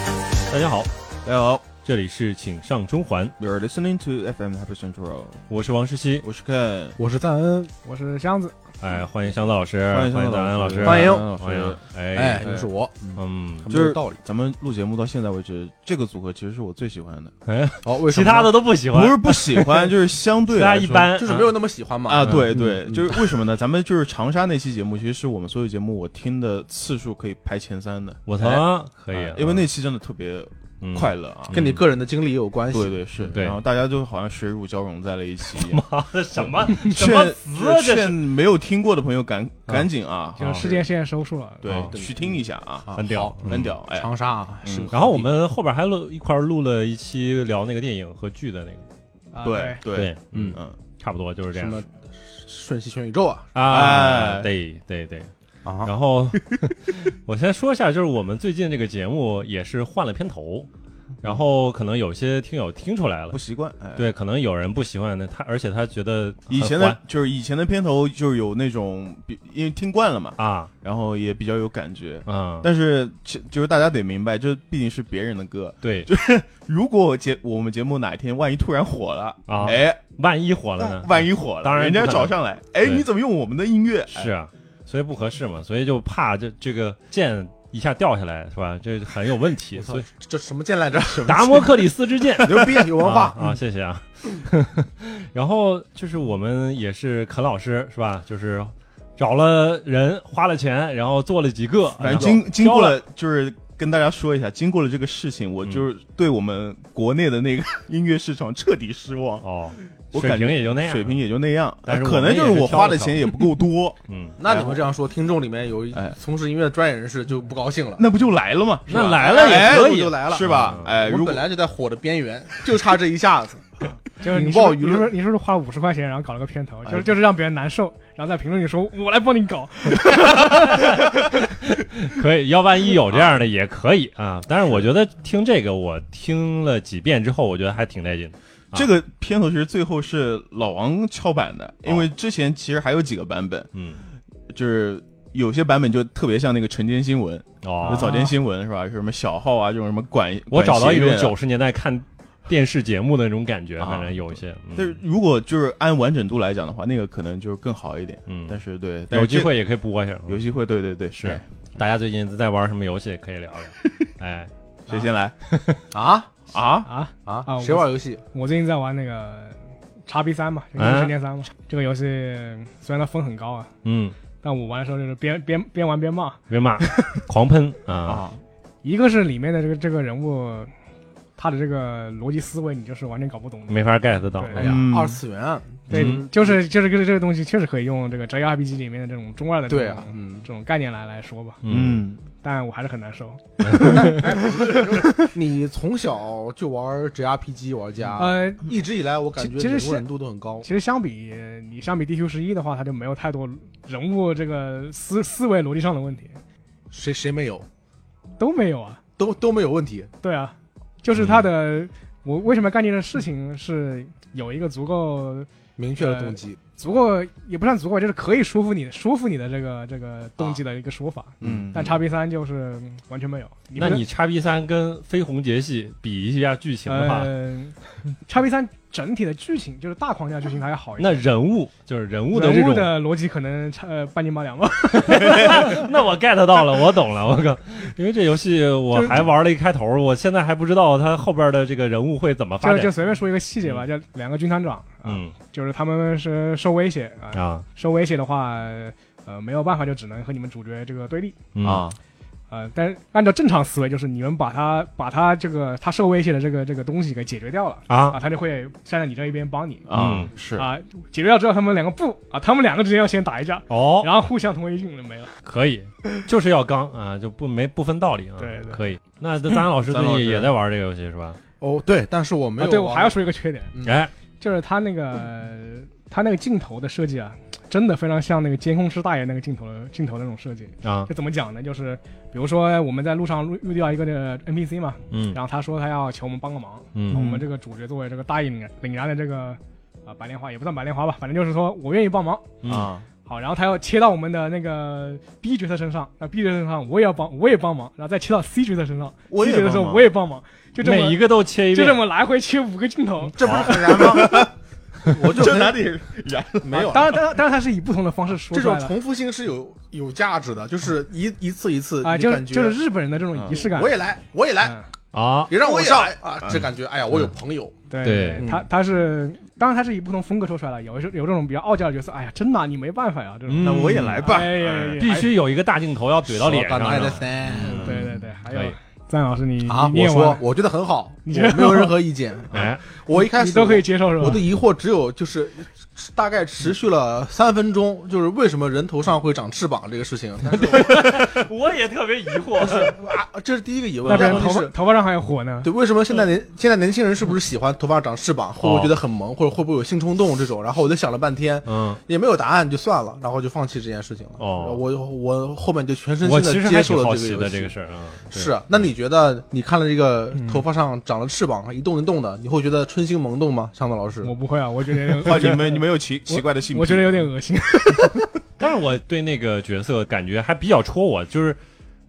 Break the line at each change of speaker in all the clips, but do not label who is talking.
家好，
大家好
这里是请上中环，
，You're listening to FM Happy Central，
我是王石溪，
我是 Ken，
我是赞恩，我是箱子，
哎，欢迎香子老师，欢
欢迎香子
早安
老
老
师
欢迎
欢迎，哎，
哎，就是我，
嗯，
他
就
们都
是
有道理。
咱们录节目到现在为止，这个组合其实是我最喜欢的，
哎，
哦，为什
其
么呢
他的都不喜欢，
不是不喜 欢，就是相对啊
其他
来说
一般，
就是没有那么喜欢嘛？
啊，
嗯
对
嗯
对，
嗯
就是为什么呢？咱们就是长沙那期节目，其实是我们所有节目我听的次数可以排前三的，
我
哎
操，可以
啊
啊，
因为那期真的特别
嗯
快乐啊，
跟你个人的经历也有关系。
对对是，
对
然后大家就好像水乳交融在了一起，
妈的 什 么什么
劝
词啊，这
劝
是嗯
没有听过的朋友赶赶紧啊，
这个事件现在收束了。
对
啊，
去听一下啊，
啊，
很屌
好
嗯
很屌哎。
长沙啊
嗯
是个好地。
然后我们后边还录一块儿录了一期聊那个电影和剧的那个，
啊
对，对，
对，嗯，
嗯，
差不多就是这
什么
样
瞬息全宇宙啊
啊，
哎
对对对，
啊，
然后 我先说一下，就是我们最近这个节目也是换了片头，然后可能有些听友听出来了
不，习惯，哎，
对，可能有人不喜欢的，他而且他觉得很
以前
欢
的就是以前的片头就是有那种，比因为听惯了嘛，
啊，
然后也比较有感觉。
嗯，
但是其就是大家得明白，这毕竟是别人的歌。
对
如果节我们节目哪一天万一突然火了，
啊，
哎，
万一火了
那
呢？
万一火了，
当然
人家
不可能
找上来，哎，
对
你怎么用我们的音乐？哎
是啊，所以不合适嘛，所以就怕这这个剑一下掉下来是吧？这很有问题，
我操
所以
这这什么剑来着？什么。
达摩克里斯之剑
牛逼，有文化
啊啊，谢谢啊。 然后就是我们也是肯老师是吧？就是找了人，花了钱，然后做了几个，
反正
然后
经经
交
过
了
了，就是跟大家说一下，经过了这个事情，我
嗯
就是对我们国内的那个 音乐市场彻底失望，
哦，
我
水
感觉
平也就那样，
水平也就那样，
但是
可
我
能
们
就
也
是
是
我
挑
花
了
的
挑
钱也不够多，
嗯，
那你们这样说，听众里面有一
哎嗯
从事音乐专业人士就不高兴了。
那不就来了吗？
是吧
那来了也
哎
可
我
以啊
就来了，
是吧？哎，
我
如
们
果
本来就在火的边缘，就差这一下子。
就是你
引
是
爆
不
舆
是
论
你是不是你是不是花五十块钱，然后搞了个片头，就
哎
是就是让别人难受，然后在评论里说我来帮你搞，
可以，要万一有这样的也可以啊。但是我觉得听这个，我听了几遍之后，我觉得还挺带劲的。啊
这个片头其实最后是老王敲版的，因为之前其实还有几个版本，
嗯，
就是有些版本就特别像那个晨间新闻，就
哦，
早间新闻是吧？是什么小号啊，这种什么管，
我找到一种
管弦乐
九
啊。
十年代看电视节目的那种感觉，
啊
反正有一些。嗯
但是如果就是按完整度来讲的话，那个可能就是更好一点。
嗯，
但是对，但
有
是
机
这
会也可以播一下。
有机会，对对对，
是
哎
大家最近在玩什么游戏？可以 聊聊。哎，
谁先来
啊
啊？
啊！
啊！
啊
谁玩游戏？
我最近在玩那个叉 B 三嘛，
嗯
就是
哎
《神剑三》嘛。这个游戏虽然它分很高啊，
嗯，
但我玩的时候就是边边边玩边骂。
别 骂，狂喷啊！
啊，
一个是里面的这个这个人物，他的这个逻辑思维你就是完全搞不懂的。
没法 get 到。
对
哎呀
嗯，
二次元，
对，
嗯
就是就是这个这个东西确实可以用这个 JRPG 里面的这种中二的这种
对啊，嗯，
这种概念来来说吧，
嗯，
嗯，
但我还是很难受。
你从小就玩 JRPG 玩家，
呃，
一直以来我感觉
其其实
你
是
的忍度都很高。
其实相比你相比 DQ 十一的话，它就没有太多人物这个思思维逻辑上的问题，
谁谁没有，
都没有啊。
都都没有问题。
对啊，就是它的、我为什么干这件事情是有一个足够
明确的动机。
足够也不算足够，就是可以说服你说服你的这个这个动机的一个说法。
嗯
但叉 B 三就是嗯完全没有。
啊那你叉 B 三跟飞鸿杰系比一下剧情的话，
嗯，叉 B 三整体的剧情就是大框架剧情还要好一点。
那人物就是人物的这
人物
种
的逻辑可能差呃半斤八两吧，
那我 get 到了，我懂了，我 靠！因为这游戏我还玩了一开头，我现在还不知道它后边的这个人物会怎么发
就就
展。
随便说一个细节吧，叫两个军团长，啊
嗯
就是他们是受威胁啊、
啊
受威胁的话，呃，没有办法，就只能和你们主角这个对立。
嗯
啊，
呃，但是按照正常思维，就是你们把他把他这个他受威胁的这个这个东西给解决掉了
啊
啊，他就会站在你这一边帮你
啊
嗯，
是
啊。解决掉之后，他们两个不啊，他们两个之间要先打一架，
哦，
然后互相同归于尽就没了。啊
可以，就是要刚啊，就不没不分道理啊，
对对
可以。那丹丹老 师最
丹老师
近也在玩这个游戏是吧？
哦，对，但是我没
啊，
有玩。
对我还要说一个缺点，
嗯
哎，
就是他那个他那个镜头的设计啊，真的非常像那个监控师大爷那个镜头的镜头的那种设计。
啊，
这怎么讲呢？就是比如说我们在路上遇遇到一个这个 NPC 嘛，
嗯
然后他说他要求我们帮个忙，我
嗯
们这个主角作呃为这个大义凛然凛然的这个啊、白莲花也不算白莲花吧，反正就是说我愿意帮忙。
嗯
啊，
好，然后他要切到我们的那个 B 角色身上，那 B 角色身上我也要帮，我也帮忙，然后再切到 C 角色身上
我
，C
也
角色的时候
帮忙
我也帮忙，就这么
每一个都切一
就
遍
这，么来回切五个镜头。
这不是很燃吗？
我就
这哪里 燃？
没有
当然，当然，当然，他是以不同的方式说
这
出来
种
的
重复性是有有价值的，就是一一次一次，
啊，
你
就是
感觉
就是日本人的这种仪式感
我。也来，我也来，
嗯
啊，
别让
我
我
也
上
来
啊
嗯！
这感觉，哎呀，我有朋友，
对
对
嗯
他他是当然他是以不同风格说出来的，有一些有这种比较傲娇的角色，哎呀，真拿你没办法呀，这种。
嗯
那我也来吧。
哎呀呀
哎
呀
必须有一个大镜头要怼到脸上
手打
的
的噻
嗯
对对对，还
可
有
以
赞老师你
啊！
你
我
念完
说
了，
我觉得很好，
你
我没有任何意 见。
哎，
我一开始
你都可以接受是吧？
我的疑惑只有就是大概持续了三分钟，就是为什么人头上会长翅膀这个事情。但是
我也特别疑惑，
我啊，这是第一个疑
那
问。
边
但问
头
题
发
是，
头发上还有火呢。
对，为什么现在年现在年轻人是不是喜欢头发长翅膀，会不
哦
会觉得很萌，或者会不会有性冲动这种？然后我就想了半天，
嗯，
也没有答案，就算了，然后就放弃这件事情了。
哦
我我后面就全身
我
心
其实
的
还
接
挺
受
好
了
奇
这
的
个
这个
事。
事嗯儿啊，对
是，那你觉得你看了这个头发上长了翅膀，一动一动的，你会觉得春心萌动吗？向导老师，
我不会啊，我觉得
哇， 你们你们有奇奇怪的性癖？
我觉得有点恶心，
但是我对那个角色感觉还比较戳我，就是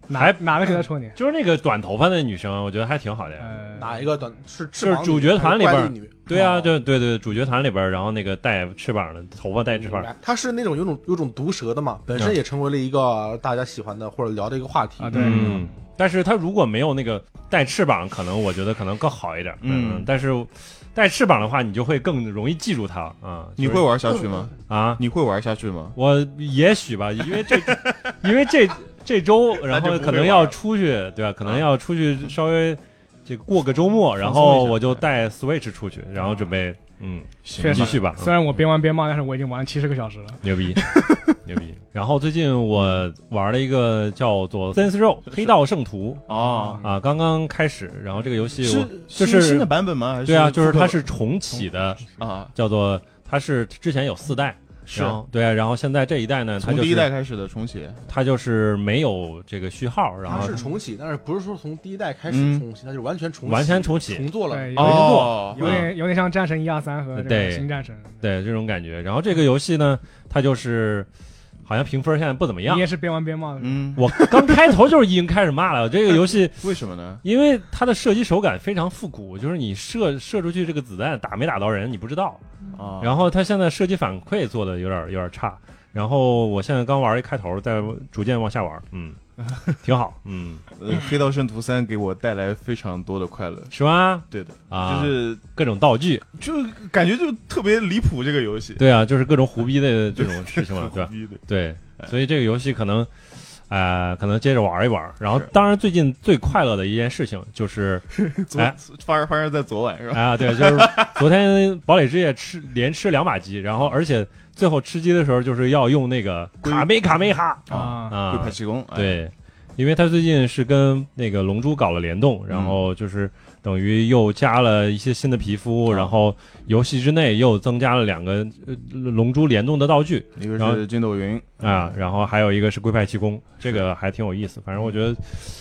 哪
还
哪个给他戳你？
就是那个短头发的女生，啊我觉得还挺好的呀。
呃，
哪一个短是
就
翅
是
膀女
主角团里边
还是怪力女
对啊，
哦
就对对，主角团里边儿，然后那个带翅膀的，头发带翅膀，
它是那种有种有种毒舌的嘛，本身也成为了一个大家喜欢的或者聊的一个话题
啊对
嗯，但是他如果没有那个带翅膀，可能我觉得可能更好一点。
嗯
但是带翅膀的话，你就会更容易记住它啊。
你
就是
会玩下去吗？
嗯
啊？
你会玩下去吗？
我也许吧，因 为这，因为这这周，然后
那就不会
可能要出去，对
啊
吧？可能要出去稍微这个过个周末，然后我就带 Switch 出去，然后准
啊
备嗯
确
继
实
续吧。嗯
虽然我边玩边骂，但是我已经玩了七十个小时了。
牛逼， 牛逼。然后最近我玩了一个叫做《Sense Row 黑道圣徒
哦》，
啊，刚刚开始。然后这个游戏我
是
就是
新新的版本吗？还是
对啊，就是它
它
是重启的，
啊，
叫做它是之前有四代，
是
然后对啊，然后现在这一代呢，它
从
就
第一代
是
开始的重启。
它就是没有这个序号，然
它
后
是重启，但是不是说从第一代开始
嗯
重启，它就完全重启
完全重启，
重做了。
对，有点
哦
有点有点像战神一二三和这
对
个新战神，
对这种感觉。然后这个游戏呢，它就是好像评分现在不怎么样
你也。是边玩边骂的。
嗯，
我刚开头就是已经开始骂了，这个游戏
为什么呢？
因为它的射击手感非常复古，就是你射射出去这个子弹打没打到人你不知道。
啊，
然后它现在射击反馈做的有点有点差。然后我现在刚玩一开头，再逐渐往下玩， 嗯，挺好，嗯，
呃《黑道圣徒三》给我带来非常多的快乐。
是吧？
对的，
啊，
就是
各种道具，
就感觉就特别离谱这个游戏。
对啊，就是各种胡逼的这种事情嘛，对
很
吧
胡？逼的
对，所以这个游戏可能，呃，可能接着玩一玩。然后
是，
当然最近最快乐的一件事情 就是，
昨
哎
发生发生在昨晚是吧？
啊，对，就是昨天堡垒之夜吃连吃两把鸡，然后而且最后吃鸡的时候就是要用那个卡梅卡梅哈
啊，
啊
会，派气功，哎，
对，因为他最近是跟那个龙珠搞了联
嗯
动，然后就是等于又加了一些新的皮肤，
啊
然后游戏之内又增加了两个呃龙珠联动的道具
一个
然后
是筋斗云
啊，，然后还有一个是龟派气功，这个还挺有意思。反正我觉得，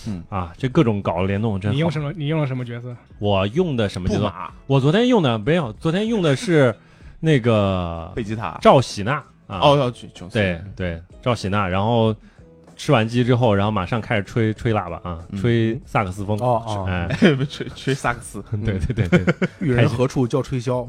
嗯
啊，这各种搞联动真
你
好
用。什么？你用了什么角色？
我用的什么阶
布
段？
马、
我昨天用的没有，昨天用的是那个
贝吉塔，
赵喜娜啊，
哦，要去琼斯，
对对，赵喜娜，然后吃完鸡之后，然后马上开始吹吹喇叭啊，
嗯
吹萨克斯风，
哦哦，
哎，
不 吹吹萨克斯。
对对对对，
遇人何处教吹箫。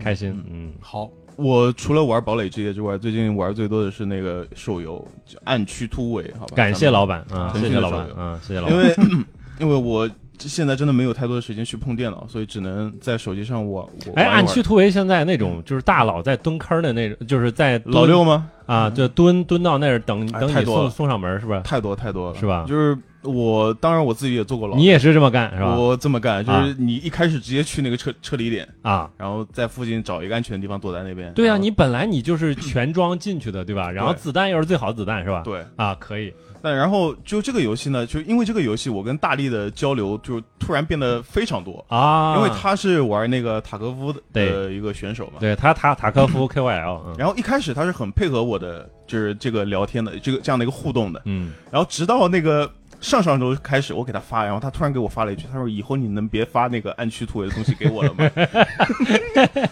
开心，嗯，
好，
我除了玩堡垒之夜之外，最近玩最多的是那个手游《就暗区突围》，好吧？
感谢
咱们
老板啊，
腾
谢
讯
谢
的
老
手
板
游
啊，谢谢老
嗯因
板，
为 因为我现在真的没有太多的时间去碰电脑，所以只能在手机上我我
哎，
玩一玩
暗区突围现在那种就是大佬在蹲坑的那种，就是在蹲
老六吗？
啊，就蹲蹲到那儿等
哎
等
太
你
多
送
了
送上门是不是？
太多太多了，
是吧
就是我，当然我自己也做过老
你。也是这么干是吧？
我这么干，就
啊
是你一开始直接去那个撤撤离点，
啊，
然后在附近找一个安全的地方躲在那边。
对啊，
然后
你本来你就是全装进去的对吧？然后
对
子弹又是最好的子弹是吧？
对，
啊，可以，
但然后就这个游戏呢，就因为这个游戏，我跟大力的交流就突然变得非常多，
啊，
因为他是玩那个塔科夫的
对
的一个选手嘛。
对他塔塔科夫 KYL，嗯
然后一开始他是很配合我的，就是这个聊天的这个这样的一个互动的。
嗯，
然后直到那个上上周开始，我给他发，然后他突然给我发了一句，他说：“以后你能别发那个暗区突围的东西给我了吗？”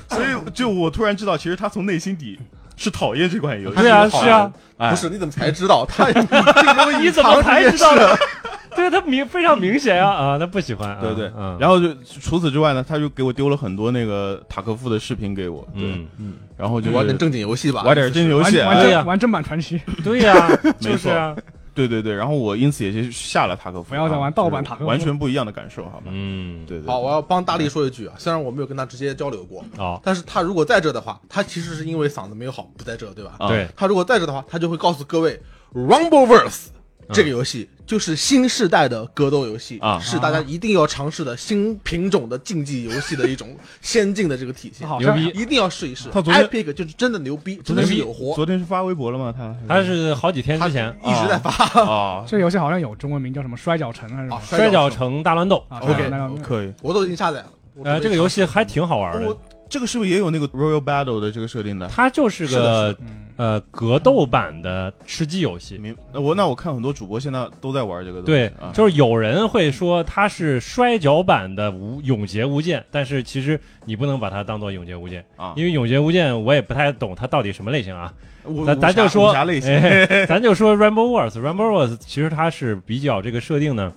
所以就我突然知道，其实他从内心底是讨厌这款游戏。
对啊，是啊，
哎，
不是，你怎么才知道？ 他这 个
你怎么才知道
的？
的？ 对他明非常明显啊啊，他不喜欢啊，
对对
嗯，
然后就除此之外呢，他就给我丢了很多那个塔科夫的视频给我，对，
嗯，
然后就
玩点
是
正经游戏吧，
玩点真游
玩
戏，
玩
哎
对呀
正玩正版 传奇，
对呀，
没
就是啊，
对对对，然后我因此也就下了塔科夫，
不要再玩
啊
盗版
就是
塔科夫
完全不一样的感受，好吧？
嗯，
对对，对
好，我要帮大力说一句啊，虽然我没有跟他直接交流过，
哦，
但是他如果在这的话，他其实是因为嗓子没有好不在这，对吧？
啊
对，
他如果在这的话，他就会告诉各位，Rumbleverse
嗯
这个游戏就是新时代的格斗游戏
啊
是大家一定要尝试的新品种的竞技游戏的一种先进的这个体系，
好
牛
像
逼！
一定要试一试。
他昨天
Epic 就是真的牛逼，真
昨
的
天
是有活，
昨天是发微博了吗？他
他是好几天
他
之前
一直在发
啊，
这游戏好像有中文名叫什么摔跤城还是什
啊
么
摔
跤
跤
城，
城大乱斗，
啊
OK，
那
哦
个
可以。
我都已经下载了。我准
呃，
备
这个游戏还挺好玩的
我，这个是不是也有那个 Royal Battle 的这个设定的？
它就是
是的
个
嗯，
呃格斗版的吃鸡游戏。
明那我那我看很多主播现在都在玩这个东西。
对，
啊、
就是有人会说它是摔跤版的无永劫无间，但是其实你不能把它当做永劫无间，
啊，
因为永劫无间我也不太懂它到底什么类型啊。
我
咱
武
咱
侠
就说
武侠类型、
哎咱就说 Rainbow Wars，Rainbow Wars 其实它是比较这个设定呢，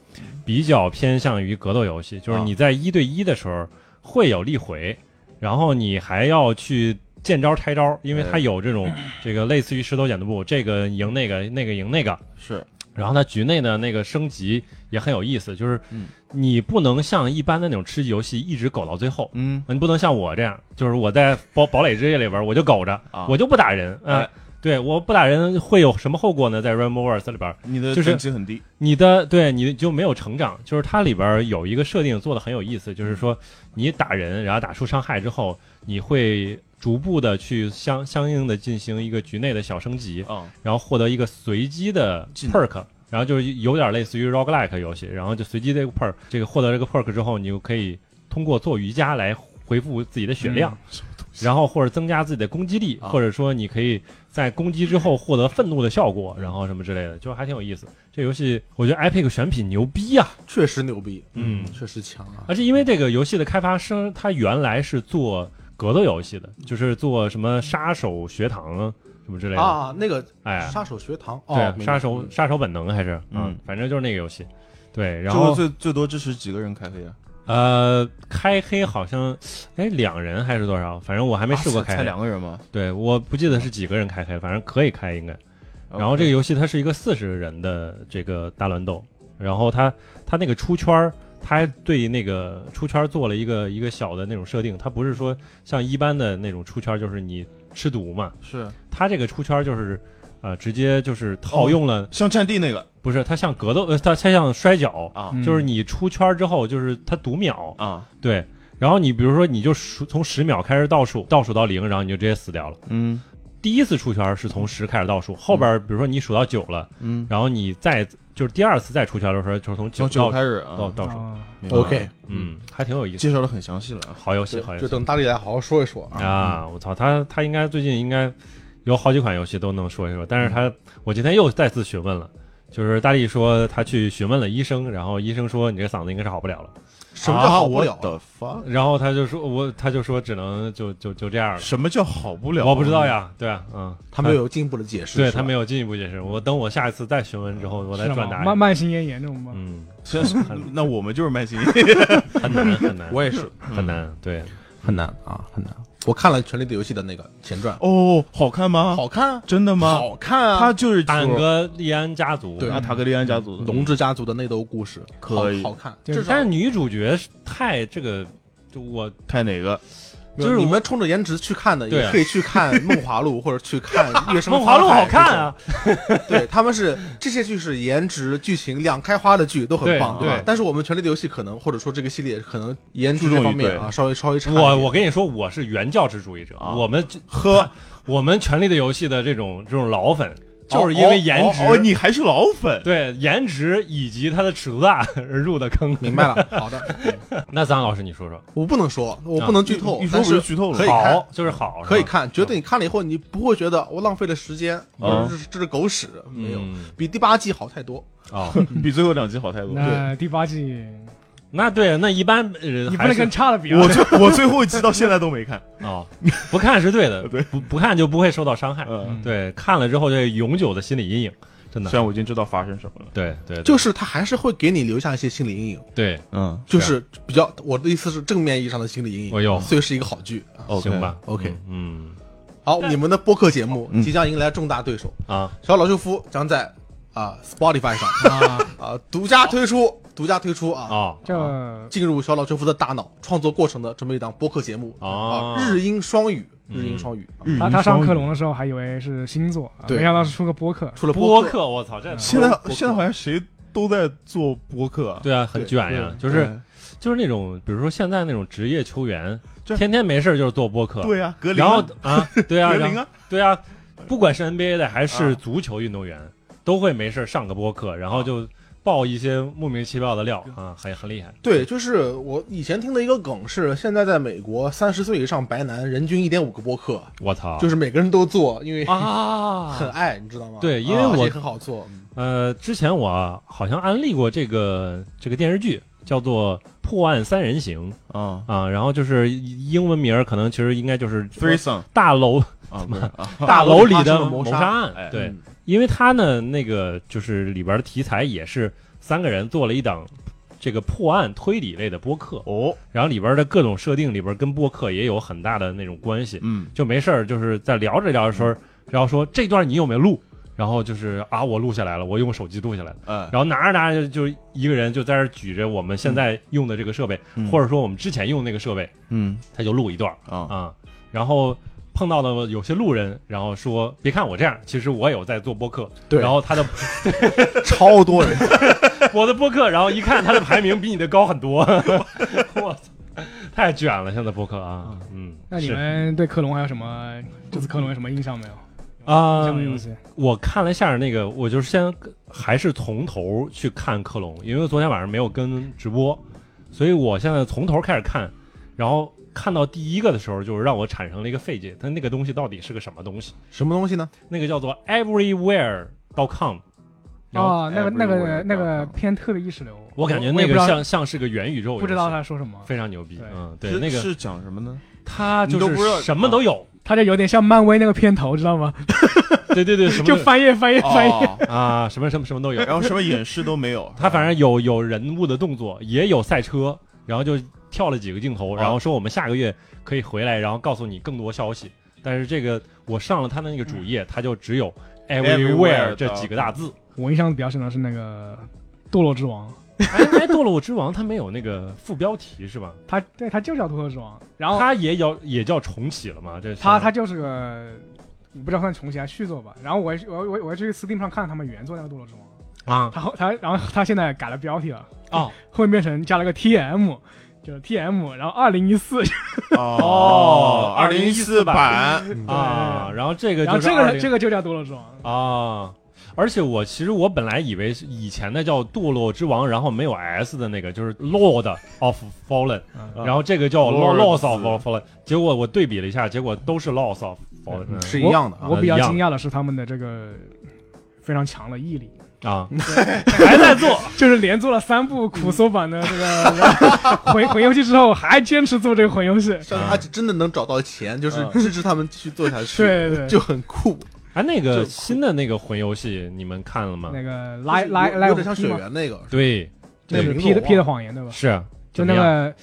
比较偏向于格斗游戏，就是
啊
你在一对一的时候会有力回，然后你还要去见招拆招，因为它
哎
有这种这个类似于石头剪子布，这个赢那个，那个赢那个。
是
然后它局内的那个升级也很有意思，就是
嗯
你不能像一般的那种吃鸡游戏一直苟到最后，
嗯
你不能像我这样，就是我在堡堡垒之夜里边我就苟着，
啊，
我就不打人，啊，
哎
对，我不打人会有什么后果呢？在 Rainbow Wars 里边，
你的
就是
等级很低，
你的对你就没有成长，就是它里边有一个设定做的很有意思，就是说你打人，然后打出伤害之后，你会逐步的去相相应的进行一个局内的小升级，
啊
然后获得一个随机的
技能
perk，然后就是有点类似于 roguelike 游戏，然后就随机这个 perk，这个获得这个 perk 之后，你就可以通过做瑜伽来回复自己的血量，然后或者增加自己的攻击力，
啊
或者说你可以在攻击之后获得愤怒的效果，然后什么之类的，就还挺有意思。这游戏我觉得 Epic 选品牛逼呀、
确实牛逼，
嗯
确实强啊。
而且因为这个游戏的开发商，他原来是做格斗游戏的，就是做什么杀手学堂啊什么之类的，
啊，那个
哎，
杀手学堂
对
哦，
啊，
明白
杀手杀手本能还是
嗯
嗯，反正就是那个游戏。对，然
就是
后
最最多支持几个人开黑啊？
呃，开黑好像哎两人还是多少？反正我还没试过
啊
开
才
黑。
两个人吗？
对，我不记得是几个人开黑，反正可以开应该。然后这个
哦
游戏它是一个四十人的这个大乱斗，然后它它那个出圈儿，它还对那个出圈儿做了一个一个小的那种设定，它不是说像一般的那种出圈儿就是你吃毒嘛，
是
它这个出圈儿就是呃直接就是套用了
像战地那个
不是，它像格斗，呃，它它像摔跤，
啊
嗯
就是你出圈之后，就是它读秒，
啊，
对。然后你比如说，你就数从十秒开始倒数，倒数到零，然后你就直接死掉了。
嗯
第一次出圈是从十开始倒数，后边比如说你数到九了，
嗯，
然后你再就是第二次再出圈的时候，就是从
从
九
九
到
开始
到
啊，
倒数。
啊
明白了
OK，
嗯，还挺有意思，
介绍的很详细了啊。
好游戏，
对
好游
就
戏
等大力来好好说一说啊。
啊！我操，他他应该最近应该有好几款游戏都能说一说，但是他我今天又再次询问了。就是大力说他去询问了医生，然后医生说你这嗓子应该是好不了了。
什么叫好不了
啊我？的 fuck？
然后他就说，我他就说只能就就就这样了。
什么叫好不了？
我不知道，呀，对啊，嗯，
他没有进一步的解释，
对
是吧
他没有进一步解释。我等我下一次再询问之后，我再
是吗
转达。
慢慢性咽炎这种吗？
嗯，
真是 那我们就是卖心。
很难很 难，
我也是
很难。对，
很难啊，很难。我看了《权力的游戏》的那个前传，
哦，好看吗？
好看啊，
真的吗？
好看啊！
他就是
坦格利安家族，
对
啊，塔格利安家族的
嗯
龙之家族的内斗故事
可以
好好看，
对
至少
但是女主角是太这个，就我
太哪个？
就是
你
我
们冲着颜值去看的，
对
也
啊
可以去看 《梦华录》或者去 看《月升
梦华录好看啊，
沧海》这种。对，他们是这些剧是颜值、剧情两开花的剧都很棒，
对
吧
对
但是我们《权力的游戏》可能或者说这个系列可能颜值
注重
这
于
方面
对
啊稍微稍微差一点。
我我跟你说，我是原教旨主义者，
啊
我们
呵，
我们《权力的游戏》的这种这种老粉，就是因为颜值，
哦哦哦你还是老粉。
对颜值以及它的尺度大而入的坑。啊
明白了，好的，
那张老师你说说，
我不能说，我不
啊
能剧透，
一一说
但
我
是
就剧透了。
可以看
好就是好，是吧
可以看，绝对你看了以后，你不会觉得我浪费了时间，
嗯
或者这是这是狗屎，没有，
嗯
比第八季好太多。
哦，
比最后两集好太多。
那第八季
那对，那一般呃
你不
还
能
是
跟差的比啊
我。最我最后一集到现在都 没看，
哦，不看是对的，
对
不不看就不会受到伤害。
嗯，
对，看了之后就永久的心理阴影，真的
虽。然我已经知道发生什么了，
对对，对
就是他还是会给你留下一些心理阴影，
对，
嗯
就是比较我的意思是正面意义上的心理阴影，
哎呦
所以是一个好剧啊。
，OK
行？吧
OK
嗯
好，你们的播客节目
嗯
即将迎来重大对手，
嗯啊，
小老秀夫将在啊 Spotify 上
啊，
啊独家推出，独家推出啊，
哦
这
进入小老秀夫的大脑创作过程的这么一档播客节目
哦
啊，日英双语，
嗯
日英双语，啊
日
他
英
他上
双语
克隆的时候还以为是星座，啊
对
没想到是出个播客。
除了
播
播，
客，我操，这
现在
播客
现在好像谁都在做播客啊，
对啊，很
对
卷呀，就
对，
是就是那种，比如说现在那种职业球员，
这
天天没事儿就是做播客，
对呀，格林
然
啊，
后啊，对 啊，
格
然
林
后
啊，
对啊，不管是 NBA 的还是
啊
足球运动员，都会没事儿上个播客，然后就爆一些莫名其妙的料啊，很很厉害。
对，就是我以前听的一个梗是，现在在美国三十岁以上白男人均一点五个播客，
我操，
就是每个人都做，因为 很
啊，
爱，你知道吗？
对因为
啊而且
我
很好做，嗯
呃，之前我好像安利过这个这个电视剧，叫做《破案三人行
啊》
嗯
啊，然后就是英文名儿可能其实应该就是
，Three Son
大楼
啊，不是啊，
大楼里的
谋
谋
杀
杀案，
哎
对，
嗯
因为他呢，那个就是里边的题材也是三个人做了一档这个破案推理类的播客，
哦，
然后里边的各种设定里边跟播客也有很大的那种关系。
嗯，
就没事儿，就是在聊着聊着时候，然后说这段你有没有录？然后就是啊，我录下来了，我用手机录下来了。
哎，
然后拿着拿着就就一个人就在那儿举着我们
嗯
现在用的这个设备，
嗯
或者说我们之前用的那个设备，
嗯
他就录一段儿
啊，
啊。然后碰到了有些路人，然后说别看我这样，其实我有在做播客。
对
然后他的
超多人，
我的播客，然后一看他的排名比你的高很 多，我操，太卷了现在播客啊，嗯，
那你
是
们对克隆还有什么？这次克隆有什么印象没有？印
啊、
象的游戏
我看了一下那个，我就是先还是从头去看克隆，因为昨天晚上没有跟直播，所以我现在从头开始看，然后看到第一个的时候，就是让我产生了一个费解，它那个东西到底是个什么东西？
什么东西呢？
那个叫做 everywhere.com，然嗯后啊
哦，那个那个
Everywhere
那个偏特的意识流，
我感觉
也
那
不
个
知道
像像是个元宇宙游戏，
不知道他说什么，
非常牛逼
对，
嗯，对，
是
那个
是讲什么呢？
它
你
就
都不知道
是什么都 有，
他就有点像漫威那个片头，知道吗？
对对对，什么
就
都
翻页翻页翻页，
哦，
啊，什么什么什么都有，
然 后什么演示都没有，
他反正有有人物的动作，也有赛车，然后就跳了几个镜头，
啊
然后说我们下个月可以回来，然后告诉你更多消息。但是这个我上了他的那个主页，他就只有
Everywhere
嗯 everywhere 这几个大字。
我印象比较深的是那个《堕落之王》，
哎，哎堕落之王他没有那个副标题是吧？
他对他就叫《堕落之王》，然后
他也叫也叫重启了嘛？这
他他就是个，我不知道算重启还是续作吧。然后我还去我我我还去 Steam 上看他们原作那个《堕落之王》，
啊
他后他然后他现在改了标题了，
哦
后面变成加了个 TM，就是 TM，然后二零一四，
哦
二零一四
2014
版，
啊，然后这个
然后
就是
这个
20
这个就叫《堕落之王》，
啊。而且我其实我本来以为是以前的叫堕落之王，然后没有 s 的那个就是 Lord of Fallen，
嗯
啊
然后这个叫
Lords
loss of fallen，结果我对比了一下，结果都是 loss of fallen
嗯
是一样的啊
我比较
一样
惊讶的是他们的这个非常强的毅力，
啊， 还在做
就是连做了三部苦搜版的这个 魂魂游戏之后，还坚持做这个魂 游戏。
像他真的能找到钱，就是
嗯
支持他们继续做下去，
对对对
就很酷。
哎，那
就
个
酷
新的那个魂游戏你们看了吗？
那个来
就是
来
有
来，
有点像雪原那个，
对，
那
那
是
名字
P 的
我
P 的
忘
谎言对吧？
是啊
就
怎么
那
样
个，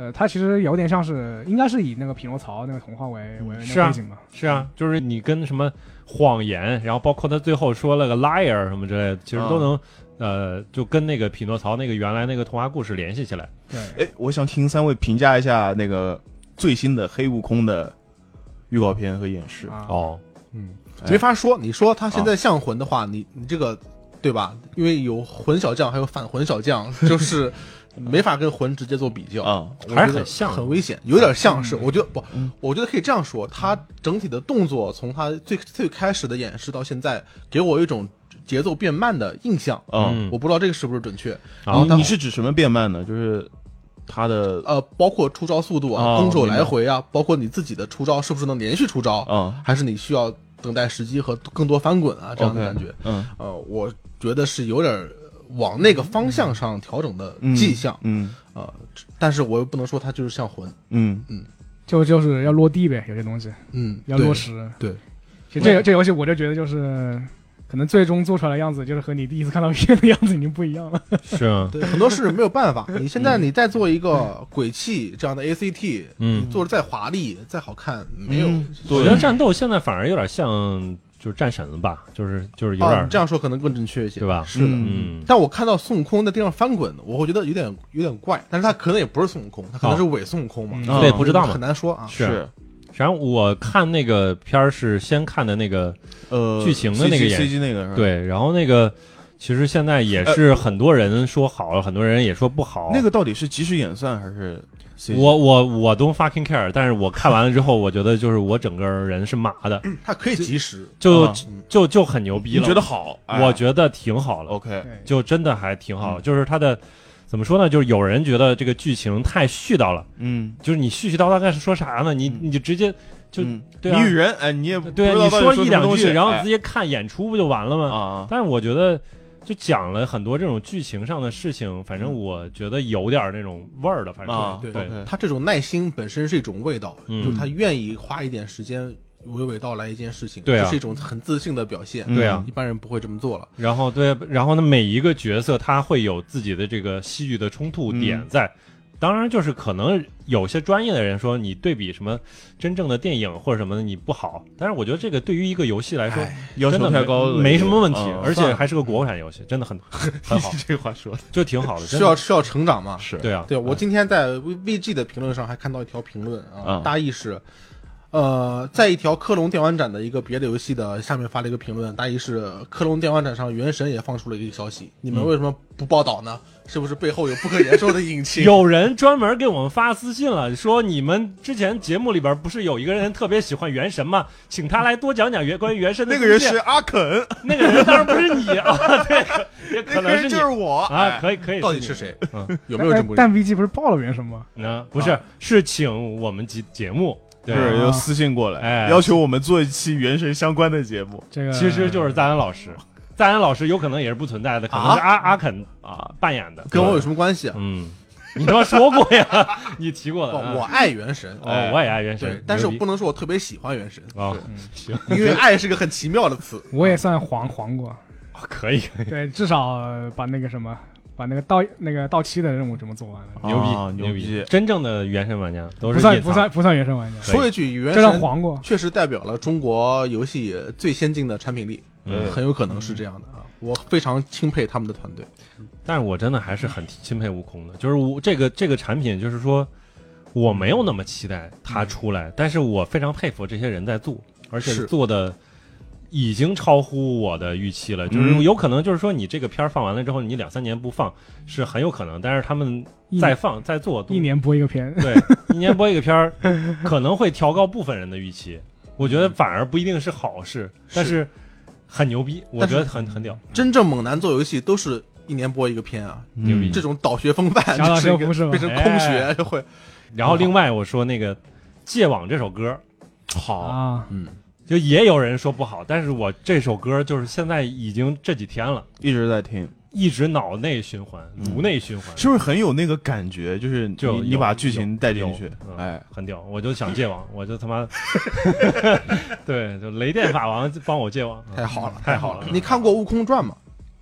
呃，它其实有点像是，应该是以那个匹诺曹那个童话为
嗯
为那
是
个
啊
背景吧。
是啊，就是你跟什么谎言，然后包括他最后说了个 liar 什么之类的，其实
嗯
都能呃，就跟那个匹诺曹那个原来那个童话故事联系起来。
对，
哎，我想听三位评价一下那个最新的《黑悟空》的预告片和演示。
啊，
哦，
嗯，
哎
没法说。你说他现在像魂的话，你你这个对吧？因为有魂小将，还有反魂小将，就是没法跟魂直接做比较。
啊，
我觉得
还是很像
很危险，有点像是。
嗯
我觉得不
嗯，
我觉得可以这样说，他整体的动作从他最最开始的演示到现在，给我一种节奏变慢的印象。
哦
嗯，
我不知道这个是不是准确，
然后
嗯
他
你是指什么变慢呢？就是它的
呃，包括出招速度啊、
哦
攻守来回啊，包括你自己的出招是不是能连续出招，
啊
还是你需要等待时机和更多翻滚啊这样的
OK
感觉。
嗯
呃，我觉得是有点儿往那个方向上调整的
嗯
迹象，
嗯
呃，但是我又不能说它就是像魂，
嗯，
就就是要落地呗，有些东西
嗯，
要
对
落实。
对，
其实这这游戏我就觉得就是，可能最终做出来的样子就是和你第一次看到片的样子已经不一样了。
是啊，
对，很多事没有办 法。你现在你再做一个鬼泣这样的 ACT，
嗯
你做的再华丽、再好看，没有。
嗯
我觉得
对，
战斗现在反而有点像就是战神了吧，就是就是有点
啊，
儿
你这样说可能更正确一些
对。吧？
是的，
嗯，
但我看到孙悟空在地上翻滚，我会觉得有点有点怪，但是他可能也不是孙悟空，他可
哦
能是伪孙悟空嘛，
嗯
啊
对，不知道
很
嘛。
难说啊。
是，然后我看那个片儿是先看的那个
呃，
剧情的那个
CG
演
CG 那个是吧？，
对，然后那个其实现在也是很多人说好，很多人也说不好。
那个到底是即时演算还是 CG？
我我我 don't fucking care，但是我看完了之后，我觉得就是我整个人是麻的，
他可以及时，
就、
啊
就就很牛逼
你
了。
觉得好？哎
我觉得挺好了，
OK，
对
就真的还挺
嗯
好。就是它的怎么说呢？就是有人觉得这个剧情太絮叨了，
嗯，
就是你絮絮叨叨干是说啥呢？你
嗯
你就直接就、
嗯
对啊
谜语人，哎，你也
对啊
不知道
你
到底
说
什么
一两
东
句，
西
然后
哎
直接看演出不就完了吗？
啊，
但是我觉得就讲了很多这种剧情上的事情，反正
嗯
我觉得有点儿那种味儿了，反正、
啊
对
对
对
，OK
他这种耐心本身是一种味道，
嗯
就是他愿意花一点时间娓娓道来一件事情，
对啊
这是一种很自信的表现。
嗯
对啊
一般人不会这么做了。
然后对，然后呢，每一个角色他会有自己的这个戏剧的冲突点
嗯
在。当然，就是可能有些专业的人说你对比什么真正的电影或者什么的你不好，但是我觉得这个对于一个游戏来说，
哎要
真
求
的
太高了，
没没什么问题，
啊
嗯而 且还是个国产游戏，真的很很 好，
这话说的
就挺好的，真
需
的
要需要成长嘛？
是
对啊，
对我今天在 V V G 的评论上还看到一条评论啊
嗯，
大意是，呃，在一条科隆电玩展的一个别的游戏的下面发了一个评论，大意是科隆电玩展上《原神》也放出了一个消息，你
嗯
们为什么不报道呢？是不是背后有不可言说的隐情？
有人专门给我们发私信了，说你们之前节目里边不是有一个人特别喜欢原神吗？请他来多讲讲原关于原神的啊
那个人
故事
是阿肯，
那个人当然不是你啊， 对，也可
那个
能
人
是你
就是我
啊，
哎
可以可以，
到底
你
是？啊谁
嗯？
有没有这
但
么？
但 VG 不是爆了原神吗？
嗯，不是，是请我们节节目，对，
是
啊
有私信过来，
哎
要求我们做一期《原神》相关的节目
这个
其实就是赞恩老师，赞恩老师有可能也是不存在的，可能是阿阿肯
啊。
扮演的，
跟我有什么关系啊？
嗯，你他妈说过呀， 你提过的，
哦
嗯
我爱原神，
哦，我也爱原
对
神，，
但是我
牛逼
不能说我特别喜欢原神，
哦，
因为爱是个很奇妙的词。
我也算黄黄
啊
过，
可以，可以
对，至少呃把那个什么，把那个到那个到期的任务这么做完了，
啊
牛逼、
牛
逼
逼！
真正的原神玩家都
不
是
算
隐
不
藏
算不算原神玩家，
可以
说一句，原
这算
神
黄过。
确实代表了中国游戏最先进的产品力，
嗯
很有可能是这样的啊。我非常钦佩他们的团队。
但是我真的还是很钦佩悟空的，就是我这个这个产品，就是说我没有那么期待它出来，但是我非常佩服这些人在做，而且
是
做的已经超乎我的预期了。就是
嗯
有可能就是说你这个片儿放完了之后，你两三年不放是很有可能，但是他们
一
再放再做都
一年播一个 片，
对一年播一个片儿，可能会调高部分人的预期，我觉得反而不一定是好事，但是很牛逼，我
但是
觉得很很屌，
真正猛男做游戏都是一年播一个片啊，
牛逼
嗯
这种导学风 范
小岛
就是一
秀夫是
个
吧
变成空
哎
学就会。
然后另外我说那个《戒网》这首歌，
好，
啊，
嗯，
就也有人说不好，但是我这首歌就是现在已经这几天了，
一直在听，
一直脑内循环、颅内循环，
是不是很有那个感觉？就是
就有
你你把剧情带进去
有嗯，
哎，
很屌。我就想戒网，我就他妈， 对，就雷电法王帮我戒网，
太好了，
嗯太好了。
你看过《悟空传》吗？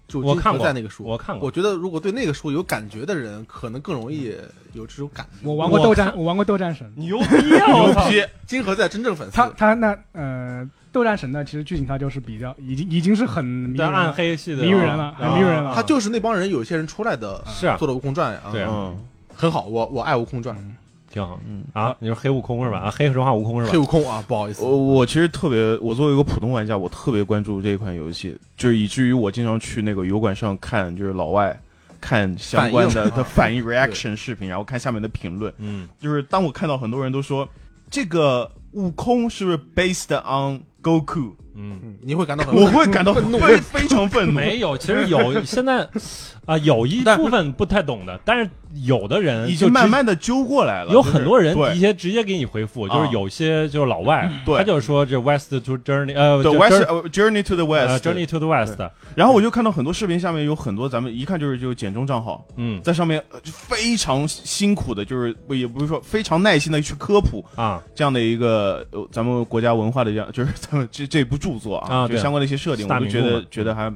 就
我
金
看
河
过
在那个书，
我看过
我觉得如果对那个书有感觉的人，可能更容易有这种感觉。
我玩过
我
斗战，我玩过斗战神，
牛逼啊！我
牛
操！
逼，
金河在真正粉丝
他，他那呃，斗战神呢，其实剧情它就是比较已经已经是很迷
对
人了
暗黑系的
迷人了，很迷人了。啊
他就是那帮人，有些人出来的
啊是啊
做的《悟空传》啊，
对啊
嗯
很好，我我爱《悟空传》，
挺好
嗯。
啊。你说黑悟空是吧？啊，黑神话悟空是
黑
吧？哦
悟空啊，不好意思
我，我其实特别，我作为一个普通玩家，我特别关注这一款游戏，就是以至于我经常去那个油管上看，就是老外看相关
反
的
应
的
啊
反 应 reaction 视频，然后看下面的评论。
嗯，
就是当我看到很多人都说这个悟空是不是 based on Goku，
嗯，
嗯，你会感到很
我会感到
愤怒
非非常愤怒。
没有，其实 有现在啊、有一
但
部分不太懂的，但是有的人
已
就
经
直
慢慢的揪过来了，
有很多人
就是
一些直接给你回复，就
啊嗯
是有些就是老外，
对
他就说这 West to Journey，呃，
对对
就
West
Journey-
呃 Journey to the
呃
West
Journey to the West，
然后我就看到很多视频下面有很多咱们一看就是就简中账号
嗯
在上面呃就非常辛苦的，就是不也不是说非常耐心的去科普
啊
这样的一个呃咱们国家文化的这样，就是咱们这这部著作啊，
啊
就
对
相关的一些设定，
大
我都
名
觉
著
得
嘛
觉得还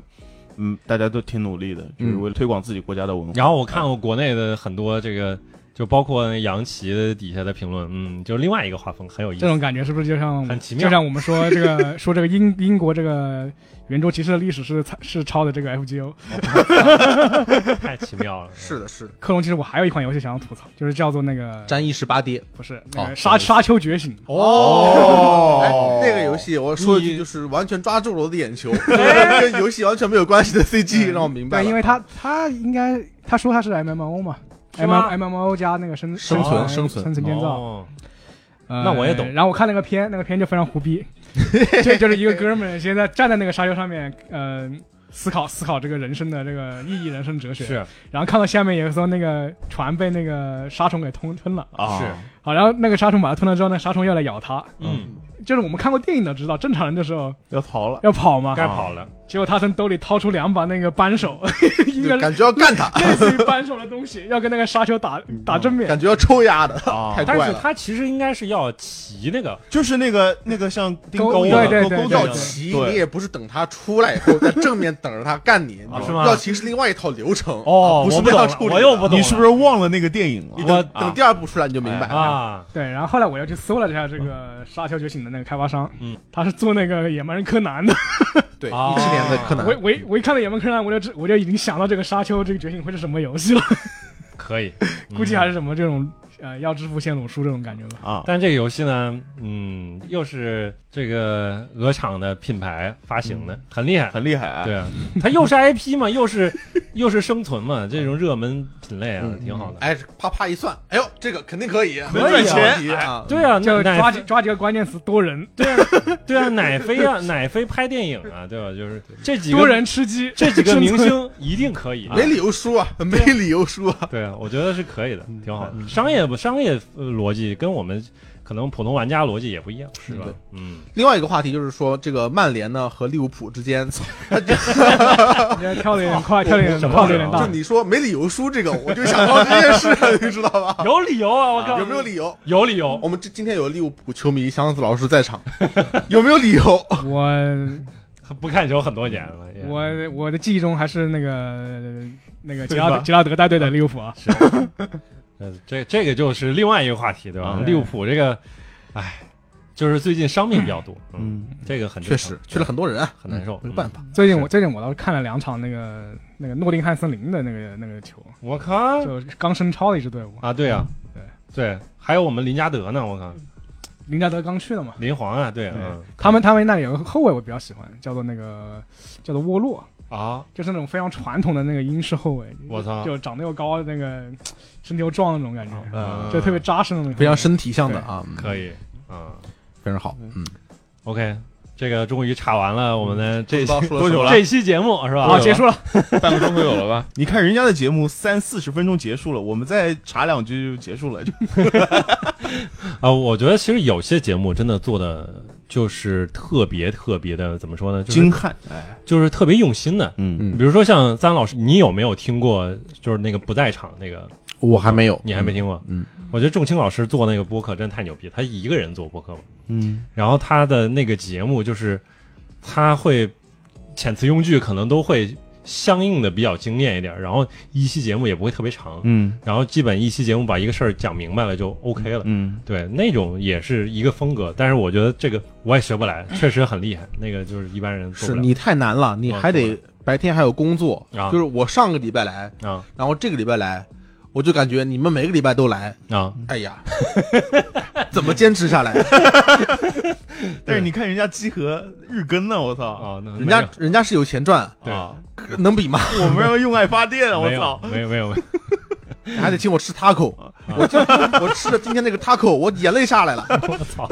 嗯大家都挺努力的，就是
嗯
为了推广自己国家的文化。
然后我看过国内的很多这个，就包括杨奇的底下的评论，嗯，就另外一个画风很有意
这
思，
种感觉是不是就像
很奇妙
就像我们说这个说这个英英国这个圆桌骑士的历史是是抄的这个 FGO
嗯
太奇妙了。
是的，是的，
克隆。其实我还有一款游戏想要吐槽，就是叫做那个
战役十八跌
不是那
哦
个沙沙丘觉醒。
哦
哎那个游戏我说一句，
你
就是完全抓住了我的眼球， 跟游戏完全没有关系的 CG 让我明白了，
嗯对，因为他他应该他说他是 MMO 嘛
是吗
，M MMO 加那个生哦
生
存
生存
生存建造。
哦
呃
那我也懂
然后我看那个片，那个片就非常胡 逼，就就是一个哥们儿现在站在那个沙丘上面，呃，思考思考这个人生的这个意义、人生哲学。
是
然后看到下面有一艘那个船被那个沙虫给吞吞了，
啊
是，
好，然后那个沙虫把它吞了之后，那沙虫要来咬它。
嗯，
就是我们看过电影的知道，正常人的时候
要逃了。
要跑嘛，
该跑
啊
了。
结果他从兜里掏出两把那个扳手， 一个
就感觉要干他，
类似于扳手的东西，要跟那个沙丘打
嗯
打正面。
感觉要抽压的，
啊
太
但
怪
是
了。
他其实应该是要骑那个，
就是那个那个像钉钩
钩
一
对
样
对
钩
对
钩子一
要
样
对
骑
对
你也不是等他出来以后在正面等着他干你，
啊
你
是吗
要骑是另外一套流程。
哦
不是
我不
那样
懂
处理
我又
的
不懂
你是不是忘了那个电影
你
了？
等
我
啊
等第二部出来你就明白了。
啊，
对，然后后来我又去搜了一下这个《沙丘觉醒》的那个开发商，
嗯，
他是做那个《野蛮人柯南》 的。
对，
啊
一七年的柯南
我，我一我一看到《野蛮人柯南》，我就知我就已经想到这个沙丘这个觉醒会是什么游戏了，
可以，
估计还
是。
是什么这种呃要致富先鲁书这种感觉吧。
啊，
但这个游戏呢，嗯，又是这个鹅厂的品牌发行的，很厉害。
很厉害啊！
对啊，它又是 IP 嘛，又是又是生存嘛，这种热门品类啊，
嗯
挺好的。
哎，啪啪一算，哎呦，这个肯定可以，
可以啊
没问题啊。
对啊，
嗯就
那
抓
奶
几抓几个关键词，多人
对啊，对啊，奶飞啊，奶飞拍电影啊，对吧？就是这几
多
个
人吃鸡，
这几个明
生存
星一定可以。
没理由输啊，没理由输啊。
对啊，我觉得是可以的，挺好的。商业商业呃逻辑跟我们可能普通玩家逻辑也不一样，是吧
对？
嗯，
另外一个话题就是说，这个曼联呢和利物浦之间，
你这跳的有点快，跳的有
什
点
么
跳的有点
就
大。
你说没理由输这个，我就想到这件事，你知道吧？
有理由啊！我靠，
有没有理由？
有理由？
我们这今天有利物浦球迷箱子老师在场， 有没有理由？
我
不看球很多年了，也
嗯我
嗯
我的记忆中还是那个那个杰
对
拉
吧
德杰拉德带队的利物浦啊，
呃，这这个就是另外一个话题，对吧？
嗯
利物浦这个，哎，就是最近伤病比较多，嗯，
嗯，
这个很
确
正常
实去了很多人啊，
很难受，嗯
没办法。
最近我最近我倒是看了两场那个那个诺丁汉森林的那个那个球，
嗯。我靠
就刚升超的一支队伍，
啊，对啊，
对
对，还有我们林加德呢，我靠，
林加德刚去的嘛。
林皇啊，对，
对
嗯
他们他们那里有个后卫我比较喜欢，叫做那个叫做沃洛，
啊，
就是那种非常传统的那个英式后卫，
我操，
就长得又高，那个身体又壮那种感觉，
嗯
就特别扎实那种。
非常身体向的啊，嗯
可以，嗯
非常好。嗯，
，OK，这个终于查完了我们的这
不知道说了
多久
什么
了
哎嗯这期节目是吧？
好，啊结束了。
半个钟头有了吧？
你看人家的节目三四十分钟结束了，我们再查两句就结束了。 就
啊，我觉得其实有些节目真的做的就是特别特别的，怎么说呢？就是
惊叹，哎，
就是特别用心的，
嗯
嗯
比如说像张老师，你有没有听过就是那个不在场那个？
我还没有，
你还没听过？
嗯，
我觉得仲青老师做那个播客真的太牛逼，他一个人做播客嘛，
嗯，
然后他的那个节目就是他会遣词用句可能都会相应的比较精炼一点，然后一期节目也不会特别长，
嗯
然后基本一期节目把一个事儿讲明白了就 OK 了。
嗯，
对，那种也是一个风格，但是我觉得这个我也学不来，确实很厉害。那个就是一般人做
嗯是
不了
你太难了，你
嗯
还得白天还有工作。
啊
就是我上个礼拜来，
啊
然后这个礼拜来，我就感觉你们每个礼拜都来，
啊！
哎呀，怎么坚持下来？
但是你看人家集合日更呢，我操！
哦，那
人 家
没有
人家是有钱 赚，
对
啊，
能比吗？
我们要用爱发电，我操！
没有没有没有
还得请我吃 taco，我就我吃了今天这个 taco，我眼泪下来了，
我操！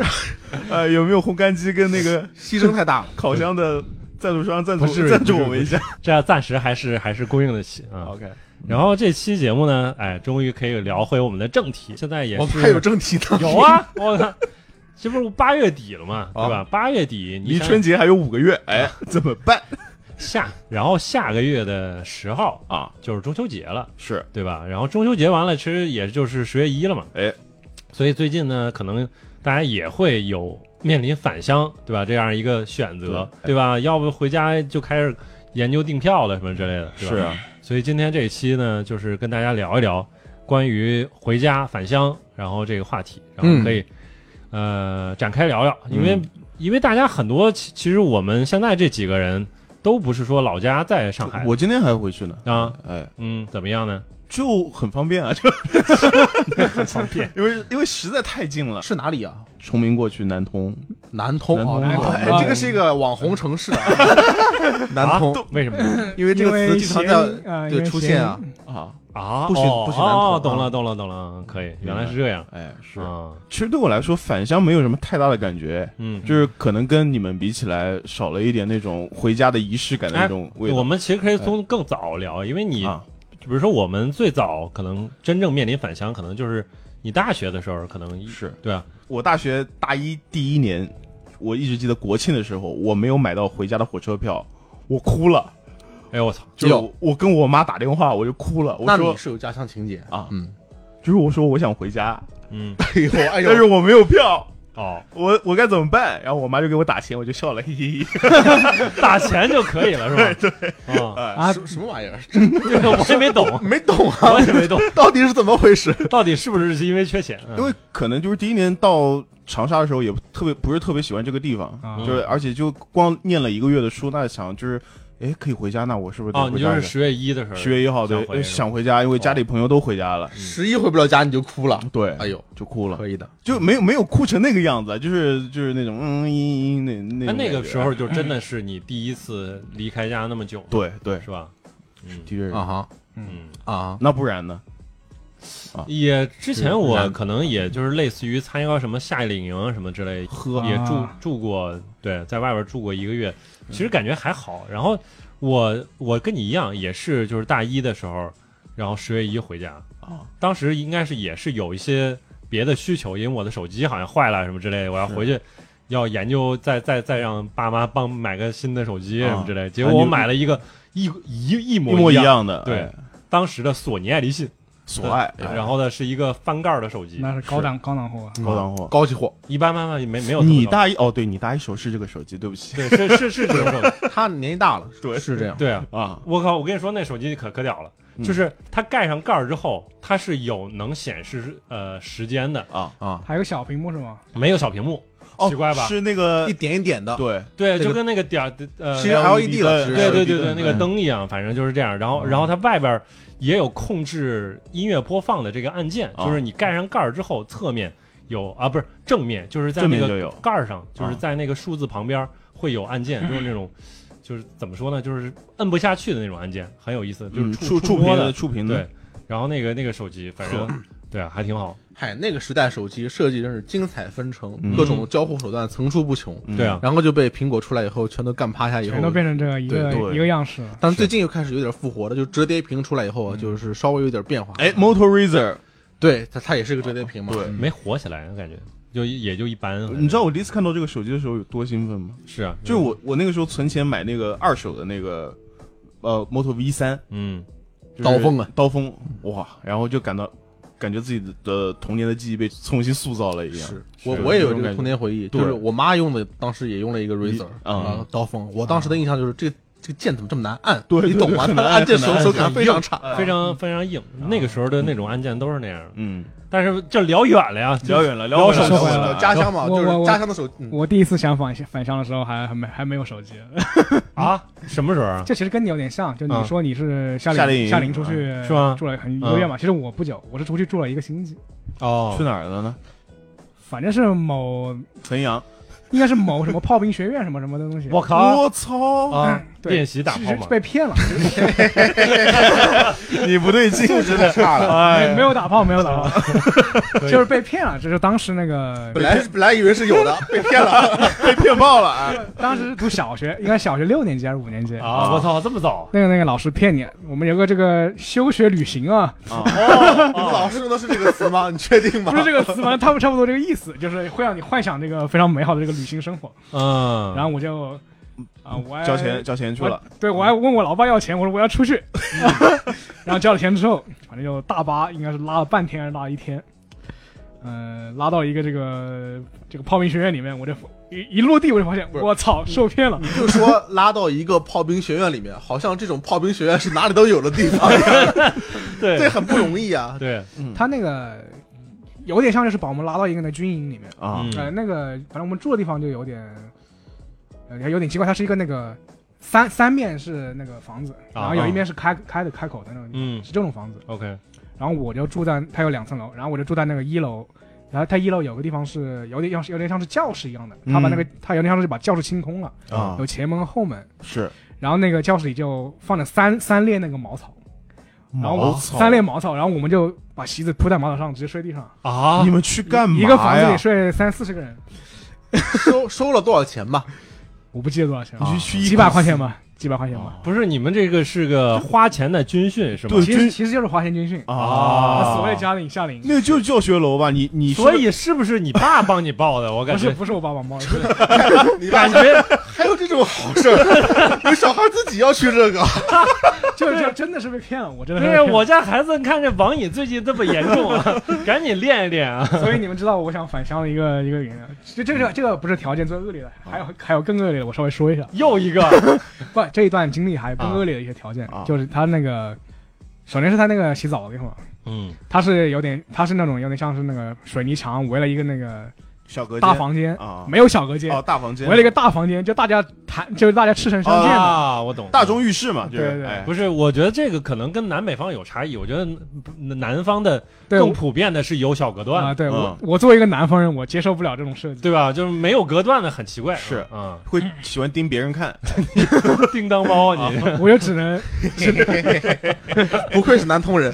呃，有没有烘干机跟那个
牺牲太大了。
烤箱的赞助商赞助
不是
赞助
不是
我们一下
这样暂时还是还是供应得起啊。
？OK，
然后这期节目呢，哎，终于可以聊回我们的正题。现在也
我们还有
是
正题呢，
有啊，我操，这不是八月底了嘛，对
啊
吧？八月底你
离
想
春节还有五个月，哎，怎么办
下，然后下个月的十号
啊？
就是中秋节了，
是，
对吧？然后中秋节完了，其实也就是十月一了嘛。
哎，
所以最近呢，可能大家也会有面临返乡，对吧？这样一个选择，对吧？要不回家就开始研究订票了什么之类的，对吧
是啊，
所以今天这一期呢，就是跟大家聊一聊关于回家返乡，然后这个话题，然后可以、呃展开聊聊，因为、
嗯
因为大家很多其其实我们现在这几个人都不是说老家在上海
我今天还回去呢。
啊，
哎，
嗯，怎么样呢？
就很方便啊，就，
很方便
因为因为实在太近了，
是哪里啊？
崇明过去南通，
南通
南
啊
通，
南通
南
哎
通
这个是一个网红城市啊， 南通，
为什么呢
因为这个词经常在
因为谐音呃
对
因为
出
谐
现啊
音
啊，
啊？
不许
哦
不许南通
哦，懂
啊
了，懂了，懂了，嗯可以，原来是这样
哎是。
啊，
其实对我来说，返乡没有什么太大的感觉，
嗯，
就是可能跟你们比起来，少了一点那种回家的仪式感的
哎
那种味道。
我们其实可以从更早聊，因为你
啊，
就比如说我们最早可能真正面临返乡，可能就是你大学的时候，可能一
是
对啊，
我大学大一第一年，我一直记得国庆的时候，我没有买到回家的火车票，我哭了，
哎呦我操，
就是我我跟我妈打电话，我就哭了，
那
我
你
说
是有家乡情节
啊
嗯，
就是我说我想回家，
嗯，
哎呦哎
但是
呦，
我没有票。
哦，
我我该怎么办？然后我妈就给我打钱，我就笑了，嘿嘿嘿。
打钱就可以了是吧？对啊，哎
啊
什，么什么玩意儿？
我也没懂，
没懂啊，
我也没懂，
到底是怎么回事？
到底是不是是因为缺钱？嗯
因为可能就是第一年到长沙的时候，也特别不是特别喜欢这个地方，
啊
就是而且就光念了一个月的书，那想就是，哎，可以回家，那我是不是得
哦，
回
你
家
就
一
是
下？
十月一的时候，
十月一号对
想回哦
哎
是吧
想回家，因为家里朋友都回家了，
十一回不了家你就哭了，
对，
哎呦，
就哭了，
可以的，
就没有没有哭成那个样子，就是就是那种嗯嘤嘤那
那
那
那
种
个
感觉
时候就真的是你第一次离开家那么久，
对对，
是吧？嗯
的确是。
啊哈
嗯。
啊
那不然呢？
也之前我
是
可能也就是类似于参加过什么夏令营啊什么之类，
喝
也住
啊
住过，对，在外边住过一个月，其实感觉还好。然后我我跟你一样，也是就是大一的时候，然后十月一回家，
啊，
当时应该是也是有一些别的需求，因为我的手机好像坏了什么之类的，我要
是
回去。要研究再再再让爸妈帮买个新的手机什么之类的，结果
啊
我
你
买了一个一一一
一
模
模一
样
样的，
对
哎，
当时的索尼爱立信，
所爱，哎
然后呢是一个翻盖儿的手机，
那是高档高档货啊，
高档货。
高级货，
一般妈妈也没没有这么
你
高
大一哦，对你大一手是这个手机，对不起
对是是是这种手机，
他年纪大了，
对
是这样，
对啊，
啊，
我靠，我跟你说那手机可可屌了，
嗯
就是它盖上盖儿之后，它是有能显示呃时间的，
啊
啊，
还有个小屏幕是吗？
没有小屏幕，
哦，
奇怪吧？
是那个
一点一点的，
对
对，
这个
就跟那个点儿呃，
啊
其实还 LED
对
对
了，其实
对
有
对
一嗯
对，
个
那个灯一样，反正就是这样。然后，
嗯
然后它外边也有控制音乐播放的这个按键，
啊
就是你盖上盖儿之后，侧面有啊，不是正面，就是在
正
那
面
个
就有
盖儿上，就是
啊
在那个数字旁边会有按 键，就是那种，就是怎么说呢，就是摁不下去的那种按键，很有意思，就是
嗯
触
触
摸
屏
的
的，触屏
对
的，。
然后那个那个手机，反正对啊，还挺好，
嗨，那个时代手机设计真是精彩纷呈，
嗯
各种交互手段层出不穷，
嗯
对啊，
然后就被苹果出来以后全都干趴下以后
全，都变成这个一
对
个
对
一个样式了。
但最近又开始有点复活了，就折叠屏出来以后啊，就是稍微有点变化，
嗯哎，Motor Razr，
对，它它也是个折叠屏嘛，嗯
对，
没火起来，感觉就也就一般。
嗯你知道我第一次看到这个手机的时候有多兴奋吗？
是啊，
就是我我那个时候存钱买那个二手的那个呃 Moto V 三，
嗯，
就是
刀锋啊，
刀锋，哇，然后就感到感觉自己的童年的记忆被重新塑造了一样。
是我
是
我也有
这
这
种
个
感
童年回忆，
对
就是我妈用的，当时也用了一个 Razer
啊
啊刀锋，我当时的印象就是这这个键怎么这么难按，
嗯对对
你懂吗？
对
它的
很
按键
难
手
很
手感
难
非常差，
非常非常硬，
啊
那个时候的那种按键都是那样的。
嗯，
但是这聊远了呀，
聊远了，
聊
聊
手
手
机
了
了
啊
家乡嘛，
我
就
我
是
我
家乡的手，嗯
我第一次想返乡返乡的时候还还没还没有手机，
嗯
啊？什么时候啊？
这其实跟你有点像，就你
嗯
说你是夏
夏令
令
营
夏令出去
是吗
住了很一个月嘛，其实我不久，我是出去住了一个星期，
哦
去哪儿了呢？
反正是某
纯阳
应该是某什么炮兵学院什么什么的 东西。
我靠
我哎操！
啊！
对
练习打
是
炮
是
嘛，
被骗了，
你不对劲，
素质太差了。
没没有打炮，没有打炮，
可以
就是被骗了。这是当时那个
本来本来以为是有 的，被骗了。
被骗爆了啊！
当时读小学，应该小学六年级还是五年级？
啊！我操，这么早
那个那个老师骗你，我们有个这个休学旅行啊，
哦，你们老师用的是这个词吗？你确定吗
不？是这个词，反正差不差不多这个意思，就是会让你幻想这个非常美好的这个旅行生活。
嗯，
然后我就啊，我
哎
还
交钱，交钱去了，
对我还问我老爸要钱，我说我要出去， 然后交了钱之后，反正就大巴应该是拉了半天还是拉了一天，嗯，拉到一个这个这个炮兵学院里面，我就一一落地我就发现，
不是嗯
我操，受骗了。
你就说拉到一个炮兵学院里面，好像这种炮兵学院是哪里都有的地方，这
对
很不容易啊。
对
嗯
他那个有点像就是把我们拉到一个那军营里面，
啊
嗯
呃，那个反正我们住的地方就有点，呃，有点奇怪，它是一个那个三三面是那个房子，然
啊
后有一面是开开的开口的那种，
嗯
是这种房子。
，OK，
然后我就住在它有两层楼，然后我就住在那个一楼，然后它一楼有个地方是有点像是有点像是教室一样的，他把那个他有点像是把教室清空了，
嗯啊
有前门和后门，
是
然后那个教室里就放着三三列那个茅草，然后我
毛草
三列茅草，然后我们就把席子铺在茅草上，直接睡地上，
啊
你，们去干嘛
一个房子
呀
里睡三四十个人，
收收了多少钱吧？
我不记得多少钱了，
你去去一
几百啊块钱吧，几百块钱吧。
不是你们这个是个花钱的军训是吗？
对
其
军
实其实就是花钱军训，
啊？
所谓家领夏令营，
那就是教学楼吧？你你
所以是不是你爸帮你报的？我
不
感
是
觉
不是我爸爸妈妈，是
你爸
感觉
还有这种好事儿？有小孩自己要去这个，
就就真的是被骗了，我真的是被
对啊
骗了
我家孩子，你看这网瘾最近这么严重啊， 赶紧练一练啊！
所以你们知道我想返乡的一个一个原因，啊这这个这个不是条件最恶劣的，还有还有更恶劣的，我稍微说一下。
又一个，
不，这一段经历还有更恶劣的一些条件，
啊
就是他那个，首先是他那个洗澡的地方，
嗯
他是有点，他是那种有点像是那个水泥墙围了一个那个
小隔间
大房间，
啊，
没有小隔间，
哦大房间
围了一个大房间，就大家谈，就是大家赤诚相见的。
啊，我懂了
大中浴室嘛，就是
对对
哎
不是，我觉得这个可能跟南北方有差异。我觉得南方的
对
更
我
普遍的是有小隔断，
啊，对我
嗯
我作为一个南方人，我接受不了这种设计。
对吧？就是没有隔断的很奇怪。
是
嗯，
会喜欢盯别人看，
叮当猫，你
我就只能
不愧是南通人，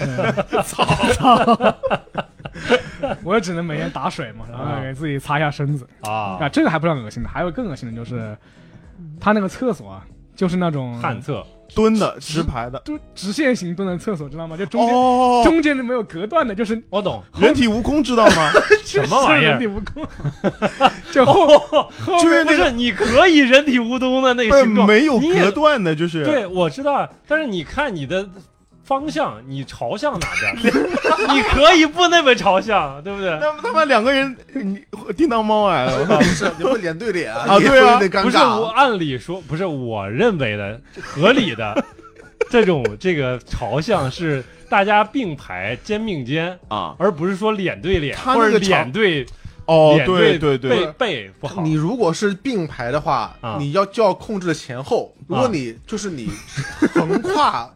我就只能每天打水嘛，然后给自己擦一下身子啊。
啊，
这个还不算恶心的，还有更恶心的就是，他那个厕所啊，就是那种
旱厕
蹲的直排的
就直线型蹲的厕所，知道吗？就中间、
哦，
中间是没有隔断的，就是
我懂
人体蜈蚣知道吗？
什么玩意
人
儿
体。蜈蚣，就后后
就是
面
那
不
个
是，你可以人体蜈蚣的那
不
个
是
形状，
没有
你也
隔断的，就是
对，我知道啊，但是你看你的方向，你朝向哪边？ 你可以不那么朝向，对不对？
那他妈两个人，你叮当猫啊 来了，
不是你们脸对脸
啊对啊
得尴
不是我
尬。
按理说，不是我认为的合理的这种这个朝向是大家并排肩并肩，
啊！
而不是说脸对脸
他那
或者
个朝
脸对
哦，
脸
对对
背
对，
背不好
你。如果是并排的话
啊，
你要就要控制前后。如果你就是你横跨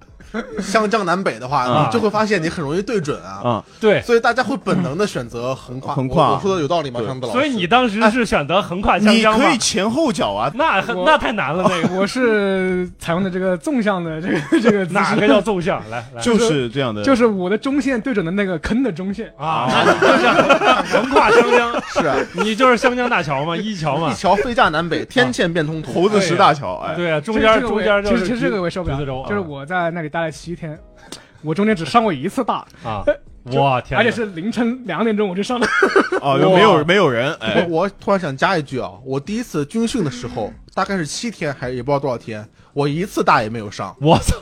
湘江南北的
啊
话，你就会发现你很容易对准啊。
啊，
对，
所以大家会本能的选择横跨。
横跨
我我说的有道理吗？
对
上次老师，
所以你当时是选择横跨湘
哎你
江
可
吗
以？哦前后脚啊，
那
我
那太难了，那个
我是采用的这个纵向的这个这个姿
哪
势，
个叫纵向？来来
就是这样的，
就是我的中线对准的那个坑的中线，
啊，那你就是横跨湘江，
是啊
你就是湘江大桥嘛，一桥嘛
一，桥飞架南北，天堑变通途。
猴子石大桥，哎，
对啊，中
这
间
这个
中
我也
间就
其
是
实其实这个我也受不了
橘子洲，
就是我在那里待了七天，我中间只上过一次大，
啊，
就
我天哪，
而且是凌晨两点钟我 就上的，
哦，
哇
没有没有人，
我
哎，
我突然想加一句啊，我第一次军训的时候，大概是七天还是也不知道多少天，我一次大也没有上，
我操，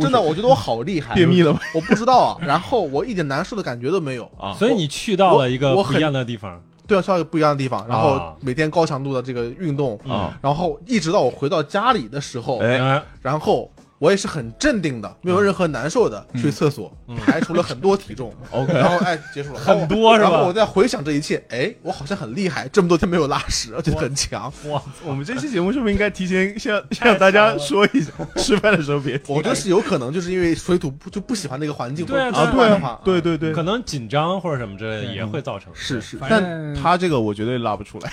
真的，我觉得我好厉 害。
便秘了吗？
我不知道啊，然后我一点难受的感觉都没有。
啊，
所以你去到了一个
我我
不
很
一样的地方
对啊，上一个不一样的地方，然
啊
后每天高强度的这个运动，
啊
然后一直到我回到家里的时候，
哎
哎，
然后我也是很镇定的，没有任何难受的去厕所，排除了很多体重。
OK
然后哎，结束了，
很多是吧
然后我再回想这一切，哎，我好像很厉害，这么多天没有拉屎，而且很强。
哇，
我们这期节目是不是应该提前向向大家说一下，吃饭的时候别听
我觉得是有可能，就是因为水土不就不喜欢这个环境，
对啊
或者
啊，
不喜欢
对
的
啊
话，，
对对对
可，能紧张或者什么之类的
对
也会造成。
是是，
反
但
正
他这个我绝对拉不出来。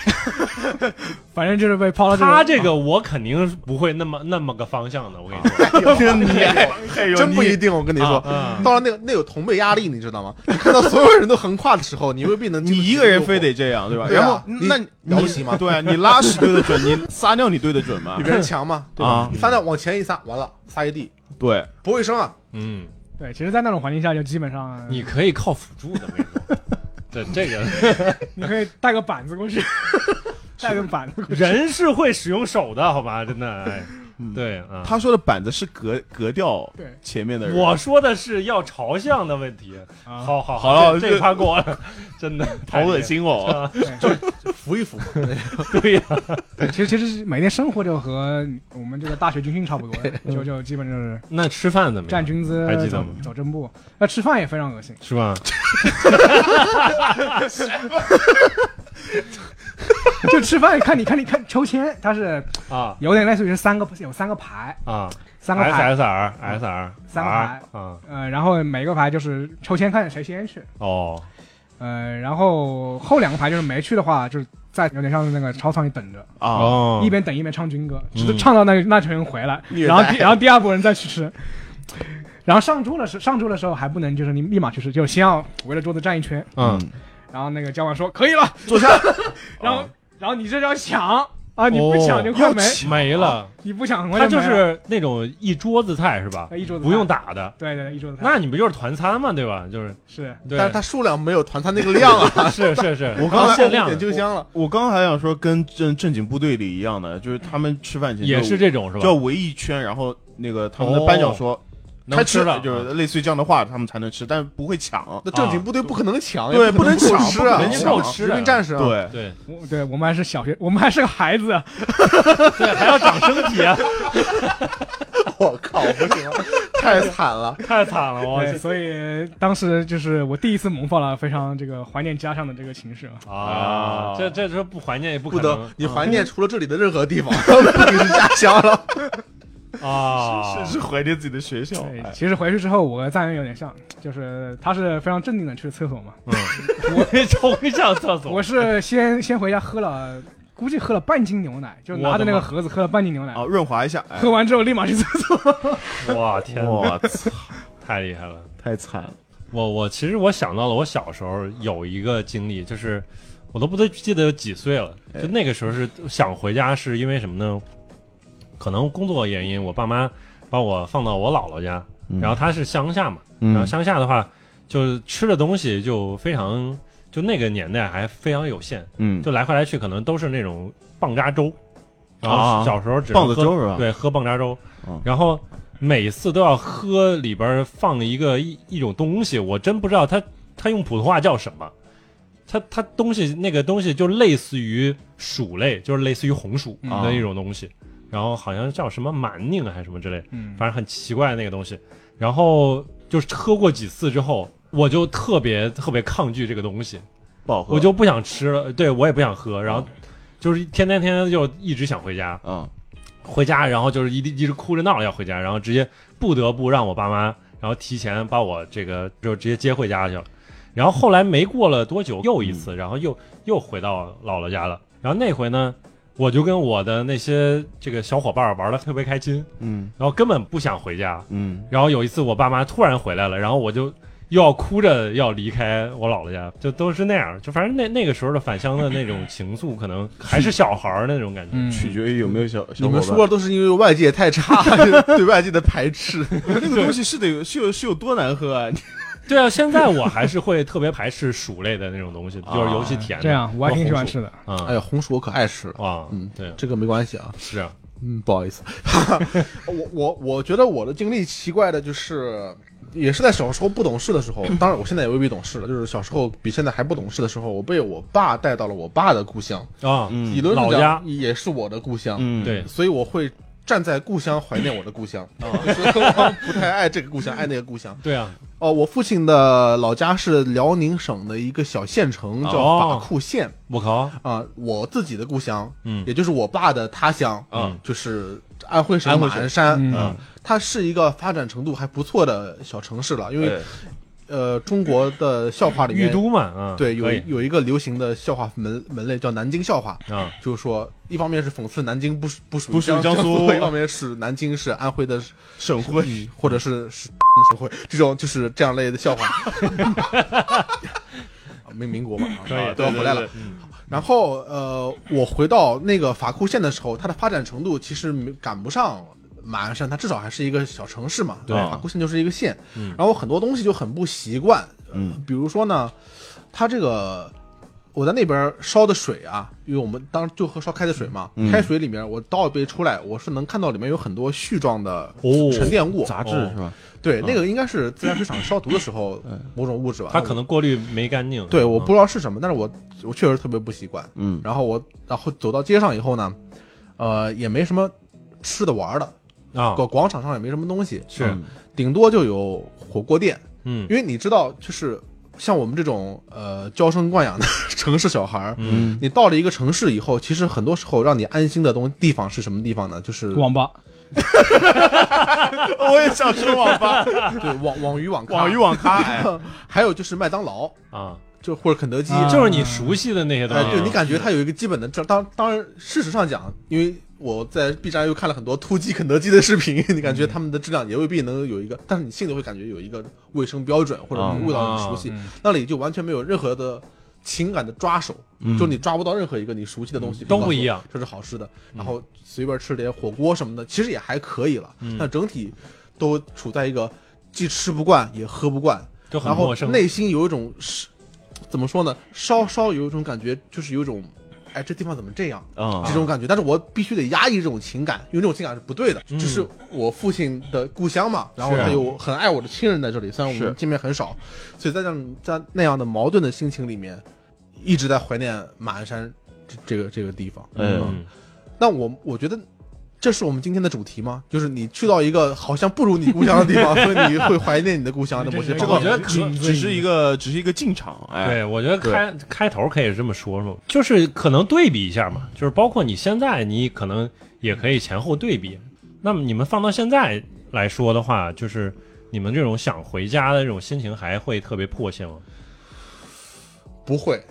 反正就是被抛到
他
这啊
这个我肯定不会那么那么个方向的，我跟你
啊
说，
哎呦
真不
你
一定。我跟你说，
啊
到了那个那有同辈压力，你知道吗？你看到所有人都横跨的时候，你会变得
你一个人非得这样，对吧？
对啊
然后
你
那
了不起吗
对啊，你拉屎对得准，你撒尿你对得准吗
比？别人强嘛，对吧
啊？
你撒尿往前一撒，完了撒一地，
对，
不卫生啊！
嗯，
对，其实，在那种环境下，就基本上
你可以靠辅助的，我跟你 说，对这个
你可以带个板子 过去，带个板子过去。
人是会使用手的，好吧？真的，哎
嗯，
对啊。
他说的板子是隔隔掉
对
前面的人。
我说的是要朝向的问题。
啊，
好好
好了
这
这
这趴过了， 真的
好恶。心哦！
啊！
对，
扶一扶，
对呀，
对，其实其实每天生活就和我们这个大学军训差不多，就就基本就是
那吃饭怎么
站
样？
军姿
还记，得
走
吗
走正步。那吃饭也非常恶心，
是吧？
就吃饭，看你看你看抽签，它是
啊
有点类似于是三个有三个牌，
啊
三个牌，嗯
，SSR SR
三个牌
R，啊
呃，然后每个牌就是抽签看谁先去，
哦
呃，然后后两个牌就是没去的话，就是在有点像是那个操场里等着，
啊，
哦
一边等一边唱军歌，直到
嗯
唱到那那群人回来，
虐
然后
待
第然后第二波人再去吃。然后上桌的时候上桌的时候还不能就是你立马去吃，就先要围着桌子站一圈，
嗯，
然后那个教官说可以了，
坐下。
然后、然后你这叫抢啊，你不
哦
抢就快没，
没了。
你不抢很快
它就
没了
是那种一桌子菜是吧？
哎一桌子
不用
打，
打的，
对对，一桌子菜
那你不就是团餐嘛，对吧？就是
是
对
但，是它数量没有团餐那个量啊。
是是是，
我
刚才
限 量啊
点
的
秋香了，
我刚刚还想说，跟正正经部队里一样的，就是他们吃饭前就
也是这种是
就要
吧？
围一圈，然后那个他们的班长说
能啊
开吃
了，
就是类似于这样的话，他们才能吃，但不会抢。
那正经部队不可能抢，
对
也不可能
不能
够
抢
吃啊，
不
能抢
殖民战士啊，
对，
对
我对我们还是小学，我们还是个孩子，啊
对，还要长身体啊！
我靠，不行了，太惨了。
太惨了，我
对，
去
所以当时就是我第一次萌发了非常这个怀念家乡的这个情绪啊。
啊！这这是不怀念也不
不
可
得
能，嗯
你怀念除了这里的任何地方， 不仅是家乡了。
啊！
是怀念自己的学校哎
对，其实回去之后我和赞恩有点像，就是他是非常镇定的去厕所嘛，
我冲向厕所
我是先先回家喝了，估计喝了半斤牛奶，就拿着那个盒子喝了半斤牛奶
啊，，润滑一下。哎
喝完之后立马去厕所。
哇天哪，
哇， 操
太厉害了！
太惨了。
我我其实我想到了我小时候有一个经历，就是我都不得记得有几岁了，
哎
就那个时候是想回家，是因为什么呢？可能工作原因，我爸妈把我放到我姥姥家，
嗯
然后她是乡下嘛，
嗯
然后乡下的话，就是吃的东西就非常，就那个年代还非常有限，
嗯，
就来回来去可能都是那种棒渣粥，然后
啊
小时候只能
棒子
喝
粥是吧？
对，喝棒渣粥
嗯，
然后每次都要喝里边儿放一个一一种东西，我真不知道它它用普通话叫什么，它它东西那个东西就类似于薯类，就是类似于红薯
嗯
啊
的一种东西，然后好像叫什么蛮宁啊还是什么之类，
嗯，
反正很奇怪的那个东西。然后就是喝过几次之后，我就特别特别抗拒这个东西，
不好喝。
我就不想吃了，对我也不想喝，然后就是天天天天就一直想回家，
嗯
回家，然后就是一地一直哭着闹着要回家，然后直接不得不让我爸妈，然后提前把我这个就直接接回家去了。然后后来没过了多久，又一次，然后又又回到姥姥家了。然后那回呢，我就跟我的那些这个小伙伴玩的特别开心，
嗯
然后根本不想回家。
嗯
然后有一次我爸妈突然回来了，然后我就又要哭着要离开我姥姥家，就都是那样，就反正那那个时候的返乡的那种情愫，可能还是小孩儿那种感觉。
嗯，
取决于有没有小小
你们
伙伴
说的都是因为外界太差， 对外界的排斥。
那个东西是得有是有是有多难喝啊！
对啊，现在我还是会特别排斥薯类的那种东西，
啊
就是尤其甜的。
这样，我还挺喜欢
的。
吃的。
啊、
哎呀，红薯我可爱吃了，
啊，
嗯
对，
这个没关系啊。
是啊，
嗯，不好意思， 我我我觉得我的经历奇怪的就是，也是在小时候不懂事的时候，当然我现在也未必懂事了，就是小时候比现在还不懂事的时候，我被我爸带到了我爸的故乡，
啊，
嗯
理论上
老家
讲也是我的故乡，
嗯
对，
所以我会站在故乡怀念我的故乡啊，就是我不太爱这个故乡，爱那个故乡。
对啊，
哦，我父亲的老家是辽宁省的一个小县城，叫法库县
我靠，
啊、我自己的故乡，
嗯
也就是我爸的他乡，
嗯
就是安徽省
安徽
马
省
鞍山。
嗯
嗯
它是一个发展程度还不错的小城市了，因为、
哎
呃，中国的笑话里
玉
面，
都嘛，啊，
对有
可以
有一个流行的笑话门门类叫南京笑话，
啊，
就是说，一方面是讽刺南京不属不属
不
于
属于
江
江苏
一方面是南京是安徽的
省会
或者是是省会这种就是这样类的笑话。 民民国嘛，
可以
啊都要回来了。，
对对对
然后呃，我回到那个法库县的时候，它的发展程度其实没赶不上马鞍山，它至少还是一个小城市嘛。
对
法库县就是一个县，
嗯
然后很多东西就很不习惯。呃
嗯，
比如说呢，它这个我在那边烧的水啊，因为我们当时就喝烧开的水嘛，
嗯
开水里面我倒一杯出来，我是能看到里面有很多絮状的
哦
沉淀物。
杂志
哦
是吧？
对，那个应该是嗯 自然水厂消毒的时 候
嗯
某种物质吧。
它可能过滤没干净。
对，我
嗯
不知道是什么，但是我我确实特别不习惯。
嗯，
然后我然后走到街上以后呢，呃，也没什么吃的玩儿的，
啊，
广广场上也没什么东西，
是
嗯
顶多就有火锅店，
嗯
因为你知道，就是像我们这种呃娇生惯养的 城市小孩儿。
嗯，
你到了一个城市以后，其实很多时候让你安心的东地方是什么地方呢？就是
网吧，
我也想 说网吧，
对网网鱼网咖，
网鱼网咖，哎，
还有就是麦当劳，
啊，
就或者肯德基，
啊
就是你熟悉的那些东
哎，
西，
对你感觉它有一个基本的这当当然，事实上讲，因为我在 B 站又看了很多突击肯德基的视频， 你感觉他们的质量也未必能有一个，但是你心里会感觉有一个卫生标准或者
嗯
味道很熟悉，那里就完全没有任何的情感的抓手，就你抓不到任何一个你熟悉的东西，
都不一样，
这是好吃的，然后随便吃点火锅什么的，其实也还可以了，但整体都处在一个既吃不惯也喝不惯，
就很
然后
陌生。
内心有一种是怎么说呢，稍稍有一种感觉，就是有一种，哎，这地方怎么这样？
啊
这种感觉，但是我必须得压抑这种情感，因为这种情感是不对的。
嗯
这是我父亲的故乡嘛，然后
是啊
他有很爱我的亲人在这里，虽然我
是
们见面很少，所以在这样在那样的矛盾的心情里面，一直在怀念马鞍山这这个这个地方。
嗯，
那我我觉得这是我们今天的主题吗？就是你去到一个好像不如你故乡的 地方，所以你会怀念你的故乡的某些
这
方
这
我觉
个
面。
得可
只只是一个只是一个进场，哎，
对，我觉得开开头可以这么说嘛，就是可能对比一下嘛，就是包括你现在，你可能也可以前后对比。那么你们放到现在来说的话，就是你们这种想回家的这种心情还会特别迫切 吗？
不会，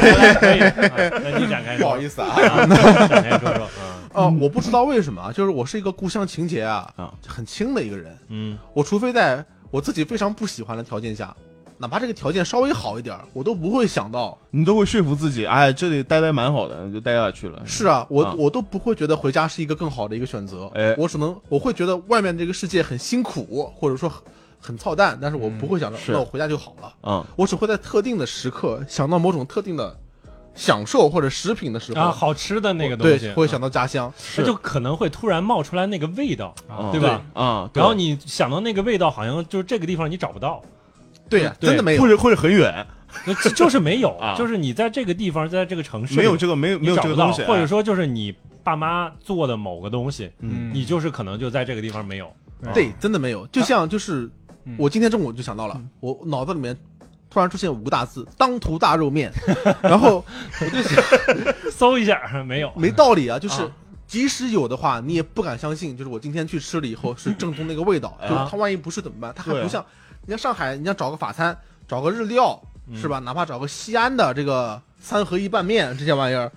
来来可以，啊那你展开说，
不好意思啊。
啊，展开说说啊，
哦，我不知道为什么啊，就是我是一个故乡情节啊
啊
很轻的一个人。
嗯
我除非在我自己非常不喜欢的条件下，哪怕这个条件稍微好一点儿，我都不会想到。
你都会说服自己，哎，这里待待蛮好的，就待下去了。
是啊，我、
啊
我都不会觉得回家是一个更好的一个选择。
哎
我只能我会觉得外面这个世界很辛苦，或者说很很操蛋，但是我不会
嗯
想到、
是
那我回家就好了。
嗯，
我只会在特定的时刻想到某种特定的享受或者食品的时候，
啊，好吃的那个东西，啊
对，会想到家乡。
它就可能会突然冒出来那个味道，
嗯
哦对吧？
啊，对
然后你想到那个味道，好像就是这个地方你找不到，
对呀、
嗯对
真的没有
或。者或者很远，
就就是没有
啊，
就是你在这个地方，在这个城市
没有
里
这个没有
你
没有
找
这个
不到
东西，
或者
哎
说就是你爸妈做的某个东西，
嗯
你就是可能就在这个地方没有。
对，真的没有。就像就是
嗯
我今天中午就想到了，我脑子里面突然出现五个大字“当涂大肉面”，然后
搜一下没 有，
没道理啊，就是
啊。
即使有的话，你也不敢相信，就是我今天去吃了以后是正宗那个味道。
啊
就是它万一不是怎么办？它还
对啊
不像，你像上海，你想找个法餐，找个日料是吧？哪怕找个西安的这个三合一拌面这些玩意儿，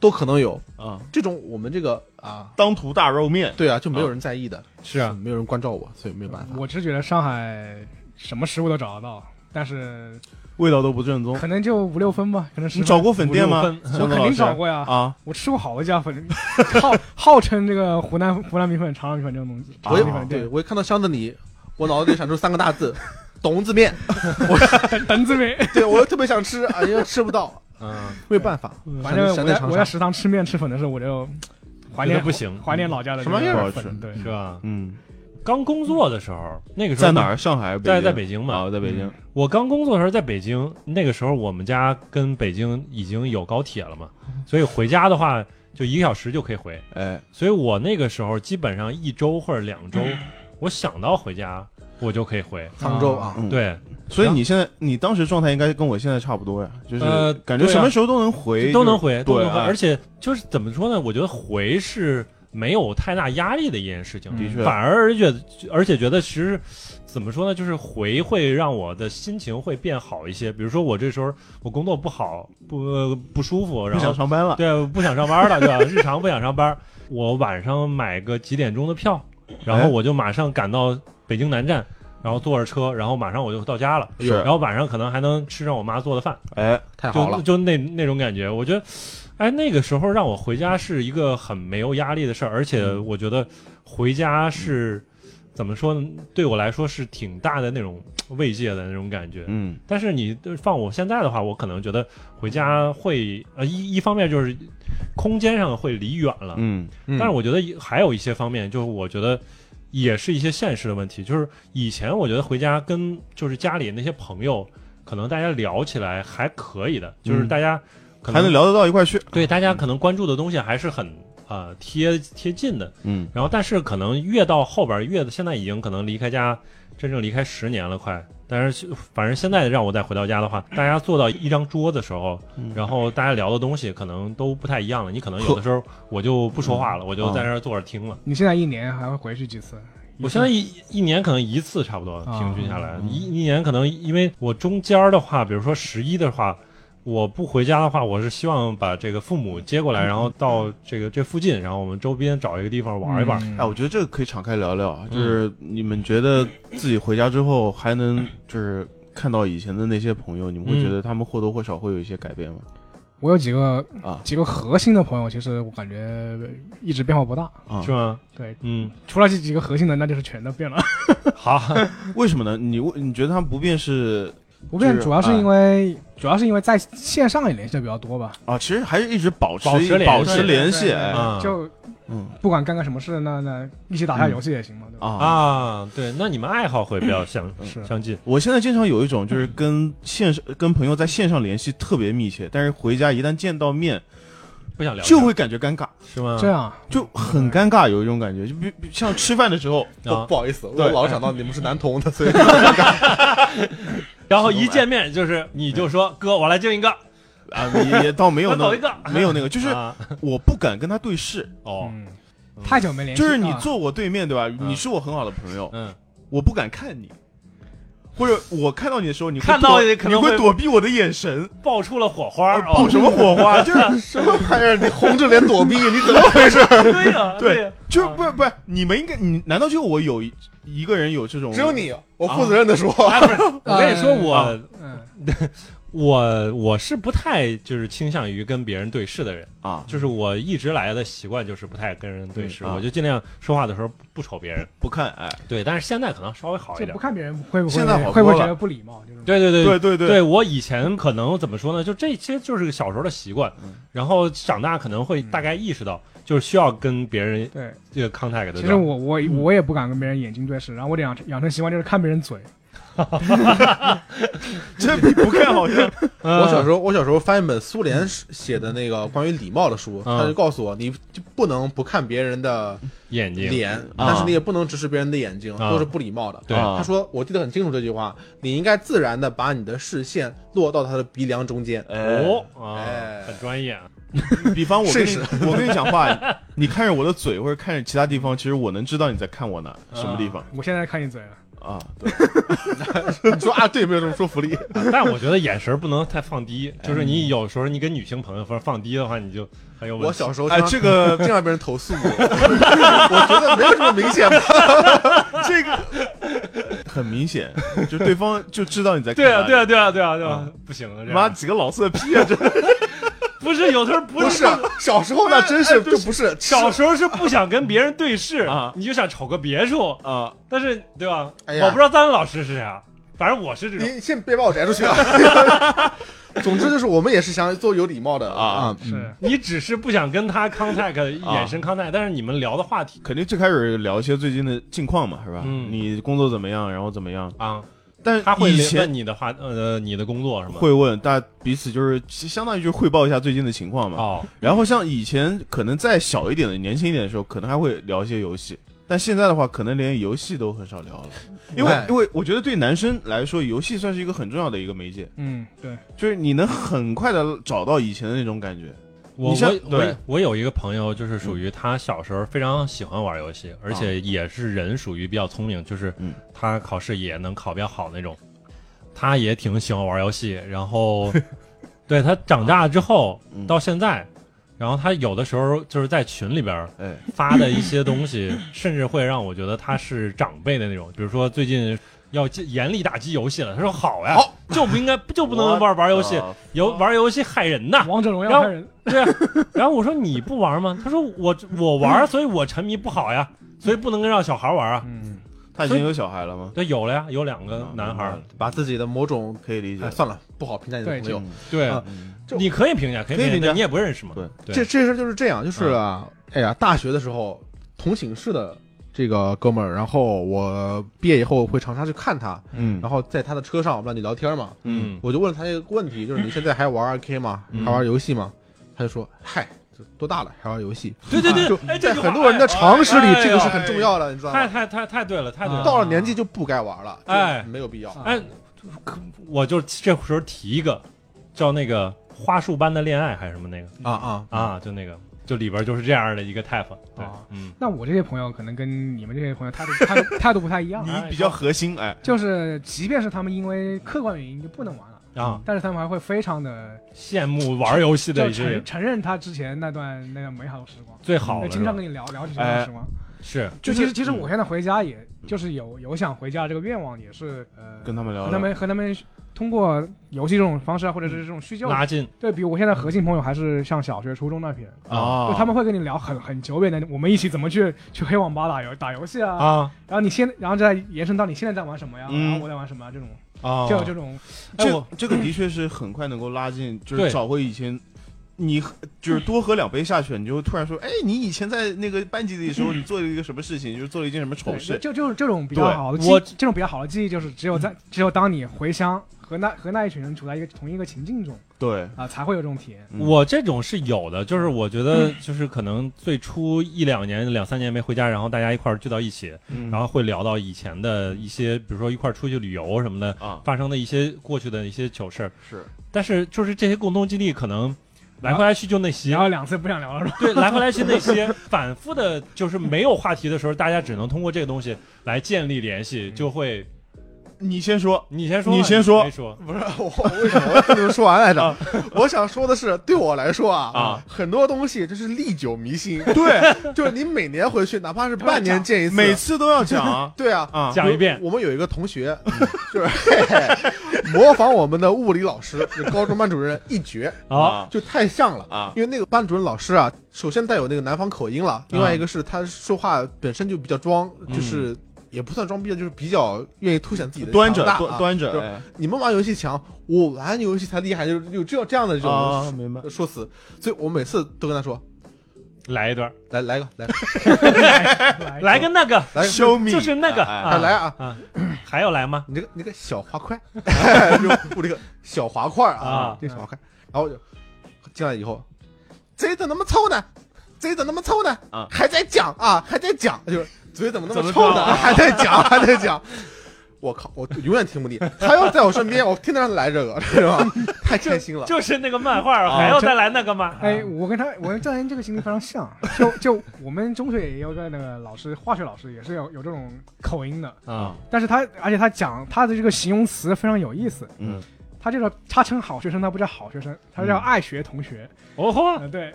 都可能有。
嗯
啊，
这种我们这个啊，
当涂大肉面，
对啊，就没有人在意的，
是啊，
没有人关照我，所以没有办法。
我是觉得上海什么食物都找得到，但是
味道都不正宗。
可能就五六分吧，可能十
你
分
找过粉店吗
五六？
我
我
肯定找过呀，
啊，
我吃过好多家粉， 号号称这个湖南湖南米粉、长沙米粉这种东西，
啊我
长沙米
也
粉
对
对，
我一看到箱子里，我脑子里闪出三个大字 “董子面
等等子面。”，
对我又特别想吃，哎呀吃不到，
嗯，
没有办法，
反正
想
我
在
在
长
我
沙。
在食堂吃面吃粉的时候，我就怀
觉
念
得不行
怀念老家的
什么
这个
样
儿
粉对，
是吧？
嗯，
刚工作的时候，那个时候
在哪？儿？上海？
在在
北
北京
京
嘛。
啊，在北京。
我刚工作的时候在北京，那个时候我们家跟北京已经有高铁了嘛，所以回家的话，就一个小时就可以回。
哎，
所以我那个时候基本上一周或者两周，
嗯
我想到回家我就可以回。
沧州啊，
嗯，
对，
所以你现在你当时状态应该跟我现在差不多呀，就是
呃
感觉
对啊
什么时候都能回，
都能回，都
对
能回。
哎
而且就是怎么说呢？我觉得回是没有太大压力的一件事情，
嗯就是。的确，
反而觉得，而且觉得其实怎么说呢，就是回会让我的心情会变好一些。比如说我这时候我工作不好，不、不舒服，
不
然
想
后
上班了，
对不想上班了，对吧？日常不想上班，我晚上买个几点钟的票，然后
哎
我就马上赶到北京南站，然后坐着车，然后马上我就到家了。
是
然后晚上可能还能吃上我妈做的饭，
哎，
太好
就
了，
就那那种感觉，我觉得，哎，那个时候让我回家是一个很没有压力的事儿，而且
嗯
我觉得回家是、怎么说呢？对我来说是挺大的那种慰藉的那种感觉。
嗯，
但是你放我现在的话，我可能觉得回家会呃一一方面就是空间上会离远了，
嗯，
嗯
但是我觉得也还有一些方面，就是我觉得也是一些现实的问题。就是以前我觉得回家跟就是家里那些朋友，可能大家聊起来还可以的，就是
嗯
大家可
还
能
能聊得到一块去，
对大家可能关注的东西还是很呃贴贴近的。
嗯，
然后，但是可能越到后边儿越现在已经可能离开家，真正离开十年了，快。但是反正现在让我再回到家的话，大家坐到一张桌子的时候，
嗯
然后大家聊的东西可能都不太一样了。你可能有的时候我就不说话了，我就在那儿坐着听了。
你现在一年还会回去几次？
我现在一一年可能一次差不多，
啊
平均下来、一一年可能因为我中间儿的话，比如说十一的话，我不回家的话，我是希望把这个父母接过
嗯
来，然后到这个这附近，然后我们周边找一个地方玩一玩。
嗯
哎，我觉得这个可以敞开聊聊
嗯
啊，就是你们觉得自己回家之后还能就是看到以前的那些朋友，你们会
嗯
觉得他们或多或少会有一些改变吗？
我有几个
啊
几个核心的朋友，其实我感觉一直变化不大。
啊
是，吗？
对，
嗯，
除了这几个核心的，那就是全都 变了。
好，
为什么呢？你你觉得他们不变是
不变
是
啊
主要是
哎
因为主要是因为在线上也联系的比较多吧。
啊，其实还是一直保持
保持联系
保持联系，
对
哎
啊
就
嗯
不管干个什么事，那那一起打下游戏也行嘛，对吧？
啊。嗯
啊， 对，那你们爱好会比较相
是
相近，
我现在经常有一种就是跟线上跟朋友在线上联系特别密切，但是回家一旦见到面
不想聊
就会感觉尴尬，
是吗？
这样，啊
就很尴尬，有一种感觉，就比比像吃饭的时候，
不
啊，
不好意思，我
对
老想到你们是男同的，所以
然后一见面就是你就说
嗯
哥，我来敬一个，
啊，也也倒没 有
我
那
走一个，
没有那个，就是
啊
我不敢跟他对视，
哦，
嗯，太久没联系，
就是你
啊
坐我对面对吧？你是我很好的朋友，
嗯，
我不敢看你，或者我看到你的时候，你会
看到
躲
也可
你
能
会
会嗯
躲避我的眼神，
爆出了火花，哦
爆什么火花？就是
什么玩意儿？你红着脸躲避，你怎么回事？
对呀，
对
呀，
就是不是不是，你们应该你难道就我有一一个人有这种？
只有你，我负责任的说，
哎，不是，我跟你说，我
嗯，
我我是不太就是倾向于跟别人对视的人，
啊，
就是我一直来的习惯就是不太跟人对视，
嗯啊
我就尽量说话的时候不瞅别人。
不看哎，
对，但是现在可能稍微好一
就
点
不。看别人会不会
现在好多
会不会
了
觉得不礼貌？就是
对对对
对对
对，我以前可能怎么说呢？就这些就是个小时候的习惯，
嗯
然后长大可能会大概意识到，就是需要跟别人
对，
这个 contact 的。
其实我我
嗯
我也不敢跟别人眼睛对视，然后我得养成养成习惯就是看别人嘴，
这比不看好像
我小时候，我小时候翻一本苏联写的那个关于礼貌的书，
嗯
他就告诉我，你就不能不看别人的
眼睛
脸，嗯但是你也不能直视别人的眼睛，
啊
都是不礼貌的。
对
啊
他说，我记得很清楚这句话，你应该自然的把你的视线落到他的鼻梁中间。
哎
哦，啊
哎，
很专业啊。
比方我跟你
试
我跟你讲 话，你看着我的嘴或者看着其他地方，其实我能知道你在看我哪什么地方
我现在看你嘴了，
啊。对，
你说啊，对，没有这么说服力。
但我觉得眼神不能太放 低，就是你有时候你跟女性朋友说放低的话，你就很有问题。
我小时候
哎，这个
经常被人投诉， 我觉得没有这么明显吧。
这个很明显，就对方就知道你在看
对啊
他
对啊对啊对啊对啊，
嗯
不行了，这样
妈几个老色 批啊！这
不是有的时候不
不
是
是小时候那真是就不是
小时候是不想跟别人对视
啊
你就想瞅个别处，
啊，
但是对吧？
哎呀
我不知道丹老师是啥，反正我是这种。
你先别把我摘出去啊！ 总之就是我们也是想做有礼貌的
啊
啊，
是
你只是不想跟他 contact
啊
眼神 contact，但是你们聊的话题
肯定最开始聊一些最近的近况嘛，是吧？
嗯
你工作怎么样？然后怎么样？
啊，
但
他会
呃以前
问你的话，呃，你的工作是吗？
会问，大家彼此就是其相当于就是汇报一下最近的情况嘛。
哦，
然后像以前可能再小一点的、年轻一点的时候，可能还会聊一些游戏，但现在的话，可能连游戏都很少聊了，因为、
哎
因为我觉得对男生来说，游戏算是一个很重要的一个媒介，
嗯，对，
就是你能很快的找到以前的那种感觉。
我
你像
我
对嗯
我我有一个朋友，就是属于他小时候非常喜欢玩游戏，而且也是人属于比较聪明，就是
啊嗯
他考试也能考比较好那种。他也挺喜欢玩游戏，然 后对他长大之后
嗯
到现在，然后他有的时候就是在群里边
哎，
发的一些东西，甚至会让我觉得他是长辈的那种。比如说最近要进严厉打击游戏了，他说好呀，就不应该就不能玩玩游戏，
啊
游玩游戏害人 呐。
王者荣
然
耀
后
害人，
对啊，然后我说你不玩吗？他说我我玩，所以我沉迷不好呀，所以不能让小孩玩啊。
嗯，
他已经有小孩了吗？
对，有了呀，有两个男孩儿。
把自己的某种，
可以理解
哎，。算了，不好评价你的
对
朋友。
对
啊
嗯
这
你可以评价，可以
可以
评
评
价，
价
你也不认识嘛。
对
对，
这这事儿就是这样，就是啊，哎呀，大学的时候同寝室的这个哥们儿，然后我毕业以后会常常去看他，
嗯
然后在他的车上我们俩就聊天嘛，
嗯，
嗯，
我就问了他一个问题，就是你现在还玩 RK 吗？
嗯
还玩游戏吗？他就说，嗨，这多大了还玩游戏？
对对对
就，
哎，这
在
句话
很多人的
哎
常识里
哎，
这个是很重要的，你知道
太
吗？
太太太对了，太对了。
到了年纪就不该玩了，就
哎
没有必
啊
要。
哎，可我就这时候提一个，叫那个花束般的恋爱还是什么那个
啊 啊！
嗯
啊，就那个，就里边就是这样的一个 type。对
啊，
嗯，
那我这些朋友可能跟你们这些朋友 态度态度态度不太一样，啊
你比较核心哎，
就是即便是他们因为客观原因就不能玩了，
嗯
啊，
但是他们还会非常的
羡慕玩游戏的
就
一些
承
人
承认他之前那段那个美好的时光，
最好了，
对经
是
常
吧
跟你聊聊这
哎
些时光。
是
就其实其实
嗯
我现在回家，也就是有有想回家这个愿望，也是呃
跟他们聊
和
聊。嗯
他们和他们通过游戏这种方式啊，或者是这种叙旧，
拉近
对比我现在核心朋友还是像小学、初中那批人，
啊
哦
就他们会跟你聊很很久远的，我们一起怎么去去黑网吧打游打游戏啊，
啊
然后你现然后再延伸到你现在在玩什么呀，
嗯
然后我在玩什么啊这种，
啊，
就有这种
哎
哦这
我
这个的确是很快能够拉近，就
对
是找回以前。你喝就是多喝两杯下去，你就突然说，哎，你以前在那个班级里的时候，你做了一个什么事情，就是做了一件什么丑
对
事，
就就这种比较
对嗯
好的记忆，
我
这种比较好的记忆就是只有在只有当你回乡和那和那一群人处在一个同一个情境中
对，
啊，才会有这种体验。
嗯
我这种是有的，就是我觉得
嗯
就是可能最初一两年、两三年没回家，然后大家一块儿聚到一起，
嗯
然后会聊到以前的一些，比如说一块儿出去旅游什么的，
啊
发生的一些过去的一些糗事儿。
是
但是就是这些共同经历，可能来回来去就那些，
然后两次不想聊了是吧？
对，来回来去那些反复的，就是没有话题的时候，大家只能通过这个东西来建立联系，就会
你先说，
你先说吧，
你先说
没说
不是我，我为什么我听你们说完来着？ 我想说的是，对我来说啊，
啊
很多东西就是历久弥新，
对，
就是你每年回去，哪怕
哎
是半年见一次，
每次都要讲啊
对啊，
啊，
讲一遍
我们有一个同学， 就是嘿嘿模仿我们的物理老师，就高中班主任一绝，
啊
就太像了。
啊
因为那个班主任老师啊，首先带有那个南方口音了，另外一个是他说话本身就比较装，
嗯
就是也不算装逼，啊就是比较愿意凸显自己的
端着
强大
端
啊。
端
就
着，哎
你们玩游戏强，我玩游戏才厉害，就是有这样这样的这
啊，
种
明白，
说辞，所以我每次都跟他说，
来一段，
来来个来个
来
来个那个，
来个
Show me，
就是那个
哎
啊
来啊，
啊，还要来吗？
你这个你这个小滑块， 就我这个小滑块
啊
啊，这个小滑块，然后我就进来以后，嘴怎么那么臭呢？嘴怎么那么臭呢？
啊
还在讲啊，还在讲，就是嘴怎么那
怎么
么臭
臭
呢？
啊
还在讲，还在讲。我靠！我永远听不腻。他要在我身边，我天天让他来这个，是 吧？太开心了。
就是那个漫画，
啊
还要再来那个吗？
哎，我跟他，我跟赵岩这个经历非常像，就就我们中学也有个那个老师，化学老师也是有有这种口音
哎
的，
啊，
但是他而且他讲他的这个形容词非常有意思，
嗯，
他就叫他称好学生，他不叫好学生，他叫爱学同学，
哦吼，
嗯，对，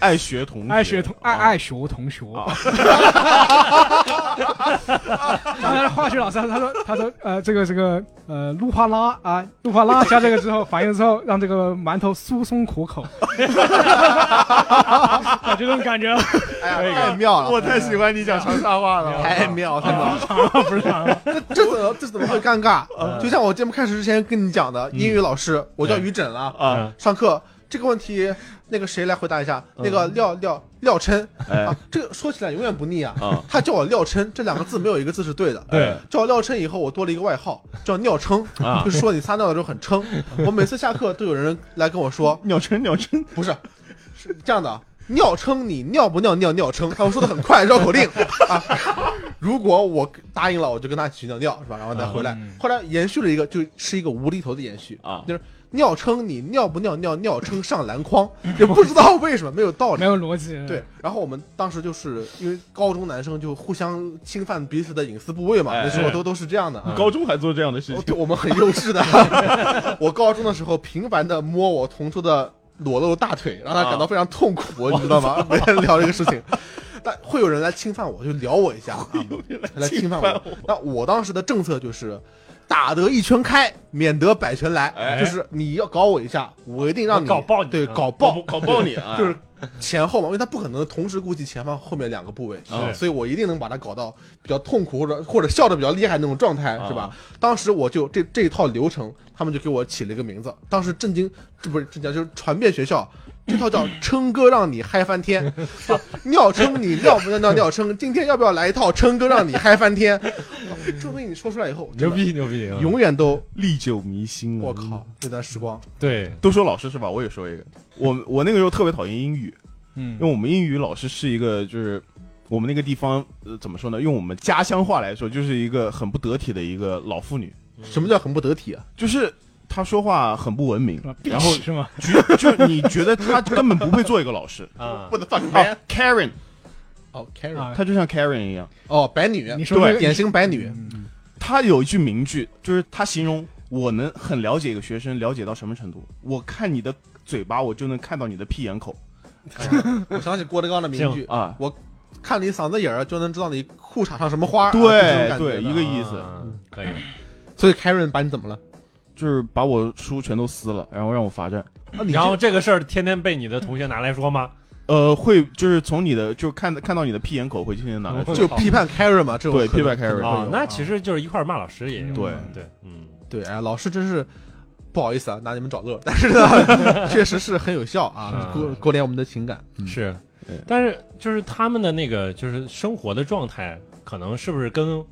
爱学同
爱学同爱
啊
爱学同学。
啊
然后他的化学老师他说他说呃这个这个呃路化拉啊路化拉加这个之后反应之后让这个馒头酥松可 口，啊这种感觉
哎呀，太妙了！
我太喜欢你讲长沙话了，
太妙太妙了！
不是糖了，
这怎么这怎么会尴尬
嗯？
啊
嗯
嗯
就像我节目开始之前跟你讲的，英语老师，我叫于枕了。
啊
上课这个问题，那个谁来回答一下？那个廖廖廖琛
嗯哎
啊，这个说起来永远不腻啊。
啊，
他叫我廖琛，这两个字没有一个字是对的。
对，
叫我廖琛以后，我多了一个外号，叫尿撑，
啊
就是说你撒尿的时候很 撑。我每次下课都有人来跟我说，
鸟琛鸟琛，
不是，是这样的啊，尿撑你尿不尿尿尿撑，他会说的很快，绕口令啊。如果我答应了，我就跟他一起去尿尿，是吧？然后再回来。
嗯
后来延续了一个，就是一个无厘头的延续
啊
就是尿撑你尿不尿尿尿撑上篮筐，也不知道为什么没有道理
没。有逻辑。
对，，然后我们当时就是因为高中男生就互相侵犯彼此的隐私部位嘛，
哎
那时候都都是这样的啊。
高中还做这样的事
哦
情
对，我们很幼稚的。我高中的时候频繁的摸我同桌的裸露大腿，让他感到非常痛苦，你知道吗？每天聊这个事情，但会有人来侵犯我，就撩我一下啊，来侵犯我。那我当时的政策就是。打得一拳开，免得百拳来。
哎
就是你要搞我一下，我一定让你
搞爆你
对，
啊
搞爆，
搞爆你
哎
啊！
就是前后嘛，因为他不可能同时顾及前方后面两个部位，
啊
所以我一定能把他搞到比较痛苦或者或者笑的比较厉害那种状态，
啊
是
哦
吧？当时我就这这一套流程，他们就给我起了一个名字，当时震惊，这不是震惊，就是传遍学校。这套叫琛哥让你嗨翻天， 就尿撑你尿不尿尿尿撑，今天要不要来一套琛哥让你嗨翻天？说明你说出来以后，
牛
真的
逼牛逼，牛逼
永远都
历久弥新啊！
我靠，那段时光
对，
都说老师是吧？我也说一个，我我那个时候特别讨厌英语，
嗯
因为我们英语老师是一个就是我们那个地方呃怎么说呢？用我们家乡话来说，就是一个很不得体的一个老妇女，
什么叫很不得体啊？
就是她说话很不文 明，然后
呃是吗？
觉就你觉得她根本不会做一个老师
啊，
不能放
啊。Karen，
哦，Karen，
啊，
她就像 Karen 一样，
哦，白女，
你说这个
典型白女，
嗯
她有一句名句，就是她形容我能很了解一个学生，了解到什么程度？我看你的嘴巴，我就能看到你的屁眼口
哎我想起郭德纲的名句：
啊。
看你嗓子眼儿就能知道你裤衩上什么花儿。
对
啊就这种感觉
对，
的
一个意思。
啊，可以，
所以 Karen 把你怎么了？
就是把我书全都撕了，然后让我罚站。
啊你
然后
这
这个事儿天天被你的同学拿来说吗？
呃，会就是从你的就看看到你的屁眼口会天天拿来说，
嗯
就批判 Karen 嘛，这种
对
可能
批判 Karen
可能会有
啊，那其实就是一块儿骂老师也有，
对
对，嗯，
对，哎，老师真是。不好意思啊，拿你们找乐儿，但是呢， 确实是很有效啊，
嗯
勾勾连我们的情感。
是
嗯对，
但是就是他们的那个就是生活的状态，可能是不是跟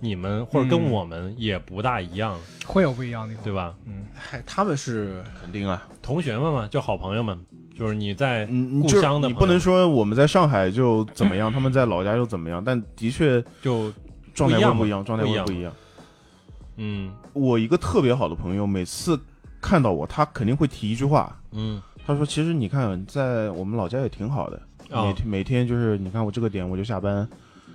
你们或者跟
嗯
我们也不大一样，
会有不一样的地方，
对吧？
嗯，
哎，他们是
肯定啊。
同学们嘛，就好朋友们，就是你在
嗯，
故
就是
乡的
你
朋
不能
友
说我们在上海就怎么样，他们在老家又怎么样，但的确
就
状
不
态
一样
会
嘛
不一样，状态
不一
会
样
不一样。
嗯
我一个特别好的朋友，每次看到我，他肯定会提一句话，
嗯
他说：“其实你看，在我们老家也挺好的，
啊
每天每天就是你看我这个点我就下班，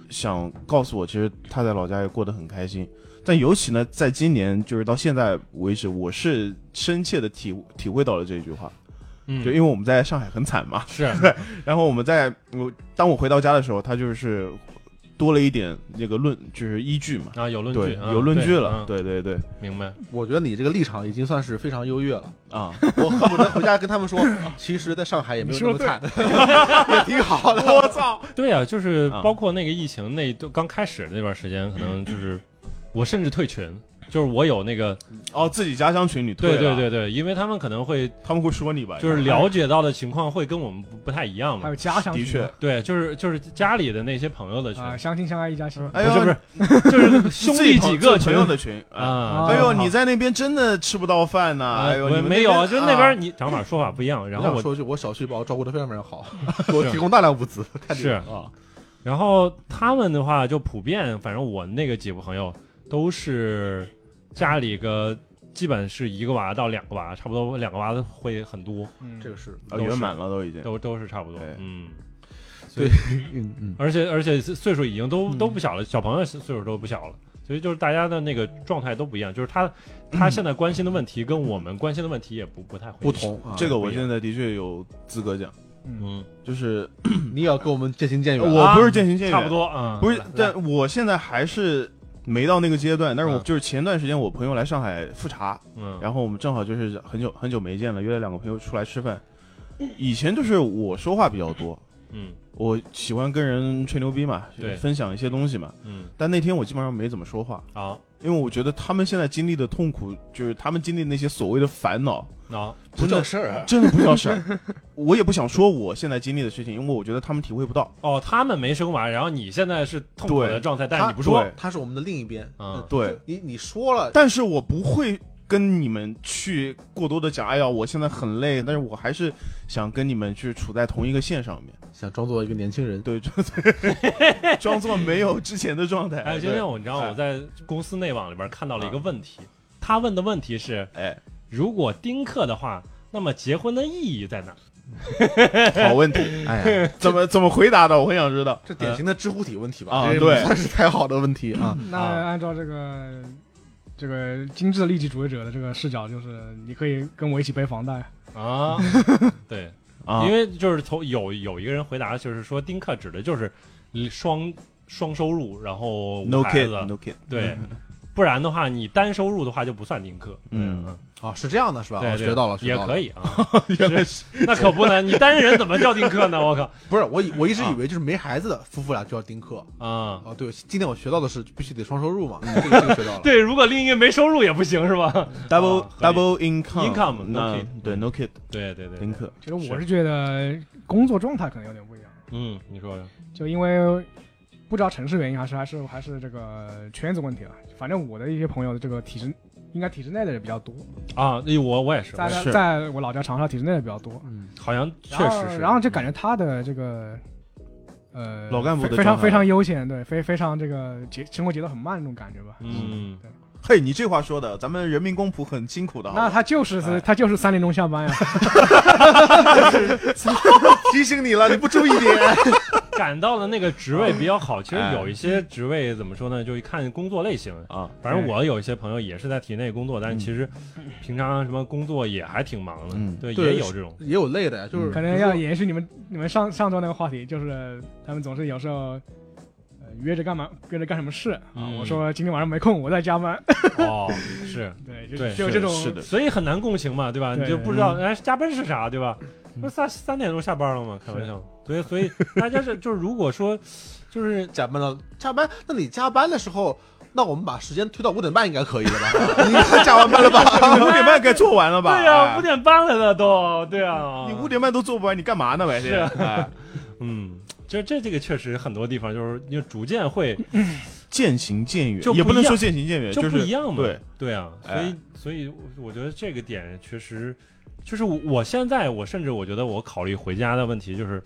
想告诉我，其实他在老家也过得很开心。但尤其呢，在今年就是到现在为止，我是深切的体体会到了这句话，
嗯，
就因为我们在上海很 惨嘛，
是啊
然后我们在我当我回到家的时候，他就是多了一点那个论，就是依据嘛，
啊有论
对，
据，啊
有论据
对
了，
嗯
对对对，
明白
我觉得你这个立场已经算是非常优越了。
啊，
我恨不得回家跟他们说， 其实，在上海也没有那么惨， 也挺好的。
我操，
对啊，就是
啊
包括那个疫情那都刚开始的那段时间，可能就是我甚至退群，就是我有那个
哦，自己家乡群里退
对
了
对，对对，因为他们可能会
他们会说你吧，
就是了解到的情况会跟我们不不太一样
还
嘛
有。家乡
的确
对，就是就是家里的那些朋友的群，
啊，相亲相爱一家亲，
哎呦
不是不是， 就是兄弟几个
朋
群
友的群啊。
啊。
哎
啊
呦，你在那边真的吃不到饭呐！哎呦，
我
你们那
没
边
有，就那
啊
边你长法说法不一样，然后
我想
我嗯
说一句，我小区把我照顾的非常非常好， 给我提供大量物资，太厉害
是
了啊！
然后他们的话就普遍，反正我那个几个朋友都是家里个基本是一个娃到两个娃，差不多两个娃会很多，
嗯
这个是
啊圆满了都已经。
都都是差不多
对。
嗯，
对，嗯嗯。
而且而且岁数已经
嗯
都都不小了，小朋友岁数都不小了。所以就是大家的那个状态都不一样，就是他
嗯
他现在关心的问题跟我们关心的问题也不不太会
不，同啊，
这个我现在的确有资格讲，
嗯，
就是
你也要嗯跟我们渐行渐远。啊
我不是渐行渐远，
啊差不多啊，嗯
不是
来，
但我现在还是没到那个阶段。但是我
嗯
就是前段时间我朋友来上海复查，
嗯，
然后我们正好就是很久很久没见了，约了两个朋友出来吃饭。以前就是我说话比较多，
嗯
我喜欢跟人吹牛逼嘛，
对
分享一些东西嘛。
嗯，
但那天我基本上没怎么说话，
好，
因为我觉得他们现在经历的痛苦，就是他们经历那些所谓的烦恼，
好，
不叫事儿，啊
真的不叫事 儿。我也不想说我现在经历的事情，因为我觉得他们体会不到。
哦，他们没生完，然后你现在是痛苦的
对
状态，但是
他
你不说，
对
他是我们的另一边。呃
嗯，
对，
你你说了，
但是我不会跟你们去过多的讲，哎呀，我现在很累，但是我还是想跟你们去处在同一个线上面。
想装作一个年轻人，
对，就装作没有之前的状态。
哎，今
对
天我你知道
哎啊
我在公司内网里边看到了一个问题，他问的问题是，
哎，
如果丁克的话，那么结婚的意义在哪？
好问题，
嗯
哎 呀，怎么怎么回答的？我很想知道。
这典型的知乎体问题吧？
啊
这也
对
不算是太好的问题啊。
那
啊
按照这个这个精致利己主义者的这个视角，就是你可以跟我一起背房贷。
啊， 对，
啊，
因为就是从有有一个人回答，就是说丁克指的就是双双收入，然后无
no
孩
kid
子，
嗯
no kid，
对，不然的话你单收入的话就不算丁克，
嗯
嗯，
啊，是这样
哦
的，是吧？
对
我
对
学到了，学
也
到了
可。 以啊，那可不能，你单人怎么叫丁克呢？我靠，啊
不是我以我一直以为就是没孩子的夫妇俩就要丁克
哦
啊，
啊。对，今天我学到的是必须得双收 入嘛，这个这个学到了。
对，如果另一个没收入也不行是吧？
double
啊可以
double income
Income，no
那
kid
对 no kid
对对对，
丁克，
其实我是觉得工作状态可能有点不一样，
嗯，你说说，
就因为不知道城市原因还是还是还是这个圈子问题了。反正我的一些朋友，这个体制应该体制内的人比较多，
啊，那我我也是，
在
我也
是
在我老家长沙体制内的比较多。
嗯，
是好像确
然后
实是，
然后就感觉他的这个呃
嗯老干部的
非非
状
常
态
非常悠闲，对，非非常这个节生活节奏很慢那种感觉吧。
嗯，
嘿，你这话说的，咱们人民公仆很辛苦的，好
那
吧
他就是
哎
他就是三点钟下班呀，
提醒你了，你不注意 点。
感到的那个职位比较好。其实有一些职位怎么说呢，就一看工作类型。
啊，
反正我有一些朋友也是在体内工作，但是其实平常什么工作也还挺忙的，
嗯
对，
对
也有这 种，
也有累的呀，
嗯
就是
可能要延续你们你们上上周那个话题，就是他们总是有时候。呃约着干嘛？约着干什么事啊？
嗯
我说今天晚上没空，我在加班。
哦，是，
对，就
对
就是这种
是的，
所以很难共情嘛，对吧？
对
你就不知
嗯
道哎加班是啥，对吧？不是三三点钟下班了吗？开玩笑，所以所以大家是就是如果说就是
加班到加班，那你加班的时候，那我们把时间推到五点半应该可以了 吧？你应该加完班 了吧？
五点半该做完了吧？
啊对呀，
哎
五点半了呢都，对啊，
你五点半都做不完，你干嘛呢？白天， 哎
嗯，这这这个确实很多地方就是就逐渐会
渐行渐远
就，不
也不能
一样
说渐行渐远，
就不
是
一样嘛。
对
对啊，所以
哎
所以我我觉得这个点确实，就是我我现在我甚至我觉得我考虑回家的问题就是，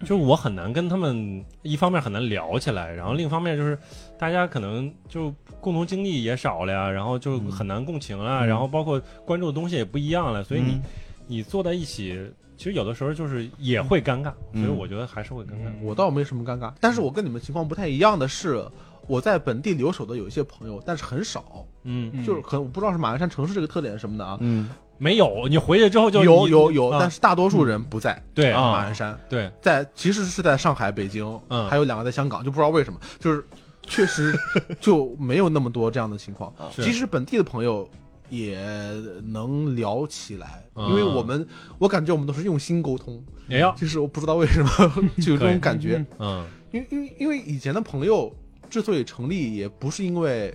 就是我很难跟他们一方面很难聊起来，然后另一方面就是大家可能就共同经历也少了呀，然后就
嗯
很难共情了，
嗯
然后包括关注的东西也不一样了，所以你、
嗯
你坐在一起。其实有的时候就是也会尴尬，
嗯
所以我觉得还是会尴尬。
我倒没什么尴尬，但是我跟你们情况不太一样的是，我在本地留守的有一些朋友，但是很少，
嗯，
嗯
就是可能我不知道是马鞍山城市这个特点什么的啊。
嗯
没有，你回去之后就
有
你
有有，
啊
但是大多数人不在
对
啊
马鞍山，
对，
在其实是在上海、北京，
嗯
还有两个在香港，就不知道为什么，就是确实就没有那么多这样的情况。
啊
是
即使本地的朋友也能聊起来，
嗯
因为我们我感觉我们都是用心沟通，
也要
就是我不知道为什么 就有这种感觉，
嗯
因为因为因为以前的朋友之所以成立，也不是因为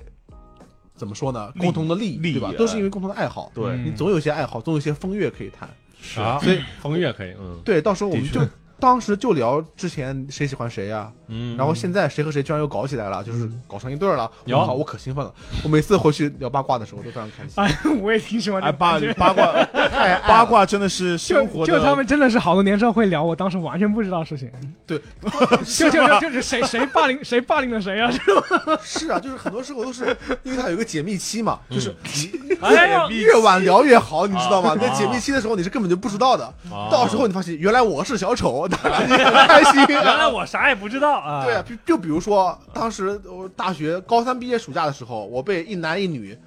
怎么说呢，
利益
共同的利益
利益
对吧
哎？
都是因为共同的爱好，
对
嗯
你总有一些爱好，总有一些风月可以谈。
是啊，
所以
风月可以，嗯
对，到时候我们
的
就
确
当时就聊之前谁喜欢谁呀、
嗯，
然后现在谁和谁居然又搞起来了，就是搞成一对儿了。我
有
靠，我可兴奋了！我每次回去聊八卦的时候都非常开心。
哎，我也挺喜欢这
哎
种
八
感觉。
八卦哎八卦真的是生活
就
的，
就他们真的是好多年之后会聊我当时完全不知道的事情。
对，
就就就就是谁谁霸凌谁霸凌了谁啊？
是啊，就是很多时候都是因为它有一个解密期嘛，就是你
哎呀，
越晚聊越好，你知道吗
啊？
在解密期的时候你是根本就不知道的，
啊
到时候你发现原来我是小丑，当时你 很开心。啊
原来我啥也不知道啊，
对啊，，就就比如说当时我大学高三毕业暑假的时候，我被一男一女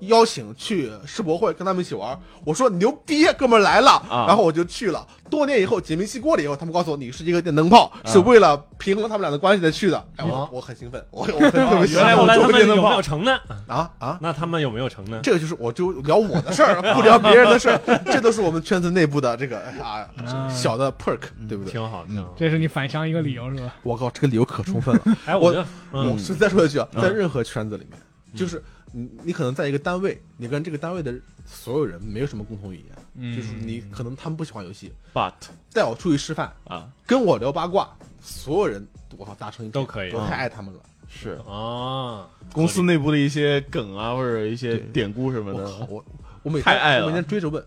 邀请去世博会跟他们一起玩，我说牛逼，哥们儿来了，
啊
然后我就去了。多年以后解密西过了以后，他们告诉我你是一个电灯泡，是为了平衡他们俩的关系才去的。哎，我我很兴奋，我我很特别兴
原
奋
来
哦我
后来
做
他
过
们
电
有
灯
没
泡
有成呢？
啊啊！
那他们有没有成呢？
这个就是我就聊我的事儿，不聊别人的事儿，这都是我们圈子内部的这个哎呀
啊
小的 perk，对不对？
挺好，
嗯
挺好。
这是你返乡一个理由是吧？
我靠，这个理由可充分了。
哎，
我
我就
我
嗯，
是再说一句啊，在任何圈子里面，就是你你可能在一个单位，你跟这个单位的所有人没有什么共同语言，
嗯
就是你可能他们不喜欢游戏，
，but
带我出去吃饭，
啊，
跟我聊八卦，所有人我靠达成一致
都可以嗯
我太爱他们了。
是
哦，
公司内部的一些梗啊，或者一些
对
典故什么
我
的。
靠，我我每天
太爱了，
我每天追着问，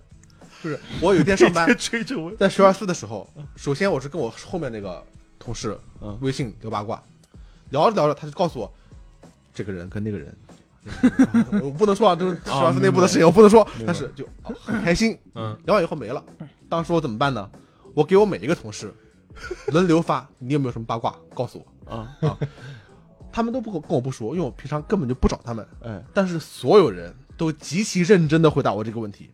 就是我有一天上班
追着我，
在学而思的时候，首先我是跟我后面那个同事
嗯
微信聊八卦，聊着聊着他就告诉我，这个人跟那个人，我不能说啊，就是学而思内部的事情，我不能说，但是就、哦很开心。
嗯，
聊完以后没了，当时我怎么办呢？我给我每一个同事轮流发，你有没有什么八卦告诉我？
啊，
他们都不跟我不说，因为我平常根本就不找他们，
哎，
但是所有人都极其认真的回答我这个问题。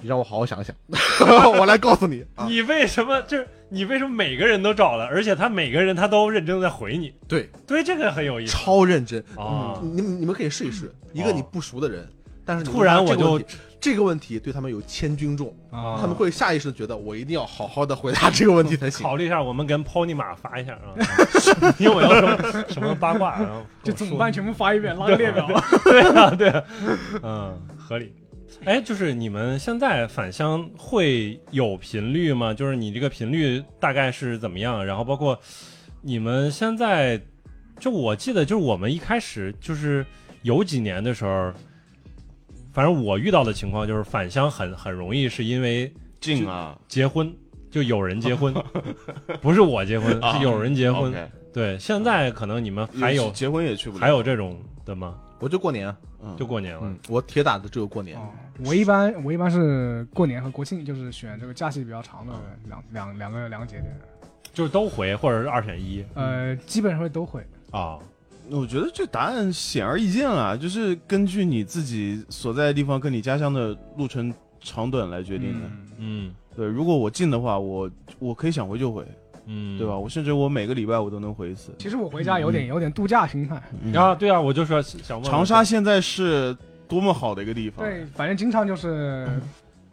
你让我好好想想， 我来告诉你啊。
你为什么就是你为什么每个人都找了，而且他每个人他都认真的在回你？
对，
对，这个很有意思
超认真。嗯
啊。
你们你们可以试一试，一个你不熟的人，但是你
突然我
问他这
就
个问题这个问题对他们有千钧重，
啊
他们会下意识的觉得我一定要好好的回答这个问题才行。
考虑一下，我们跟 Pony 马发一下啊， 因为我要说什么八卦， 然后
就
跟我
怎
说
么办？全部发一遍，拉个列表。
对啊， 对啊，嗯，合理。哎，就是你们现在返乡会有频率吗？就是你这个频率大概是怎么样？然后包括你们现在，就我记得，就是我们一开始就是有几年的时候，反正我遇到的情况就是返乡很很容易是因为
静啊，
结婚，就有人结 婚，不是我结婚，是有人结婚。
啊 OK
对，现在可能你们还有
结婚也去不了，
还有这种的吗？
我就过年，
嗯
就过年了。
嗯，我铁打的只有过年。
哦 我一般我一般是过年和国庆，就是选这个假期比较长的两两两个两个节点，
就是都回，或者是二选一
呃，基本上会都会。
啊、
我觉得这答案显而易见啊，就是根据你自己所在的地方跟你家乡的路程长短来决定的。
嗯
嗯
对，如果我近的话，我我可以想回就回，
嗯，
对吧？？我甚至我每个礼拜我都能回一次。
其实我回家有点有点度假心态，
嗯
啊，对啊，我就说想问
长沙现在是多么好的一个地方，
对，反正经常就是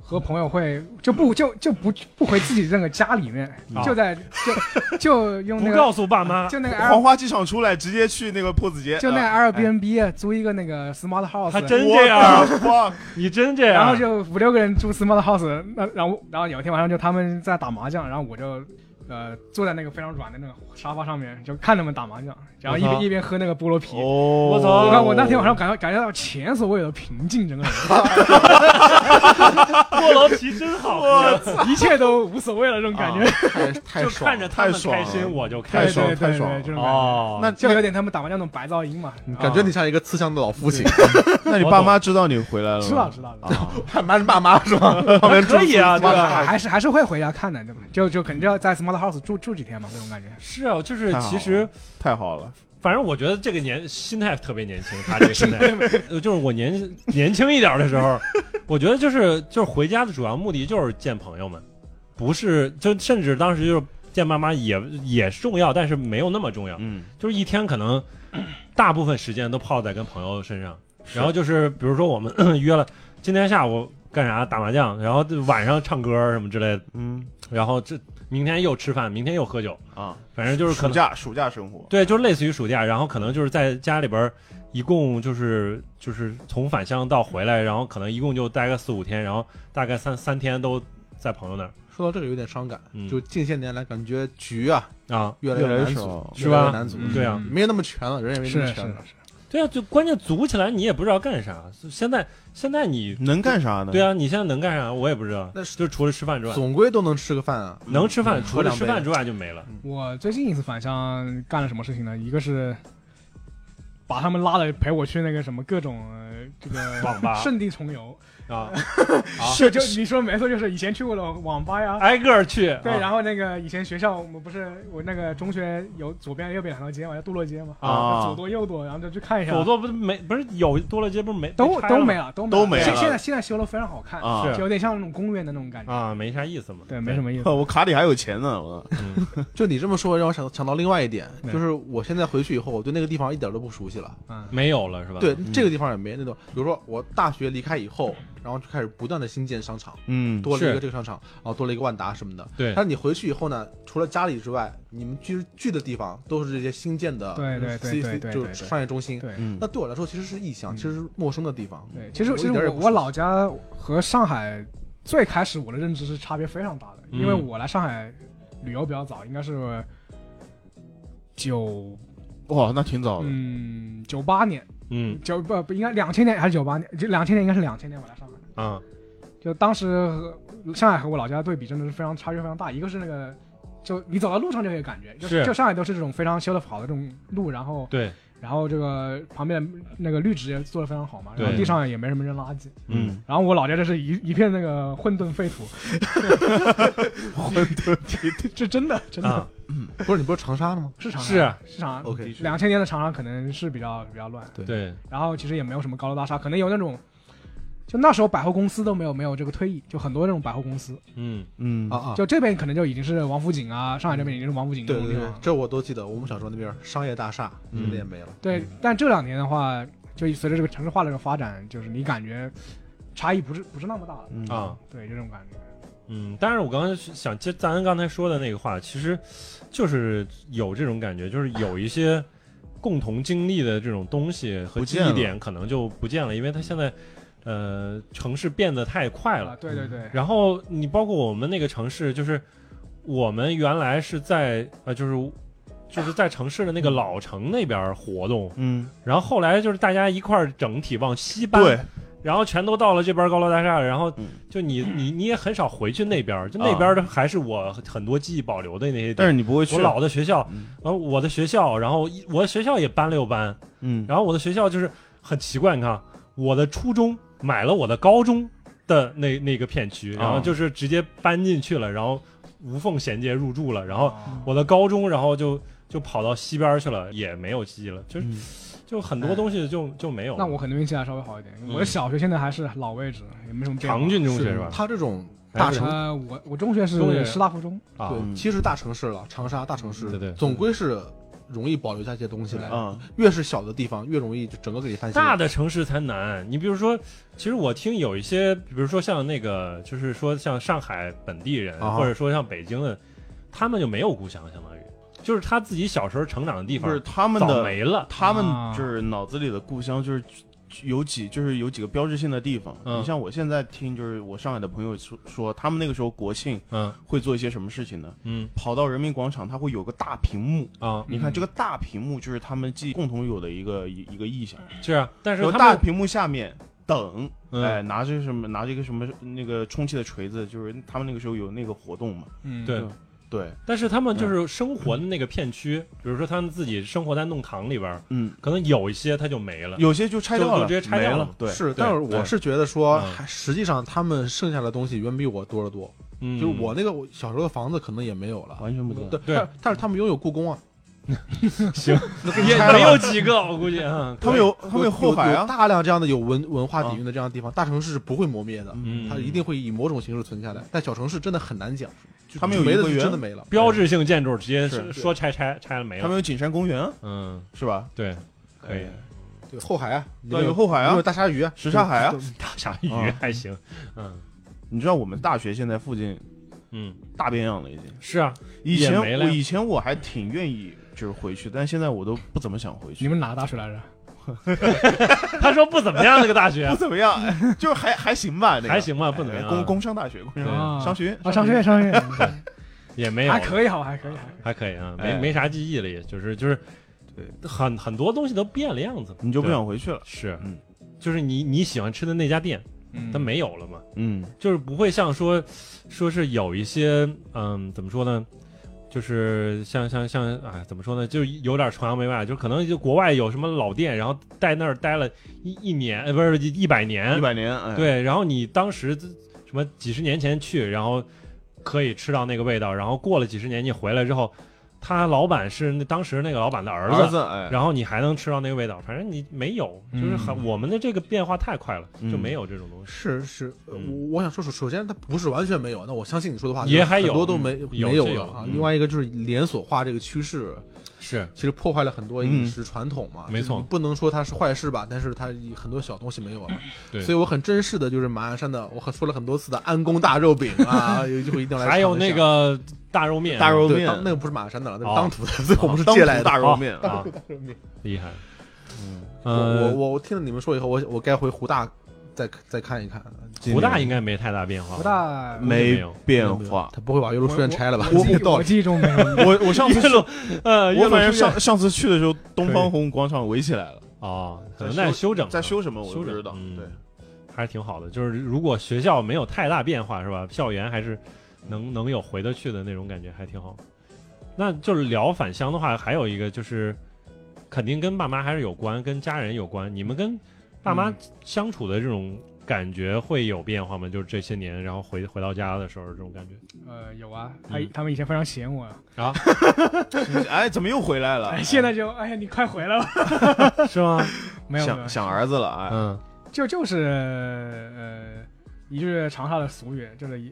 和朋友会就不
嗯
就就不不回自己那个家里面，
啊
就在 就就用
不
那个
告诉爸妈，
就那个 Air
黄花机场出来直接去那个坡子街，
就那
啊
Airbnb 租一个那个 smart
他
house，
哎真啊这样，
What the fuck？
你真这样，
然后就五六个人住 smart house，那然后然后有一天晚上就他们在打麻将，然后我就。呃，坐在那个非常软的那个沙发上面，就看他们打麻将，然后一
我
边
哦
操
一边喝那个菠萝啤。
哦，
我操
我看我那天晚上感到感觉到前所未有的平 静，整个人
菠萝皮真好喝，
一切都无所谓了，这种感觉。
太太
就
爽
看
了
着，他们
太爽
开
了
心我就开
哦太
对
心
爽
对
了
对
太爽
对，
了
这种感觉。
哦。
那
就有点他们打麻将那种白噪音嘛。
嗯感觉你像一个慈祥的老父 亲，
那你
我
爸
懂
妈知道你回来了吗？
知道知道知道
啊
还瞒着爸妈是吧？旁边
可以啊，
住
对
宿
吧？
还是还是会回家看的，对吧？就就肯定要在 smart house 住住几天嘛，这种感觉。
是啊，就是
太好
其实
了，太好了，
反正我觉得这个年心态特别年轻，他这个 心态，呃就是我年年轻一点的时候，我觉得就是就是回家的主要目的就是见朋友们，不是就甚至当时就是见爸妈也也是重要，但是没有那么重要，
嗯，
就是一天可 能大部分时间都泡在跟朋友身上，
是
然后就是比如说我们 约了今天下午干啥打麻将，然后晚上唱歌什么之类的，
嗯
然后这明天又吃饭，明天又喝酒，
啊，
反正就是可
暑
能
假暑假生活，
对，就是类似于暑假，然后可能就是在家里边儿，一共就是就是从返乡到回来，然后可能一共就待个四五天，然后大概三三天都在朋友那儿
说到这个有点伤感
嗯，
就近些年来感觉局啊
啊。
越来
越来越
难
少
组，
是
越来
吧
越难组，
嗯对啊
没有那么全了，人也没那么全了。
对啊，就关键组起来你也不知道干啥。现在现在你
能干啥呢？
对
啊，
啊，你现在能干啥？我也不知道。
那是
就除了吃饭之外，
总归都能吃个饭啊，
能吃饭，除
喝
了
两
吃
杯
饭之外就没了。
我最近一次返乡干了什么事情呢？一个是把他们拉来陪我去那个什么各种呃这个
网吧
哦
圣地重游，
啊，
就就你说没错，就是以前去过的网吧呀，
挨个儿去。
对，
啊
然后那个以前学校我们不是我那个中学有左边右边两条街嘛，叫杜洛街嘛，
啊
左多右多，然后就去看一下，
左座不是没不是有多乐街不是没
都
拆了
都
吗
没了，都
都没
现
了
现在现在修的非常好看，
啊
是
就有点像那种公园的那种感觉，
啊，没啥意思嘛。
对，没什么意 思。
我卡里还有钱呢，我
就你这么说，让我想想到另外一点，
嗯
就是我现在回去以后，我对那个地方一点都不熟悉了。
嗯，
没有了是吧？
对，
嗯
这个地方也没那种，比如说我大学离开以后，然后就开始不断的新建商场，
嗯
多了一
是
个这个商场，然后多了一个万达什么的。
对
但是你回去以后呢，除了家里之外，你们聚聚的地方都是这些新建的，
对对对
C
对
C
对
就
对
是商业中心。
对
嗯
那对我来说其实是异乡，
嗯
其实是陌生的地方。
对，其实
我一
其实
点儿也
我
不
我
熟
老家和上海最开始我的认知是差别非常大的，
嗯
因为我来上海旅游比较早，应该是九
哇，那挺早的，
嗯九八年
嗯
九不不应该两千年还是九八年？就两千年应该是两千年我来上海。
啊，
就当时和上海和我老家对比，真的是非常差距非常大。一个是那个，就你走到路上就有感觉，就是就上海都是这种非常修的好的这种路，然后
对，
然后这个旁边那个绿植也做的非常好嘛，
对
然后地上也没什么扔垃圾。
嗯，
然后我老家就是一一片那个混沌 废土，
混沌
这真的真的
啊
不是你不是长沙的吗？
是长
是
沙
啊
是长
OK
两千年的长沙可能是比较比较乱，
对，
然后其实也没有什么高楼大厦，可能有那种。就那时候百货公司都没有没有这个推移，就很多那种百货公司，
嗯
嗯
啊啊，
就这边可能就已经是王府井啊，上海这边已经是王府井这
对
种
对
地
对
方，。
这我都记得。我们小时候那边商业大厦
嗯
现在也没了。
对但这两年的话，就随着这个城市化的这个发展，就是你感觉差异不是不是那么大了。
嗯
啊，
对，这种感觉。
嗯，但是我刚刚是想接咱刚才说的那个话，其实就是有这种感觉，就是有一些共同经历的这种东西和
不
记
见了
忆点可能就不见了，因为它现在呃城市变得太快了
啊，。对对对，
然后你包括我们那个城市，就是我们原来是在呃，就是就是在城市的那个老城那边活动，
嗯，
然后后来就是大家一块儿整体往西搬，
对，
然后全都到了这边高楼大厦，然后
嗯啊
就你你你也很少回去那边，就那边的还是我很多记忆保留的那些地
但
儿。
是你不会去
我老的学校，
嗯
然后我的学校，然后一我的学校也搬了又搬，
嗯，
然后我的学校就是很奇怪，你看我的初中买了我的高中的那那个片区，
啊
然后就是直接搬进去了，然后无缝衔接入住了，然后
啊
我的高中，然后就就跑到西边去了，也没有记忆了，就是
嗯
就很多东西就就没有了。
那我可能运气还稍微好一点，
嗯
我的小学现在还是老位置，也没什么变化。
长郡中学是吧？
它这种大城
呃，我我中学
中学
是师大附中，
啊，
对，
嗯
其实大城市了，长沙大城市，
对对嗯
总归是容易保留下一些东西来。
啊，
越是小的地方，越容易就整个给你翻新。
大的城市才难。你比如说，其实我听有一些，比如说像那个，就是说像上海本地人，
啊哈
或者说像北京的，他们就没有故乡，相当于就是他自己小时候成长的地
就是
方
他们
早
的
没了。
他
啊
们就是脑子里的故乡就是。有几就是有几个标志性的地方，
嗯
你像我现在听就是我上海的朋友说说，他们那个时候国庆
嗯
会做一些什么事情呢？
嗯
跑到人民广场，它会有个大屏幕，
啊，
你看
嗯
这个大屏幕就是他们既共同有的一个一一个意向，
是啊，但是
然后
他
大
们
屏幕下面等，
嗯
哎，拿着什么拿着一个什么那个充气的锤子，就是他们那个时候有那个活动嘛，
嗯，
对，
对，
但是他们
嗯
就是生活的那个片区，比如说他们自己生活在弄堂里边儿，
嗯，
可能有一些他就没了。
有些就拆掉
就
了，
就直接拆掉
没
了
了，对，
是，
对
但是我是觉得说，
嗯
还实际上他们剩下的东西远比我多得多。
嗯，
就是我那个我小时候的房子可能也没有了。
完全不一样。
对
对
但但是他们拥有故 宫啊，
也没有几个，我估计啊，
他们有他们有后海
有
啊，
大量这样的有文文化底蕴的这样的地方，大城市是不会磨灭的，
嗯，
它一定会以某种形式存下来。但小城市真的很难讲，就
他们有
没
颐
的
和
就
园
真的没了。
标志性建筑直接
是
说拆拆拆了没
他
了。
们有景山公园啊
嗯，
是吧？
对，可以。
对，后海啊，
对，有
有
后海
有没有
啊，
大鲨鱼啊，
什刹海啊。
大鲨鱼
啊
还行，嗯
你知道我们大学现在附近
嗯，
大变样了，已经。
是啊，
以前
也没了
我以前我还挺愿意就是回去，但现在我都不怎么想回
你
去。
们哪个大学来着？
他说不怎么样那个大学
不怎么样，哎就是还还行吧，那个
还行吧，不怎么
哎
样，啊嗯
工工商大学，工商
啊
商学院
啊，商学院，商学院
也没有，
还可以，好吧，还可以，还可
还可
以。
以啊，
哎
没没啥记忆了，也就是就是，很很多东西都变了样子，
你就不想回去了。
对是
嗯，
就是你你喜欢吃的那家店，
嗯
它没有了嘛，
嗯
就是不会像说说是有一些嗯怎么说呢，就是像像像啊，怎么说呢，就有点崇洋媚外，啊就可能就国外有什么老店，然后在那儿待了一一年，呃，不是一一百年
一，百年，哎，，
对，然后你当时自什么几十年前去，然后可以吃到那个味道，然后过了几十年你回来之后，他老板是那当时那个老板的儿子，
儿子，哎，
然后你还能吃到那个味道，反正你没有，就是
嗯
很、我们的这个变化太快了，就没有这种东西。
是是，呃
嗯
我我想说，首首先它不是完全没有，那我相信你说的话
也还
有
有嗯
很多都没
有
没有
是
的
有
啊。
嗯
另外一个就是连锁化这个趋势，
嗯
是
其实破坏了很多饮食传统嘛，
没错
你不能说它是坏事吧，但是它很多小东西没有了，
对
所以我很珍视的就是马鞍山的，我很说了很多次的安宫大肉饼啊，有机会一定要来。
还有那。个大肉面，
大肉
对，
面，
当那个不是马鞍山的了，那是
哦
当涂的，所以我们是
当
借
涂
来的。
大肉面嗯
啊，厉害。
我
呃，
我我听了你们说以后，我我该回湖大再再看一看。啊
湖大应该没太大变化吧，
不大。
没变化。
他不会把岳麓书院拆了吧？
我记我记忆中没有。
我我上次
岳麓，呃，岳
我反
麓
正
书院
上上次去的时候，东
可
方
以
红广场围起来了，
哦，可
在
能在修整，
在修什么我
修
不
整
知道。
嗯
对，
还是挺好的。就是如果学校没有太大变化，是吧？校园还是能能有回得去的那种感觉，还挺好。那就是聊返乡的话，还有一个就是，肯定跟爸妈还是有关，跟家人有关。你们跟爸妈
嗯
相处的这种感觉会有变化吗？就是这些年，然后回回到家的时候，这种感觉
呃，有啊，他
嗯
他们以前非常嫌我，
啊，
哎，怎么又回来了？
哎，现在就哎呀，你快回来吧。
是吗？
没有没有
想，想儿子了，哎，
嗯，
就就是呃一句长沙的俗语，就是一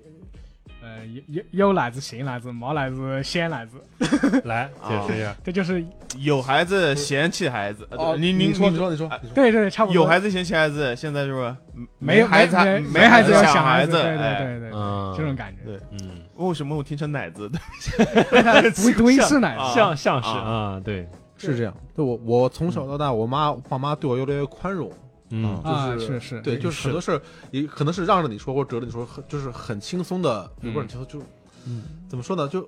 呃有有有奶子行奶子毛奶子鲜奶子，
来解释一下，
这就是
有孩子嫌弃孩子，呃
哦，
对您
你
您
说
您
你说你说
哎
你说，
对对差不多。
有孩子嫌弃孩子，现在是吧？
没有
孩子没
没没孩子
要
要想
孩
子，
子，
对
哎，
对对对，
嗯，
啊这种感觉
对，
嗯，
为什么我听成奶子？
读读音是 奶
啊
子，
像像是
啊
啊，对，
是这样。对我我从小到大，我妈我爸妈对我越来越宽容，
嗯
啊
啊
就是
是是，
对，就是是很多事儿也可能是让着你说或者折着你说，很就是很轻松的，也不是很轻松，就嗯怎么说呢，就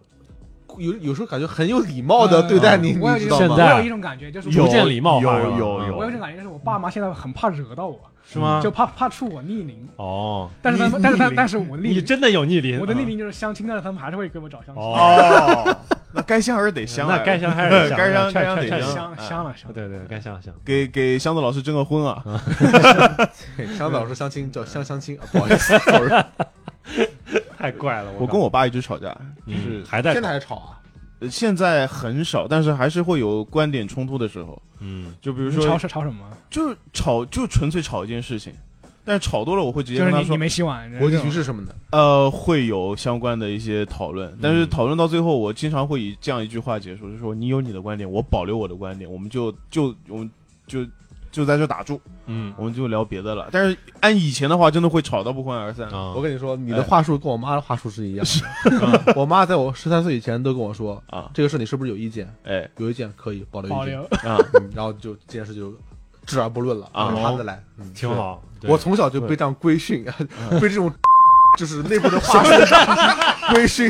有有时候感觉很有礼貌的
呃
对待你，
我有
你
一
知
种
道
现
吗？
在
我有一种感觉就是
逐
我
渐礼貌化
有
是吧
有
嗯
有
我有一种感觉就是我爸妈现在很怕惹到我，
是吗？
就怕怕触我逆鳞，
哦，
但是他
逆
们但是他
逆鳞
但是我逆
你
鳞，
真的有逆鳞，
我的逆
嗯
鳞就是相亲，但是他们还是会给我找相亲。
哦
哦，那该香还是得香啊，
那该香还是得香
该香
确
该香
确确
得香
香，香了香
啊
了，
对对，该想想。
给给箱子老师征个婚啊！
嗯
香子老师相亲叫香相亲，啊不好意思，
太怪了。
我跟我爸一直吵架，就
嗯
是
还在
现在还吵啊？
呃现在很少，但是还是会有观点冲突的时候。
嗯，
就比
你
如
吵
说，
吵吵什么？
就是吵，就纯粹吵一件事情，但是吵多了我会直接
就是
跟他
你
说
你，没洗碗，
国际
这种
局势什么的，
呃，会有相关的一些讨论，但
嗯
是讨论到最后，我经常会以这样一句话结束，就是说你有你的观点，我保留我的观点，我们就就我们就就在这打住，
嗯
我们就聊别的了。但是按以前的话，真的会吵到不欢而散。
啊
我，跟你说，你的
哎
话术跟我妈的话术是一样的。我妈在我十三岁以前都跟我说
啊
这个事你是不是有意见？
哎
有意见可以保留
保
意见，
留。
啊，
嗯然后就这件事就置而不论了，
啊
让她再来，嗯
挺。好。
是
对
我从小就被这样规训， 被这种就是内部的话术规训，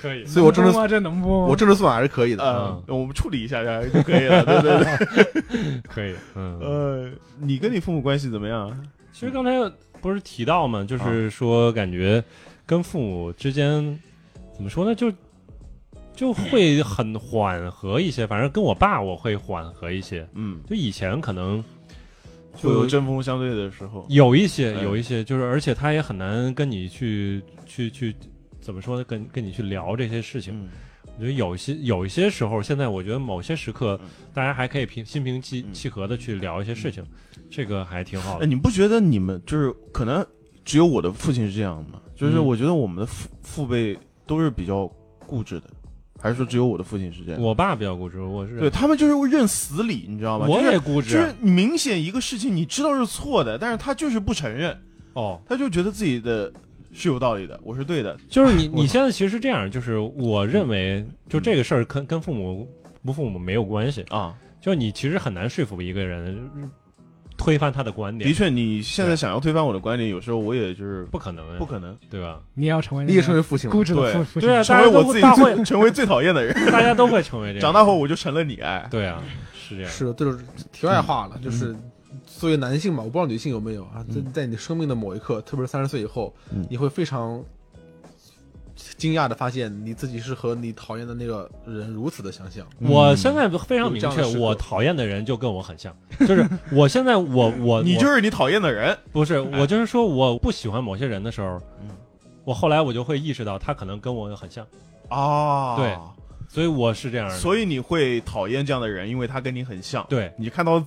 可以，
所以我政 治
能播吗？这能播吗？
我政治素养还是可以的。
呃，我们处理一下就可以了，对对对。
可以。嗯，
呃，你跟你父母关系怎么样啊？
其实刚才不是提到嘛，就是说感觉跟父母之间怎么说呢，就就会很缓和一些。反正跟我爸我会缓和一些，
嗯，
就以前可能
会有针锋相对的时候。
有一些，
哎
有一些，就是而且他也很难跟你去去去怎么说呢，跟跟你去聊这些事情。
嗯
我觉得有一些有一些时候，现在我觉得某些时刻
嗯，
大家还可以平心平气
嗯
气和的去聊一些事情，这个还挺好
哎，
的。
你不觉得你们就是可能只有我的父亲是这样吗？就是
嗯
我觉得我们的父父辈都是比较固执的，还是说只有我的父亲是这样？
我爸比较固执，我是
对他们就是认死理，你知道吗？
我
就是
也固
就
执
是明显一个事情，你知道是错的，但是他就是不承认，
哦，
他就觉得自己的是有道理的，我是对的。
就是 你
我
你现在其实是这样，就是我认为就这个事儿跟跟父母不父母没有关系，
啊，
就是你其实很难说服一个人嗯推翻他的观
的
点，
确，你现在想要推翻我的观点，有时候我也就是
不可能，
不，可能
对吧？
你也要成为
你也成为父亲了
固执的
对
父父亲
对啊，
成
大家
为
都
我
会
自
大会
己成为最讨厌的人。
大家都会成为这样，
长大后我就成了你，哎，
对啊，是这样，
是，就是题外话了，就是作为男性嘛，我不知道女性嗯有没有啊，在在你生命的某一刻，特别是三十岁以后
嗯，
你会非常惊讶的发现你自己是和你讨厌的那个人如此的相像。
嗯
我现在非常明
有这样
确
的时，刻
我讨厌的人就跟我很像，就是我现在 我我
你
我
就是你讨厌的人，
不是我就是说我不喜欢某些人的时候
嗯，
我后来我就会意识到他可能跟我很像，
啊，
对所以我是这样的。
所以你会讨厌这样的人，因为他跟你很像，
对
你看到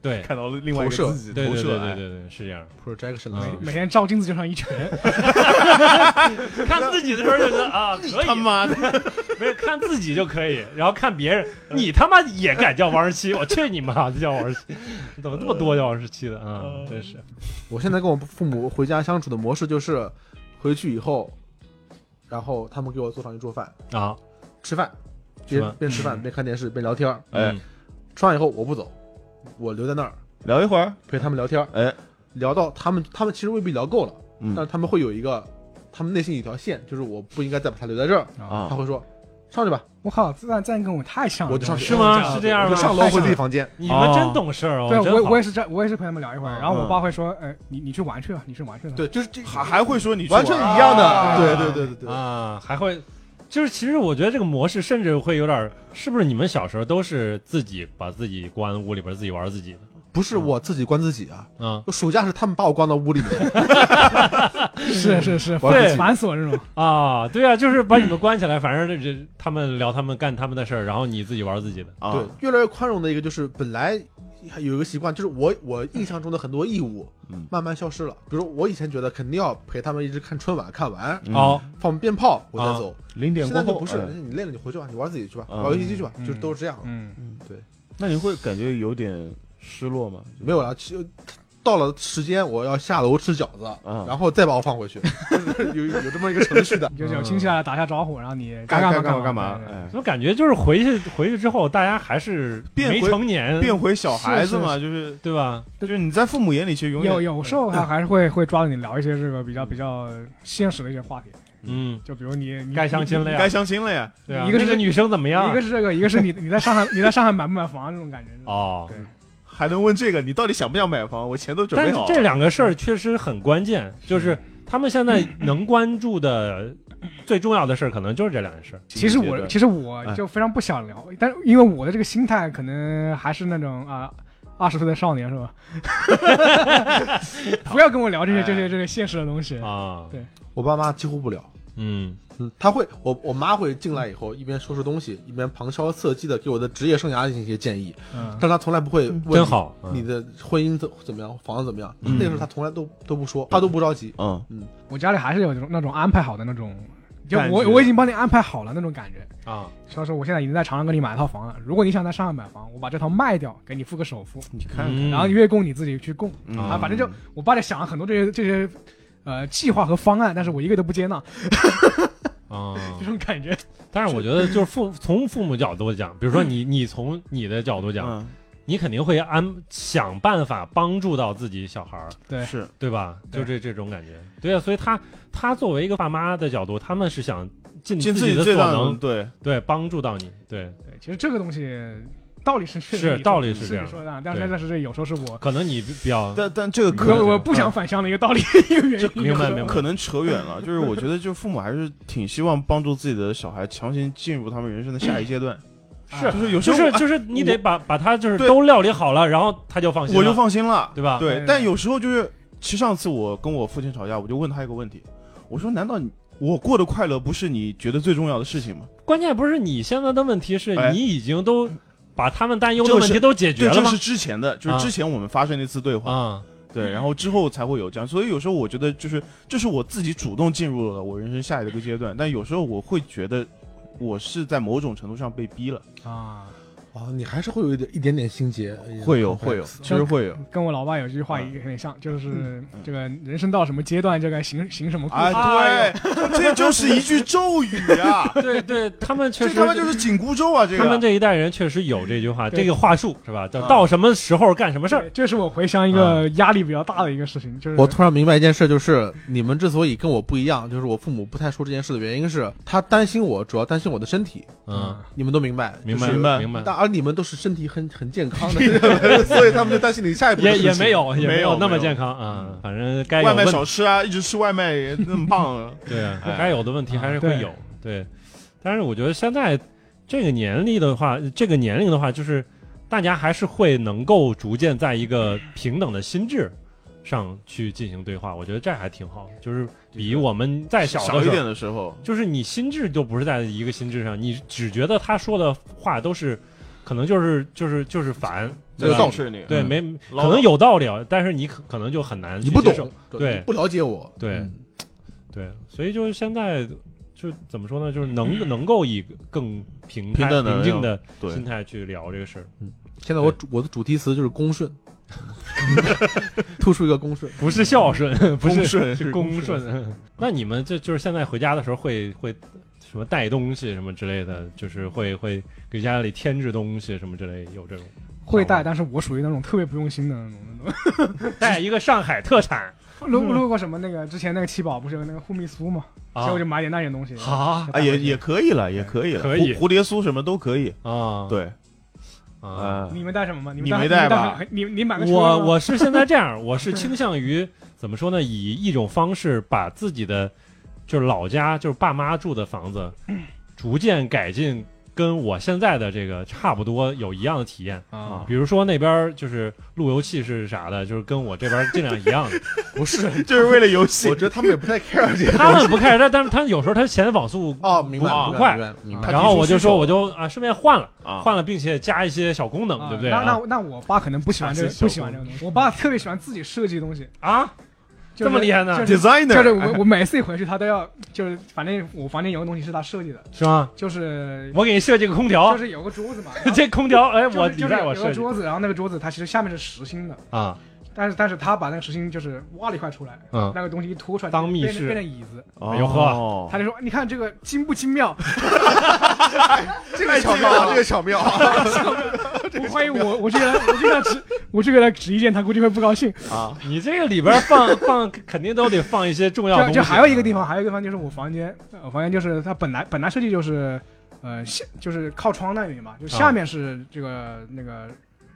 对
看到了另外一
投射
个自己
对
投
对对
射，
对
哎
对对是 这样。
projection
嗯
的
每天照镜子就像一拳，
看自己的时候就觉得啊，可
哎他
以，
妈的，
没有看自己就可以，然后看别人， 你他妈也敢叫王十七，我去你妈的叫王 十七，你怎么那么多叫王十七的啊？
呃
真是，
我现在跟我父母回家相处的模式就是，回去以后，然后他们给我做上一桌饭，
啊，
吃饭，
吃
边
饭
边吃饭边看电视边聊天儿。
哎
嗯，
吃完以后我不走，我留在那儿
聊一会儿，
陪他们聊天儿，
哎，
聊到他们他们其实未必聊够了，
嗯
但是他们会有一个他们内心有一条线，就是我不应该再把他留在这儿。他
啊，
会说上去吧，
我靠，这段赞跟我太像了，
我就上去
是吗？是这样
我
吗
就？上楼回自己房间。
你们真懂事儿哦，
对，
真
我
好
我也是这，我也是陪他们聊一会儿，然后我
嗯
爸会说，呃，你你去玩去吧，你去玩去吧。
对，就是这
还还会说你去
完全
玩
一样的。
啊
对对对对对，
啊，还会。就是其实我觉得这个模式甚至会有点儿，是不是你们小时候都是自己把自己关屋里边儿自己玩儿自己的
不是我自己关自己啊，
啊
暑假是他们把我关到屋里面，
是是是，
玩
自己
烦死我这种。
啊？对啊，就是把你们关起来，反正这这他们聊他们干他们的事儿，然后你自己玩儿自己的
啊，
对，越来越宽容的一个就是本来还有一个习惯，就是我我印象中的很多义务
嗯
慢慢消失了。比如我以前觉得肯定要陪他们一直看春晚，看完
嗯啊
哦。
放鞭炮我再走，
零点
现
过
在就
后
不是，
哎
你累了你回去吧，你玩自己去吧，
嗯
玩游戏机去吧，
嗯
就是都是这样。
嗯，
那你会感觉有点失落吗？
没有了，其实到了时间我要下楼吃饺子，
嗯
然后再把我放 回去，有有这么一个程序的。
就是有亲戚啊来打下招呼，然后你
该
干
干
干
嘛干嘛
嘛，，对对
哎，
怎么感觉就是回去回去之后，大家还是
变
没
回
成年，
变回小孩子嘛，就是
对吧？
就是你在父母眼里其实永远
有有时候他还是会会抓着你聊一些这个比较比较现实的一些话题，
嗯，
就比如你你
该相亲了
你
呀，
该相亲了呀，
对啊
一个是
那个女生怎么样？
一个是这个，一个是 你你在上海你在上海买不买房这种感觉。
哦，
还能问这个？你到底想不想买房？我钱都准
但
备
是
好
这
了。嗯
两个事儿确实很关键，就是他们现在能关注的最重要的事儿，可能就是这两件事儿。
其实
阶段
我其实我
哎
就非常不想聊，但是因为我的这个心态可能还是那种啊。二十岁的少年是吧？ 不要跟我聊这些这些这些现实的东西。
哎啊，
对
我爸妈几乎不聊，
嗯，
嗯，他会，我我妈会进来以后，一边收拾东西，一边旁敲侧击的给我的职业生涯进行一些建议，
嗯，
但她从来不会问你
真，好，嗯
你的婚姻怎怎么样，房子怎么样，
嗯
那个时候她从来都都不说，她都不着急。
嗯，
我家里还是有这种那种安排好的那种，就
感
我
觉
我已经帮你安排好了那种感觉。
嗯啊，
所以说我现在已经在长安给你买一套房了。如果你想在上海买房，我把这套卖掉，给你付个首付，
你看，
嗯
然后月供你自己去供、
嗯
啊。反正就我爸就想了很多这些这些呃计划和方案，但是我一个都不接纳，
啊，
这种感觉。
但是我觉得就是父从父母角度讲，比如说你你从你的角度讲，
嗯
你肯定会安想办法帮助到自己小孩儿，
对
嗯是
对吧？
对
就这这种感觉，对啊，所以他他作为一个爸妈的角度，他们是想尽
尽
自
自己
的
最
所
大的
能，
对，
对，帮助到你，对，
对，其实这个东西道理是确实
是
你说
道理是
是
这样
你说的，啊但是
对
但是这有时候是我
可能你比比较
但但这个嗯可
我我不想返乡的一个道理， 一个原因。
啊明白明白
可能扯远了，就是我觉得，就父母还是挺希望帮助自己的小孩强行进入他们人生的下一阶段，
是
就是有时
就
候
是
哎
就是你得把把他就是
对
都料理好了，然后他就放心了，
我就放心了，
对吧？
对
嗯，
但有时候就是，其实上次我跟我父亲吵架，我就问他一个问题，我说：“难道你我过的快乐不是你觉得最重要的事情吗
关键不是你现在的问题是
哎
你已经都把他们担忧的
这个
问题
是
都解？”决
对，
了
这
吗
是？之前的，就是之前我们发生那次对话，
啊，
对，然后之后才会有这样。所以有时候我觉得，就是这是我自己主动进入了我人生下一个阶段，但有时候我会觉得，我是在某种程度上被逼了，
啊，
哦，你还是会有一点一点点心结，
会有会有，其实会有。
跟我老爸有句话
嗯
也有点像，就是这个人生到什么阶段就该行行什么故事。
哎，
啊，对，这就是一句咒语啊
对对，他们 确
这
实
他妈就是紧箍咒啊，这个。
他们这一代人确实有这句话，
对
这个话术是吧？叫
啊
到什么时候干什么事儿
对，这是我回
嗯
乡一个压力比较大的一个事情，就是
我突然明白一件事，就是你们之所以跟我不一样，就是我父母不太说这件事的原因是，他担心我，主要担心我的身体。
嗯，
你们都明白，
明白
就是
明白
但而你们都是身体很很健康 的，所以他们就担心你下一步的
也也
事情
没有也
没有
有那
没
么
有嗯
健康啊，反正该有
外卖
问
少吃啊，一直吃外卖也那么 棒啊。
对啊
哎，
该有的问题还是
啊
会
对
有。对，但是我觉得现在这个年龄的话，这个年龄的话，就是大家还是会能够逐渐在一个平等的心智上去进行对话。我觉得这还挺好，就是比我们再小
小
的
一
时
点
候，
的时候，
就是你心智就不是在一个心智上，你只觉得他说的话都是。可能就是就是就是烦，
这个
吧
道理
理你，
对，
嗯
没
唠叨
可能有道理啊，但是你可可能就很难
你
去
不
接受
懂，
对
你不了解我，
对
嗯，
对，所以就是现在就怎么说呢，就是能 能够以更平
平
态
等的
平静的
对
心态去聊这个事儿，
现在我主我的主题词就是公顺， 突出一个公顺。
不是孝 顺，不
公
是
顺
是公顺。那你们这就是现在回家的时候会会什么带东西什么之类的，就是会会给家里添置东西什么之类，有这种
会带，但是我属于那种特别不用心的那种那 种。
带一个上海特产
路路过什么那个之前那个七宝不是有那个护密酥嘛，所以
啊
我就买点那些东西。
好
就带
啊，也
回去
也可以了，也可以了，
可以
蝴蝴蝶酥什么都可以。
啊，
对，
啊。
啊，
你们带什么吗？你
你
们
没带
带你们
吧
什么你你买个车
我
吗嗯
我是现在这样，我 是倾向于怎么说呢？以一种方式把自己的就是老家就是爸妈住的房子，逐渐改进，跟我现在的这个差不多有一样的体验。
啊
比如说那边就是路由器是啥的，就是跟我这边尽量一样 的。
不 是，
就是为了游戏
我觉得他们也不太 care 这个。
他们不开，但但是他有时候他嫌网速，
哦，明白，
不
明
快
白，明白明白。
他
然后我
提出需
就
求
说我就啊顺便换了，
啊，
换了并且加一些小功能，
啊
对不对
那
啊？
那那我爸可能不喜欢这个
下次小
不喜欢这个东西。我爸特别喜欢自己设计东西，
啊，
就是
这么厉害呢
就是就是我
designer
我每次一回去，他都要就是反正我房间有个东西是他设计的，
是吗？
就是
我给你设计个空
就
调，
是有个桌子嘛，然 后
这空调哎，我
就是
你
就是
在
有
我
个
设计
桌子，然后那个桌子它其实下面是实心的，
啊。
但是但是他把那个实心就是挖了一块出来，
嗯
那个东西一凸出来
当密
变成
室
变成椅子，
哦
哎呦呵
他就说你看这个精不精 妙？
这个巧妙啊，这个巧妙啊。
我怀疑我我这个我这个指我这个来指意见，他估计会不高兴。
啊，
你这个里边放 放肯定都得放一些重要
就
东西。
就还有一个地方，还有一个地方就是我房间，呃我房间就是它本来本来设计就是，呃下就是靠窗那里嘛，
啊
就下面是这个、那个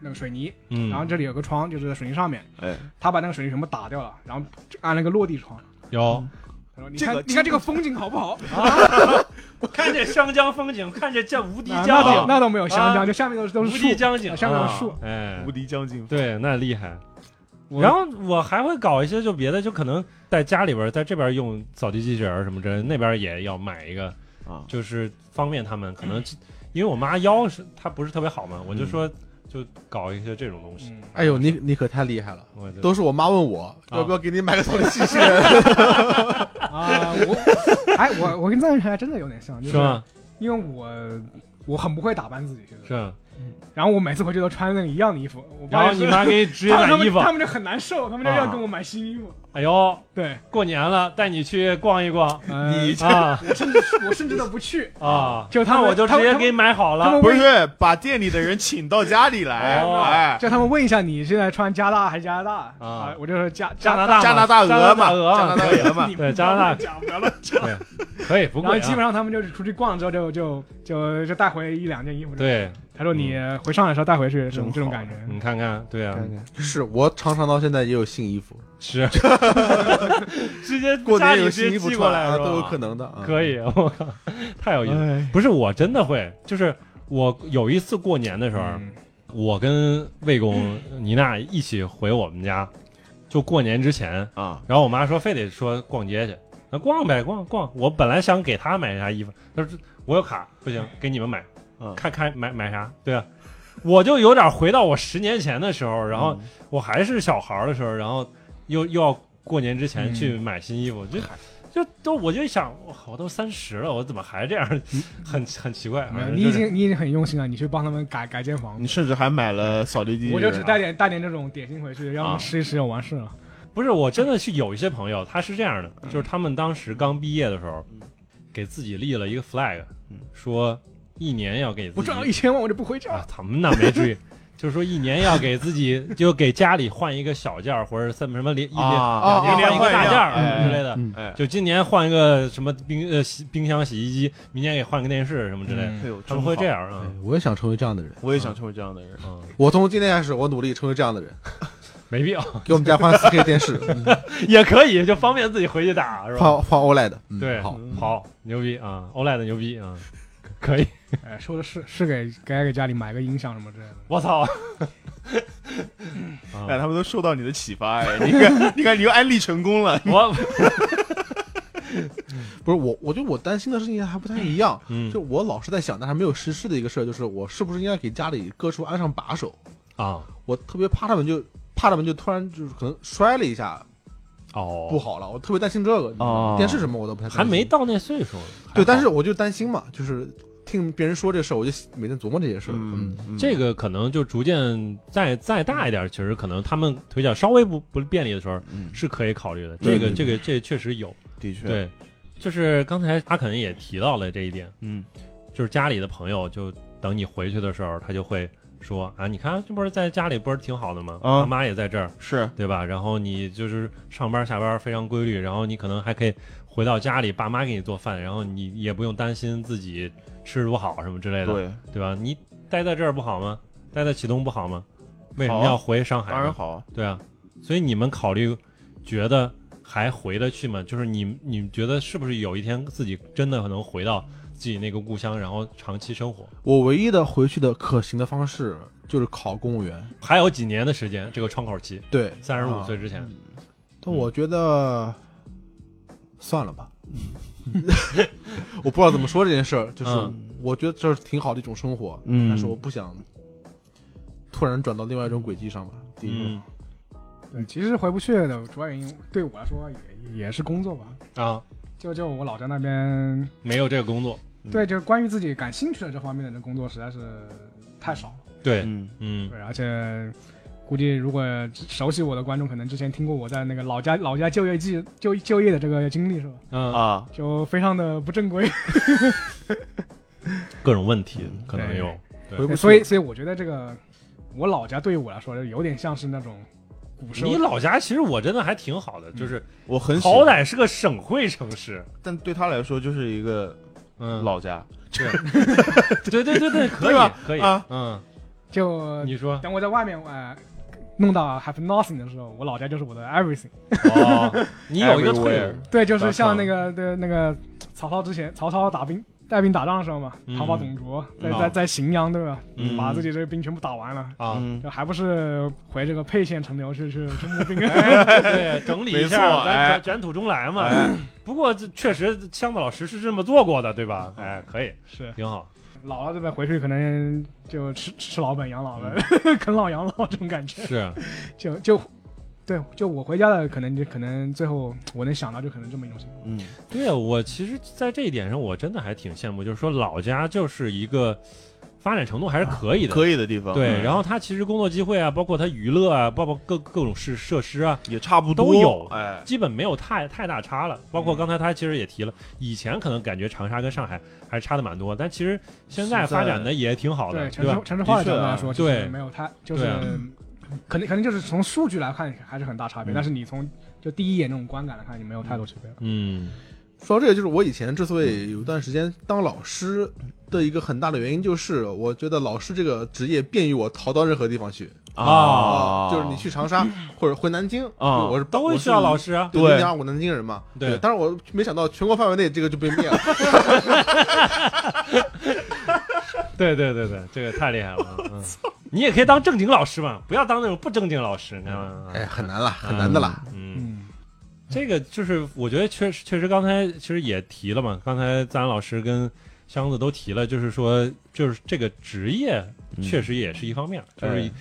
那个水泥，
嗯，
然后这里有个窗，就是在水泥上面，
哎，
他把那个水泥全部打掉了，然后就安了个落地窗。
有
他说：“你
这
看，
个
你看这个风景好不好？
看这湘江风景，看这这无敌
啊、那
江
倒
景，
那倒没有湘江，
啊
就下面都是都
无
是树
敌，江景，
下面有
啊
树。
哎
无，敌将军，
对，那厉害。
我
然后我还会搞一些就别的，就可能在家里边，在这边用扫地机器人儿什么之类的，那边也要买一个，
啊，
就是方便他们。可能 因为我妈腰是她不是特别好嘛，我就
嗯
说就搞一些这种东西。
嗯，
哎呦，你你可太厉害了。
我就
都是我妈问我
啊
要不要给你买个扫地机器人，
啊，我，哎，我我跟藏人还真的有点像，就是
吗？
因为我我很不会打扮自己，现在
是吧。
然后我每次回去都穿那个一样的衣服，我
然
爸
后
也
你
是
妈给你直接
他
买
们
衣服，
他们就很难受，他们就要跟我买新衣服。
哎呦，
对，
过年了，带你去逛一逛
你
啊。
我甚至我甚至都不去，
啊，
就他
那
们
我就直
他们
接
他们
给你买好
他
了
们
不是把店里的人请到家里来，
哦
哎，
叫他们问一下你现在穿加拿大还是加拿大啊？我就说加
加拿
拿
大嘛
加拿大鹅嘛，加拿
鹅
大
嘛，
鹅嘛，
对加拿大
讲不要乱讲。
可以不
然后
贵
基本
啊。
上他们就是出去逛之后就就就就带回一两件衣服。，
对，
他说你回上海的时候带回去，这
真
种
好
这种感觉。
你看看，对啊，
是我常常到现在也有新衣服，
是，直接
过
家
年
里
有
直
新
接
衣服
寄过
穿
来
啊，
是
都
吧
有可能的。啊
可以， 我靠，太有意思
嗯
了。
哎，
不是我真的会，就是我有一次过年的时候，
嗯
我跟魏公、妮娜一起回我们家，就过年之前，
啊，
然后我妈说非得说逛街去，那逛呗，逛逛。我本来想给她买啥衣服，她说我有卡，不行，给你们买
嗯，
看看买买啥，对啊。我就有点回到我十年前的时候，然
嗯
后我还是小孩儿的时候，然后又又要过年之前
嗯
去买新衣服，就就都我就想，我靠我都三十了，我怎么还这样，很很奇怪。
嗯没
反正
有，
啊
你
就
已
是
经你已经很用心了，你去帮他们改改间房
你。甚至还买了扫地机器人，
我就只
啊
带点带点这种点心回去，让他们吃一吃就完事了。
不是，我真的是有一些朋友，他是这样的，就是他们当时刚毕业的时候
嗯，
给自己立了一个 flag，
嗯
说一年要给自己啊
我赚到一千万，我就不回家
啊，。他们那没注意， 就是说一年要给自己就给家里换一个小件儿，或者什么什么连一年
啊
啊
两年换一个大件
啊啊
儿之类的。
嗯
哎，
就今年换一个什么冰呃洗冰箱、洗衣机，明年给换个电视什么之类的，
嗯
哎呦，
他们会
真好
这，样啊。
对我也想成为这样的人。
我也想成为这样的人。
嗯，
我从今天开始，我努力成为这样的 人，
没必要，
给我们家换 4K 电视，
也可以，就方便自己回去打，是吧？
换换 OLED。嗯
对，
好，
好，牛逼啊！OLED 牛逼啊，可以。
哎，说的是是给该给家里买个音响什么之类的。
我操！
哎，他们都受到你的启发，哎， 你看，你看，你又安利成功了。
我
不是我，我觉得我担心的事情还不太一样，
嗯
就我老是在想，但还没有实施的一个事儿，就是我是不是应该给家里各处安上把手？
啊
我特别怕他们就怕他们就突然就是可能摔了一下
哦，
不好了，我特别担心这个。
哦
电视什么我都不太担心
还没到那岁数呢。
对，但
是。
是我就担心嘛，就是听别人说这事儿，我就每天琢磨这些事儿。
嗯，嗯
这个可能就逐渐再再大一点，其实可能他们腿脚稍微不不便利的时候，
嗯
是可以考虑的。
对
这个
对
这个这确实有，
的确，，
对，就是刚才阿肯也提到了这一点，
嗯，
就是家里的朋友就等你回去的时候，他就会说啊，你看这不是在家里不是挺好的吗？
啊
爸妈也在这儿，
是，
对吧？然后你就是上班下班非常规律，然后你可能还可以回到家里，爸妈给你做饭，然后你也不用担心自己吃不好什么之类的。哎
对，
对吧？你待在这儿不好吗？待在启东不好吗？为什么要回上海呢？
当然好，
对啊，所以你们考虑，觉得还回得去吗？就是你你们觉得是不是有一天自己真的能回到自己那个故乡，然后长期生活？
我唯一的回去的可行的方式就是考公务员。
还有几年的时间，这个窗口期，
对，
三十五
啊
岁之前，
但我觉得算了吧， 我不知道怎么说这件事儿，就是
嗯
我觉得这是挺好的一种生活，
嗯
但是我不想突然转到另外一种轨迹上吧。第一个，
嗯
对，其实回不去的主要原因对我来说也也是工作吧。
啊，
就就我老家那边，
没有这个工作，
对，就是关于自己感兴趣的这方面的这工作实在是太少了。
对，
嗯，
嗯
对，而且估计如果熟悉我的观众，可能之前听过我在那个老家老家就业记就就业的这个经历是吧？
嗯
啊，
就非常的不正规，
各种问题可能
对
有，对
回不去，
所以所以我觉得这个我老家对于我来说有点像是那种古时候
你老家其实我真的还挺好的，就是
我很喜
好，歹是个省会城市，
但对他来说就是一个
嗯，
老家，
对对对对，可
对
以
吧
可以
啊，
嗯，
就
你说，
等我在外面呃弄到 have nothing 的时候，我老家就是我的 everything。
哦， 你有一个退路
Everywhere
对，就
打
是像
仗
那个对那个曹操之前，曹操打兵带兵打仗的时候嘛，
嗯
讨伐董卓，在
嗯
在在荥阳对吧
嗯？
把自己这个兵全部打完了。
啊，
嗯
就还不是回这个沛县城留去去去募 兵，
对，整理一
没错
下，咱
哎
卷卷土重来嘛。不过这确实，箱子老师是这么做过的，对吧？哎，可以，
是
挺好。
老了对吧？回去可能就吃吃老本养老了，
嗯
啃老养老这种感觉。
是，
就就对，就我回家了，可能就可能最后我能想到就可能这么一种情况。
嗯，
对我其实，在这一点上，我真的还挺羡慕，就是说老家就是一个发展程度还是可以的。
可以的地方，
对，
嗯
然后他其实工作机会啊，包括他娱乐啊，包括各各种设设施啊，
也差不多
都有
哎，
基本没有太太大差了。包括刚才他其实也提了，以前可能感觉长沙跟上海还是差的蛮多，但其实现在
现在
发展的也挺好的，
对
对
城市
吧？
城市化的角度
的确啊
来说，其
对
实没有太就是
对啊，
可能可能就是从数据来看还是很大差别，
嗯
但是你从就第一眼那种观感来看，你没有太多区别了。
嗯
说到这个，就是我以前之所以有段时间当老师的一个很大的原因，就是我觉得老师这个职业便于我逃到任何地方去
啊
就是你去长沙或者回南京
啊
我是
都会需要老师啊。
对，
对
零点二五南京人嘛，
对
但是我没想到全国范围内这个就被灭了，
对对对对，这个太厉害了。 嗯，你也可以当正经老师嘛，不要当那种不正经老师，你看吗？
哎，很难了，很难的啦。
嗯，
嗯，
这个就是我觉得确实确实刚才其实也提了嘛，刚才赞恩老师跟箱子都提了，就是说就是这个职业确实也是一方面，
嗯
就是
哎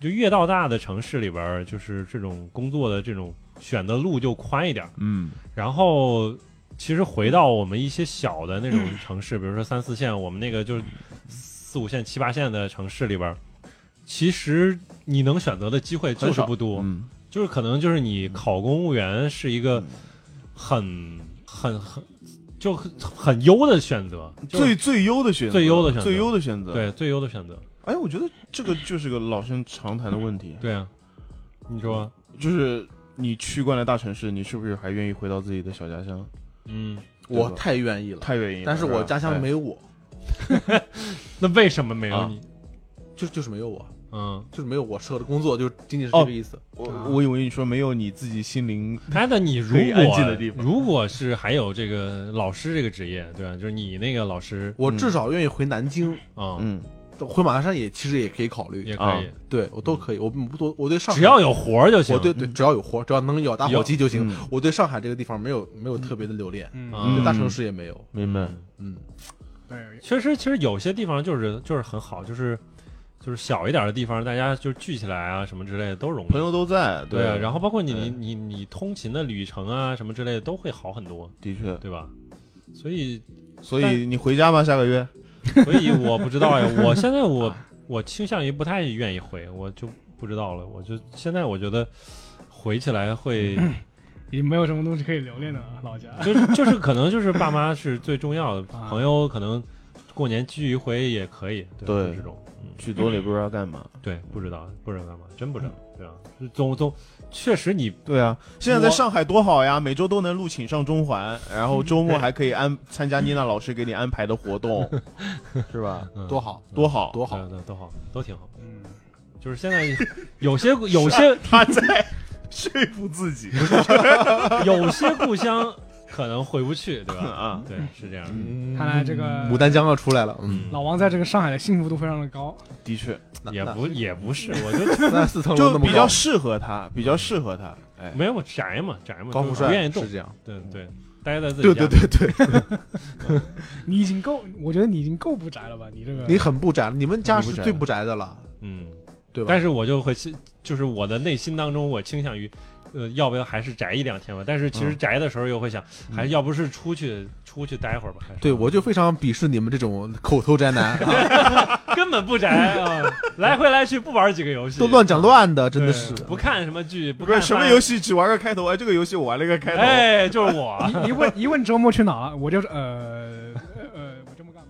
就越到大的城市里边儿，就是这种工作的这种选的路就宽一点儿。
嗯，
然后其实回到我们一些小的那种城市，比如说三四线，我们那个就是四五线、七八线的城市里边儿，其实你能选择的机会就是不多，
嗯，
就是可能就是你考公务员是一个很很很就很很优的选择，就
最最优的选择，
最优的选择
最优的选择。，
对最优的选择，
哎，我觉得这个就是个老生常谈的问题，
对啊，你说，
就是你去惯了大城市，你是不是还愿意回到自己的小家乡？
嗯，
对
我
吧
太愿意了，
太愿意了，
但是我
吧
家乡
哎
没我，
那为什么没有
啊
你？
就就是没有我，
嗯，
就是没有我适合的工作，就仅仅是这个意思。
我
啊
我以为你说没有你自己心灵，
他的哎 你如
可以
果
安静的地方
如果是还有这个老师这个职业，对吧？就是你那个老师
我至少愿意回南京，
啊，
嗯，啊
回马鞍山也其实也可以考虑，
也可以，
对我都可以。我不多，我对上海
只要有活儿就行嗯
我。对对，只要有活，只要能咬打火机就行
嗯。
我对上海这个地方没有没有特别的留恋，
嗯，
嗯
对大城市也没有。
明白。
嗯，
对，
确实，其实有些地方就是就是很好，就是就是小一点的地方，大家就聚起来啊什么之类的都容易
朋。友都在，
对啊，然
后
后包括你
对
你你你通勤的旅程啊什么之类的都会好很多，
的确，
对吧？所 以
所以你回家吧，下个月。
所以我不知道呀，我现在我我倾向于不太愿意回，我就不知道了。我就现在我觉得回起来 会，
也没有什么东西可以留恋的了老家。
就是就是可能就是爸妈是最重要的，
啊
朋友可能过年聚一回也可以，对吧
对
就这种。嗯
去多了也不知道干嘛。
对，不知道，不知道干嘛，真不知道，对吧？就总总，确实你
对啊，现在在上海多好呀，每周都能录请上中环，然后周末还可以安参加妮娜老师给你安排的活动，是吧？
嗯
多好，
多好！
多好
对，对都好，都挺好。
嗯，
就是现在有些有些
他在说服自己
有些故乡可能回不去，对吧？
啊，
对，是这样的。
嗯
看来这个
牡丹江要出来了。嗯，
老王在这个上海的幸福度非常的高，
的确，
那
也
那
不也不是，我就
那四层楼
就
那么
比较
高，
适合他，比较适合他。哎，
没有宅嘛，宅嘛，
高
就
富
是不愿意
帅
动
是，这样。
对对，待在自己
对
家。
对对对，
你已经够，我觉得你已经够不宅了吧？你这个
你很不宅，你们家
你不
是
宅
最不宅的了，
嗯，
对吧？
但是我就会倾，就是我的内心当中，我倾向于。呃，要不要还是宅一两天吧？但是其
嗯
实宅的时候又会想，还要不是出去出去待会儿吧？还是
对，我就非常鄙视你们这种口头宅男，啊
根本不宅啊，来回来去不玩几个游戏，
都乱讲乱的，真的
对
是。
不看什么剧，不
不是
看
什么
番
游，戏只玩个开头，哎，这个游戏我玩了一个开头。
哎，就是 我。
一一问一问周末去哪，我就是呃呃，我这么干。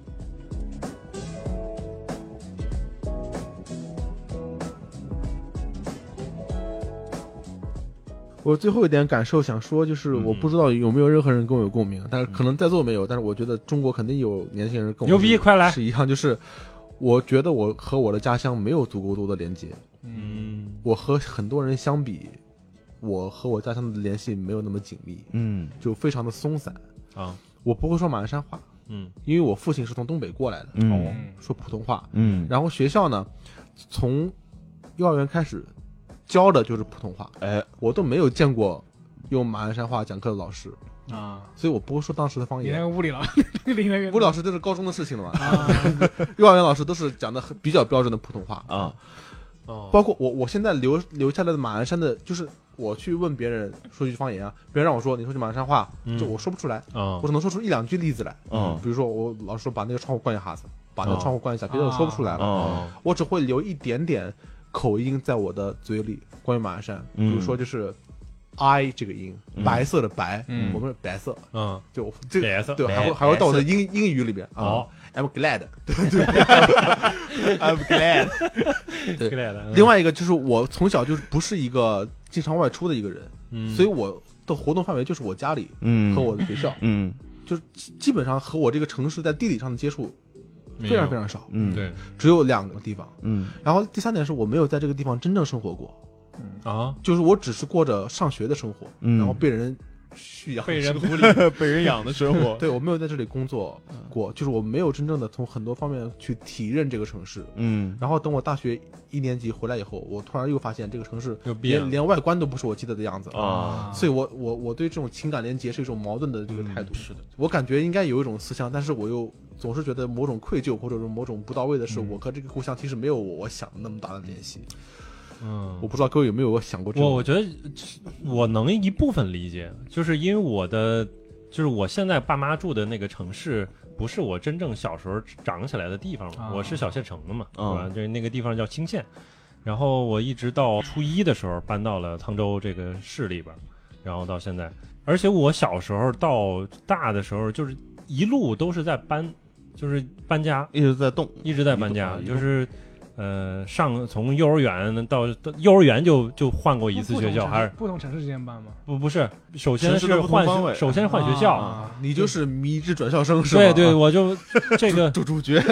我最后一点感受想说，就是
嗯
我不知道有没有任何人跟我有共鸣，但是可能在座没有，但是我觉得中国肯定有年轻人跟我
牛逼
是
快来
是一样，就是我觉得我和我的家乡没有足够多的连接，
嗯
我和很多人相比，我和我家乡的联系没有那么紧密，
嗯
就非常的松散。
啊
我不会说马鞍山话，
嗯
因为我父亲是从东北过来的，
嗯
说普通话，
嗯，
然后学校呢，从幼儿园开始教的就是普通话，
哎，
我都没有见过用马鞍山话讲课的老师，
啊，
所以我不会说当时的方
你那
言。
个物理 老，你那个
物理老师这是高中的事情了嘛，
啊，
幼儿园老师都是讲的很比较标准的普通话，
啊，
哦，
包括我我现在留留下来的马鞍山的，就是我去问别人说一句方言啊，别人让我说你说句马鞍山话，
嗯
就我说不出来，
啊
我只能说出一两句例子来，
嗯
比如说我老师说把那个窗户关一下子，把那个
哦
窗户关一下，别的我说不出来了。
哦，
我只会留一点点口音在我的嘴里，关于马鞍山，比如
嗯
说就是 i 这个音，
嗯
白色的白，
嗯
我们是白色，
嗯，
就这个
白色
对，还
白
会还会到我的
白
英英语里边啊
哦
，I'm glad。
I'm glad。
之类
嗯
的。嗯
另外一个就是我从小就是不是一个经常外出的一个人，
嗯，
所以我的活动范围就是我家里
嗯
和我的学校，
嗯
就是基基本上和我这个城市在地理上的接触
以
非常非常少，
嗯
对
只有两个地方。
嗯
然后第三点是我没有在这个地方真正生活过，
啊，
就是我只是过着上学的生活，
嗯
然后被人蓄养的
被人
生活
不理。
被人养的生活。
对我没有在这里工作
嗯
过，就是我没有真正的从很多方面去体认这个城市。
嗯
然后等我大学一年级回来以后，我突然又发现这个城市
又变了
连连外观都不是我记得的样子，
啊，
所以我我我对这种情感连结是一种矛盾的这个态度。
嗯是的，
我感觉应该有一种思乡，但是我又总是觉得某种愧疚或者是某种不到位的
嗯
是，我和这个故乡其实没有我我想的那么大的联系。
嗯
我，不知道各位有没有想过这
我
种
我觉得我能一部分理解，就是因为我的，就是我现在爸妈住的那个城市，不是我真正小时候长起来的地方嘛，
啊
我是小县城的嘛，对
嗯
吧？就是那个地方叫清县，然后我一直到初一的时候搬到了沧州这个市里边儿，然后到现在，而且我小时候到大的时候，就是一路都是在搬，就是搬家，
一直在动，
一直在搬家，
一路
就是呃上从幼儿园到到幼儿园就就换过一次学校，还是
不同城市之间搬吗？
不不是，首先
城市的
是
不同
换
方
学
位
首先是换学校，
啊
你就是迷之转校生是吧？
对
啊
对，我就这 个
主主角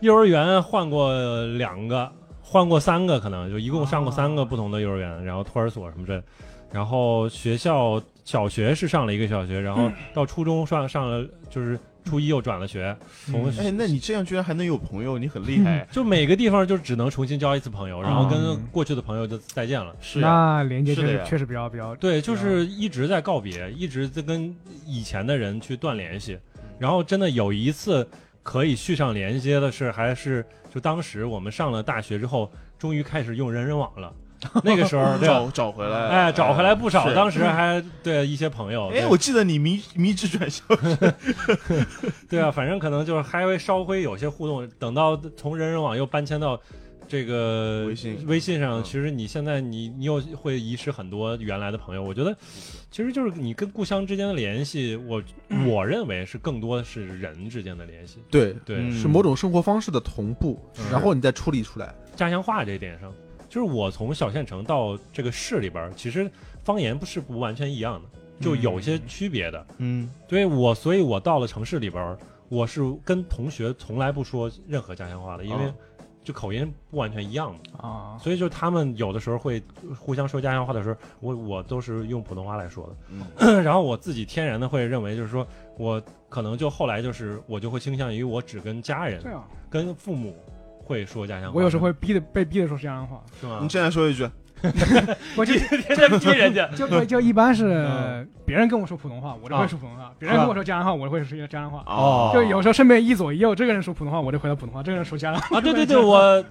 幼儿园换过两个，换过三个，可能就一共上过三
啊
个不同的幼儿园，然后托儿所什么之类的。然后学校小学是上了一个小学，然后到初中上上了就是初一又转了学，从
哎，那你这样居然还能有朋友，你很厉害。
就每个地方就只能重新交一次朋友，
啊
然后跟
嗯
过去的朋友就再见了。
是啊呀，
那连接
是
确
的
实
呀
确实比较比较
对，
啊
就是一直在告别，一直在跟以前的人去断联系
嗯。
然后真的有一次可以续上连接的是，还是就当时我们上了大学之后，终于开始用人人网了。那个时候，对吧，
找找回来，
哎，找回来不少。
是
当时还对一些朋友，
哎，
对
我记得你迷迷之转校，
对啊，反正可能就是还会稍微有些互动。等到从人人网又搬迁到这个
微信
微信上，
嗯
其实你现在你你又会遗失很多原来的朋友。我觉得，其实就是你跟故乡之间的联系， 我我认为是更多的是人之间的联系。
对，
对，
嗯
是某种生活方式的同步，
嗯
然后你再处理出来。
家乡话这一点上，就是我从小县城到这个市里边儿，其实方言不是不完全一样的，就有些区别的。
嗯，
对我，所以我到了城市里边儿，我是跟同学从来不说任何家乡话的，因为
哦
就口音不完全一样嘛。
啊，
所以就他们有的时候会互相说家乡话的时候，我我都是用普通话来说
嗯
的， 然后我自己天然的会认为就是说我可能就后来就是我就会倾向于我只跟家人
这、样。
跟父母会说家乡话。
啊我有时候会逼的被逼的说这样的话，
是吗
嗯你？现在说一句，
我就。
天天逼人家
就就就一般是
嗯
别人跟我说普通话，我就会说普通话；别人跟我说家乡话，我就会说家乡
啊
话。
哦
就有时候身边一左一右，这个人说普通话，我就回答普通话；这个人说家乡话，
啊，对对对，我，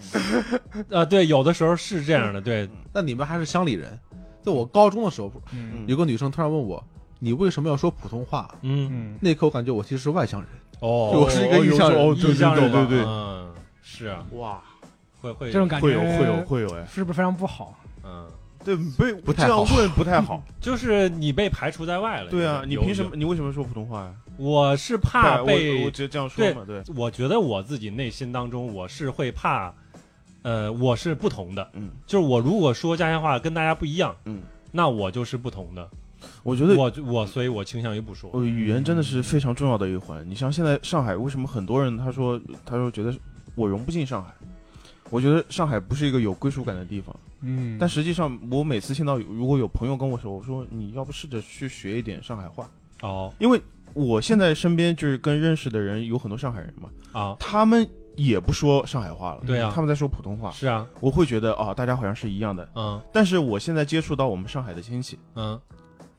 啊，对，有的时候是这样的，对，
那你们还是乡里人。在我高中的时候，
嗯
有个女生突然问我：“你为什么要说普通话
嗯，
嗯？”，
那一刻我感觉我其实是外乡人，
哦，
我是一个异乡人
哦，
异乡人吧，
对对对，
嗯，是啊，
哇，
会会
这种感觉
会有会有，会有哎，
是不是非常不好？
嗯，
对，被不
太
这样
好
问不太好。
就是你被排除在外了。
对啊，
有
你
有
凭什么？你为什么说普通话呀？
我是
对啊
怕
我
被
我直接这样说嘛，对，
我觉得我自己内心当中，我是会怕，呃，我是不同的，
嗯，
就是我如果说家乡话跟大家不一样，
嗯，
那我就是不同的，
我觉得
我我所以，我倾向于不说，
呃，语言真的是非常重要的一环。你像现在上海，为什么很多人他说他说觉得我融不进上海？我觉得上海不是一个有归属感的地方。
嗯
但实际上，我每次听到有如果有朋友跟我说，我说你要不试着去学一点上海话，
哦
因为我现在身边就是跟认识的人有很多上海人嘛，
啊，
他们也不说上海话了，
对啊
他们在说普通话，
是啊，
我会觉得啊、大家好像是一样的。
嗯
但是我现在接触到我们上海的亲戚，
嗯，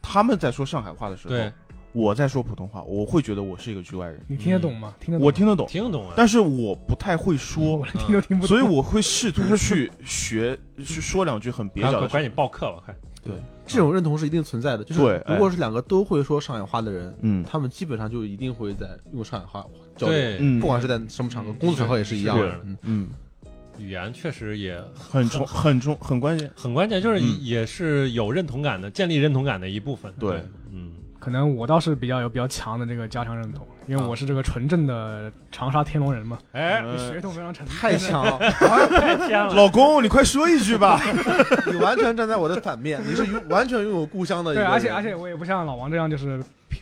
他们在说上海话的时候，
对，
我在说普通话，我会觉得我是一个局外人，
你听得懂吗？
嗯
听得懂吗
我听得懂，
听懂啊嗯了，
但是我不太会说
我， 连听都听不懂。
所以我会试图去 学，去说两句很蹩
啊
脚
快
的
赶
事。
紧报课吧，快，
这种认同是一定存在的。就是
对哎
如果是两个都会说上海话的人，
嗯
他们基本上就一定会在用上海话交流，
对，
嗯
不管是在什么场合，工作场合也是一样
是
的。嗯
嗯，
语言确实也
很重很重很关键。
很关键，就是
嗯
也是有认同感的，建立认同感的一部分，
对，
嗯，
可能我倒是比较有比较强的这个家乡认同，因为
啊
我是这个纯正的长沙天龙人嘛，
哎，
血统非常纯。
太强了，
太天了，
老公，你快说一句 吧。
你完全站在我的反面，你是拥完全拥有故乡的一个
对，
人。
而且而且我也不像老王这样就是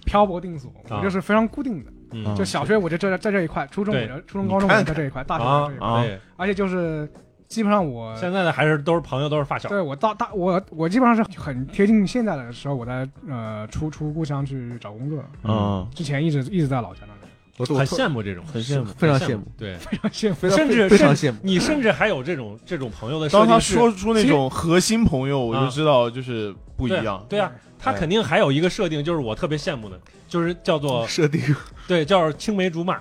漂漂泊定所，
啊
我就是非常固定的。
嗯
就小学我就在这在这一块，初中我就初中
你
高中我
看
就在这一块，大学我
啊
在这一块，
啊
对，
而且就是基本上我
现在的还是都是朋友，都是发小，
对我到大我我基本上是很贴近现在的时候，我在呃出出故乡去找工作，
嗯，
之前一直一直在老家那里，
我
很羡慕这种，
很羡慕。
非常
羡
羡慕，，
对。
非常幸福。
非常
甚至
非常
甚
羡慕。
你甚至还有这种这种朋友的设
当
定
他
是
说出那
其实
种核心朋友，我
啊
就知道就是不一样。
对
嗯
啊，他肯定还有一个设定，就是我特别羡慕的，就是叫做
设定
对，叫青梅竹马，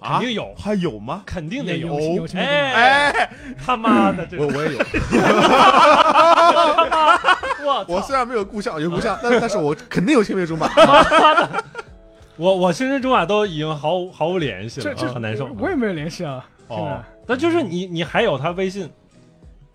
肯
啊，
定有，
还有吗？
肯定得
有有有青梅竹马
哎他妈的，这
我我也有，
我
我
操
虽然没有故乡，有故乡，但但是我肯定有青梅竹马。
我我青梅竹马都已经毫无毫无联系
这
了，
这
很难受。
啊我我也没有联系啊，现
哦
在，
那就是你你还有他微信，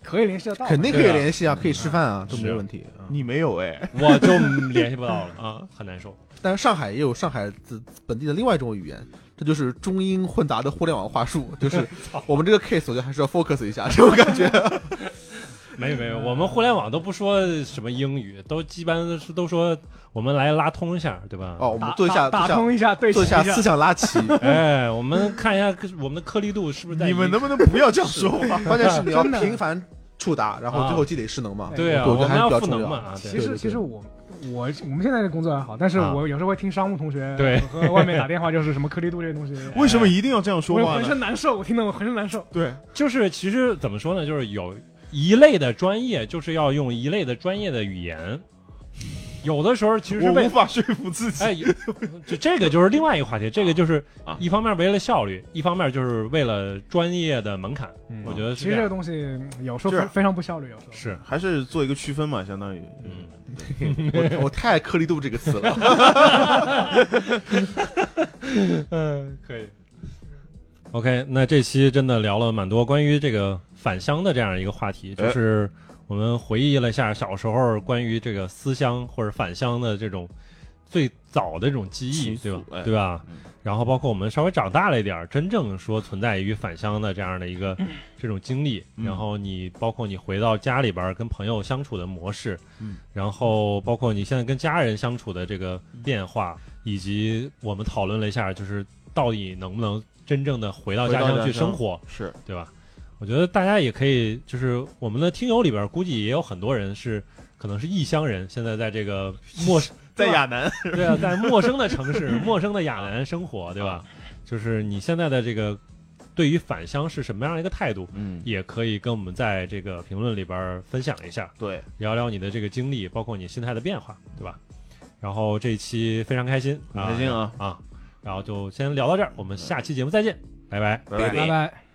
可以联系得到的，
肯定可以
对啊
联系啊，可以吃饭啊，都没
是
问题。嗯
你没有哎，
我就联系不到了啊，很难受。
但是上海也有上海自本地的另外一种语言，这就是中英混杂的互联网话术。就是我们这个 case，我觉得还是要 focus 一下，这种感觉。
没有没有，我们互联网都不说什么英语，都基本是都说我们来拉通一下，对吧？
哦，我们
打
做一下，
打打
做
通一下，对
一下，做
齐
一下思想拉齐。
哎，我们看一下 我们的颗粒度是不是在
你们
一
能不能不要这样说话？
关键是你要
真的
频繁触达，然后
啊
最后积累势能嘛。
对啊，
我觉
我们
得还是
要
比较
赋
重
能
要
嘛啊，对
其实
对
其
对
实我我我们现在的工作还好，但是
啊
我有时候会听商务同学
对
和外面打电话，就是什么颗粒度这些 东西，
哎
为什么一定要这样说
我
话
浑
呢？
身难受，我听得我浑身难受。
对，
就是其实怎么说呢，就是有一类的专业就是要用一类的专业的语言，有的时候其实是
我无
为
法说服自 己。
哎，有就这个就是另外一个话题，这个就是
啊
一方面为了效率，一方面就是为了专业的门槛，
嗯
我觉得是
其
这
实这个
样
东西嗯有时候
是
非非常不效率，有时候
是
还是做一个区分嘛，相当于。
嗯
我我太爱颗粒度这个词了。
嗯可以。OK，那这期真的聊了蛮多关于这个返乡的这样一个话题，就
哎
是我们回忆了一下小时候关于这个思乡或者返乡的这种最早的这种记忆，
情
对吧
愫？哎
对吧
嗯？
然后包括我们稍微长大了一点儿，真正说存在于返乡的这样的一个这种经历，
嗯
然后你包括你回到家里边儿跟朋友相处的模式，
嗯，
然后包括你现在跟家人相处的这个变化，
嗯
以及我们讨论了一下，就是到底能不能真正的回到
回
家
到
乡
家
去
乡
生活，
是
对吧？我觉得大家也可以，就是我们的听友里边儿，估计也有很多人是可能是异乡人，现在在这个陌 生
在亚南，
对啊，在陌生的城 市、陌生的亚南生活，对
啊
吧？就是你现在的这个对于返乡是什么样的一个态度，
嗯，
也可以跟我们在这个评论里边儿分享一下，
对，
聊聊你的这个经历，包括你心态的变化，对吧？然后这一期非常开心，
很开心啊，
啊！然后就先聊到这儿，我们下期节目再见，拜拜。
拜拜。
拜拜。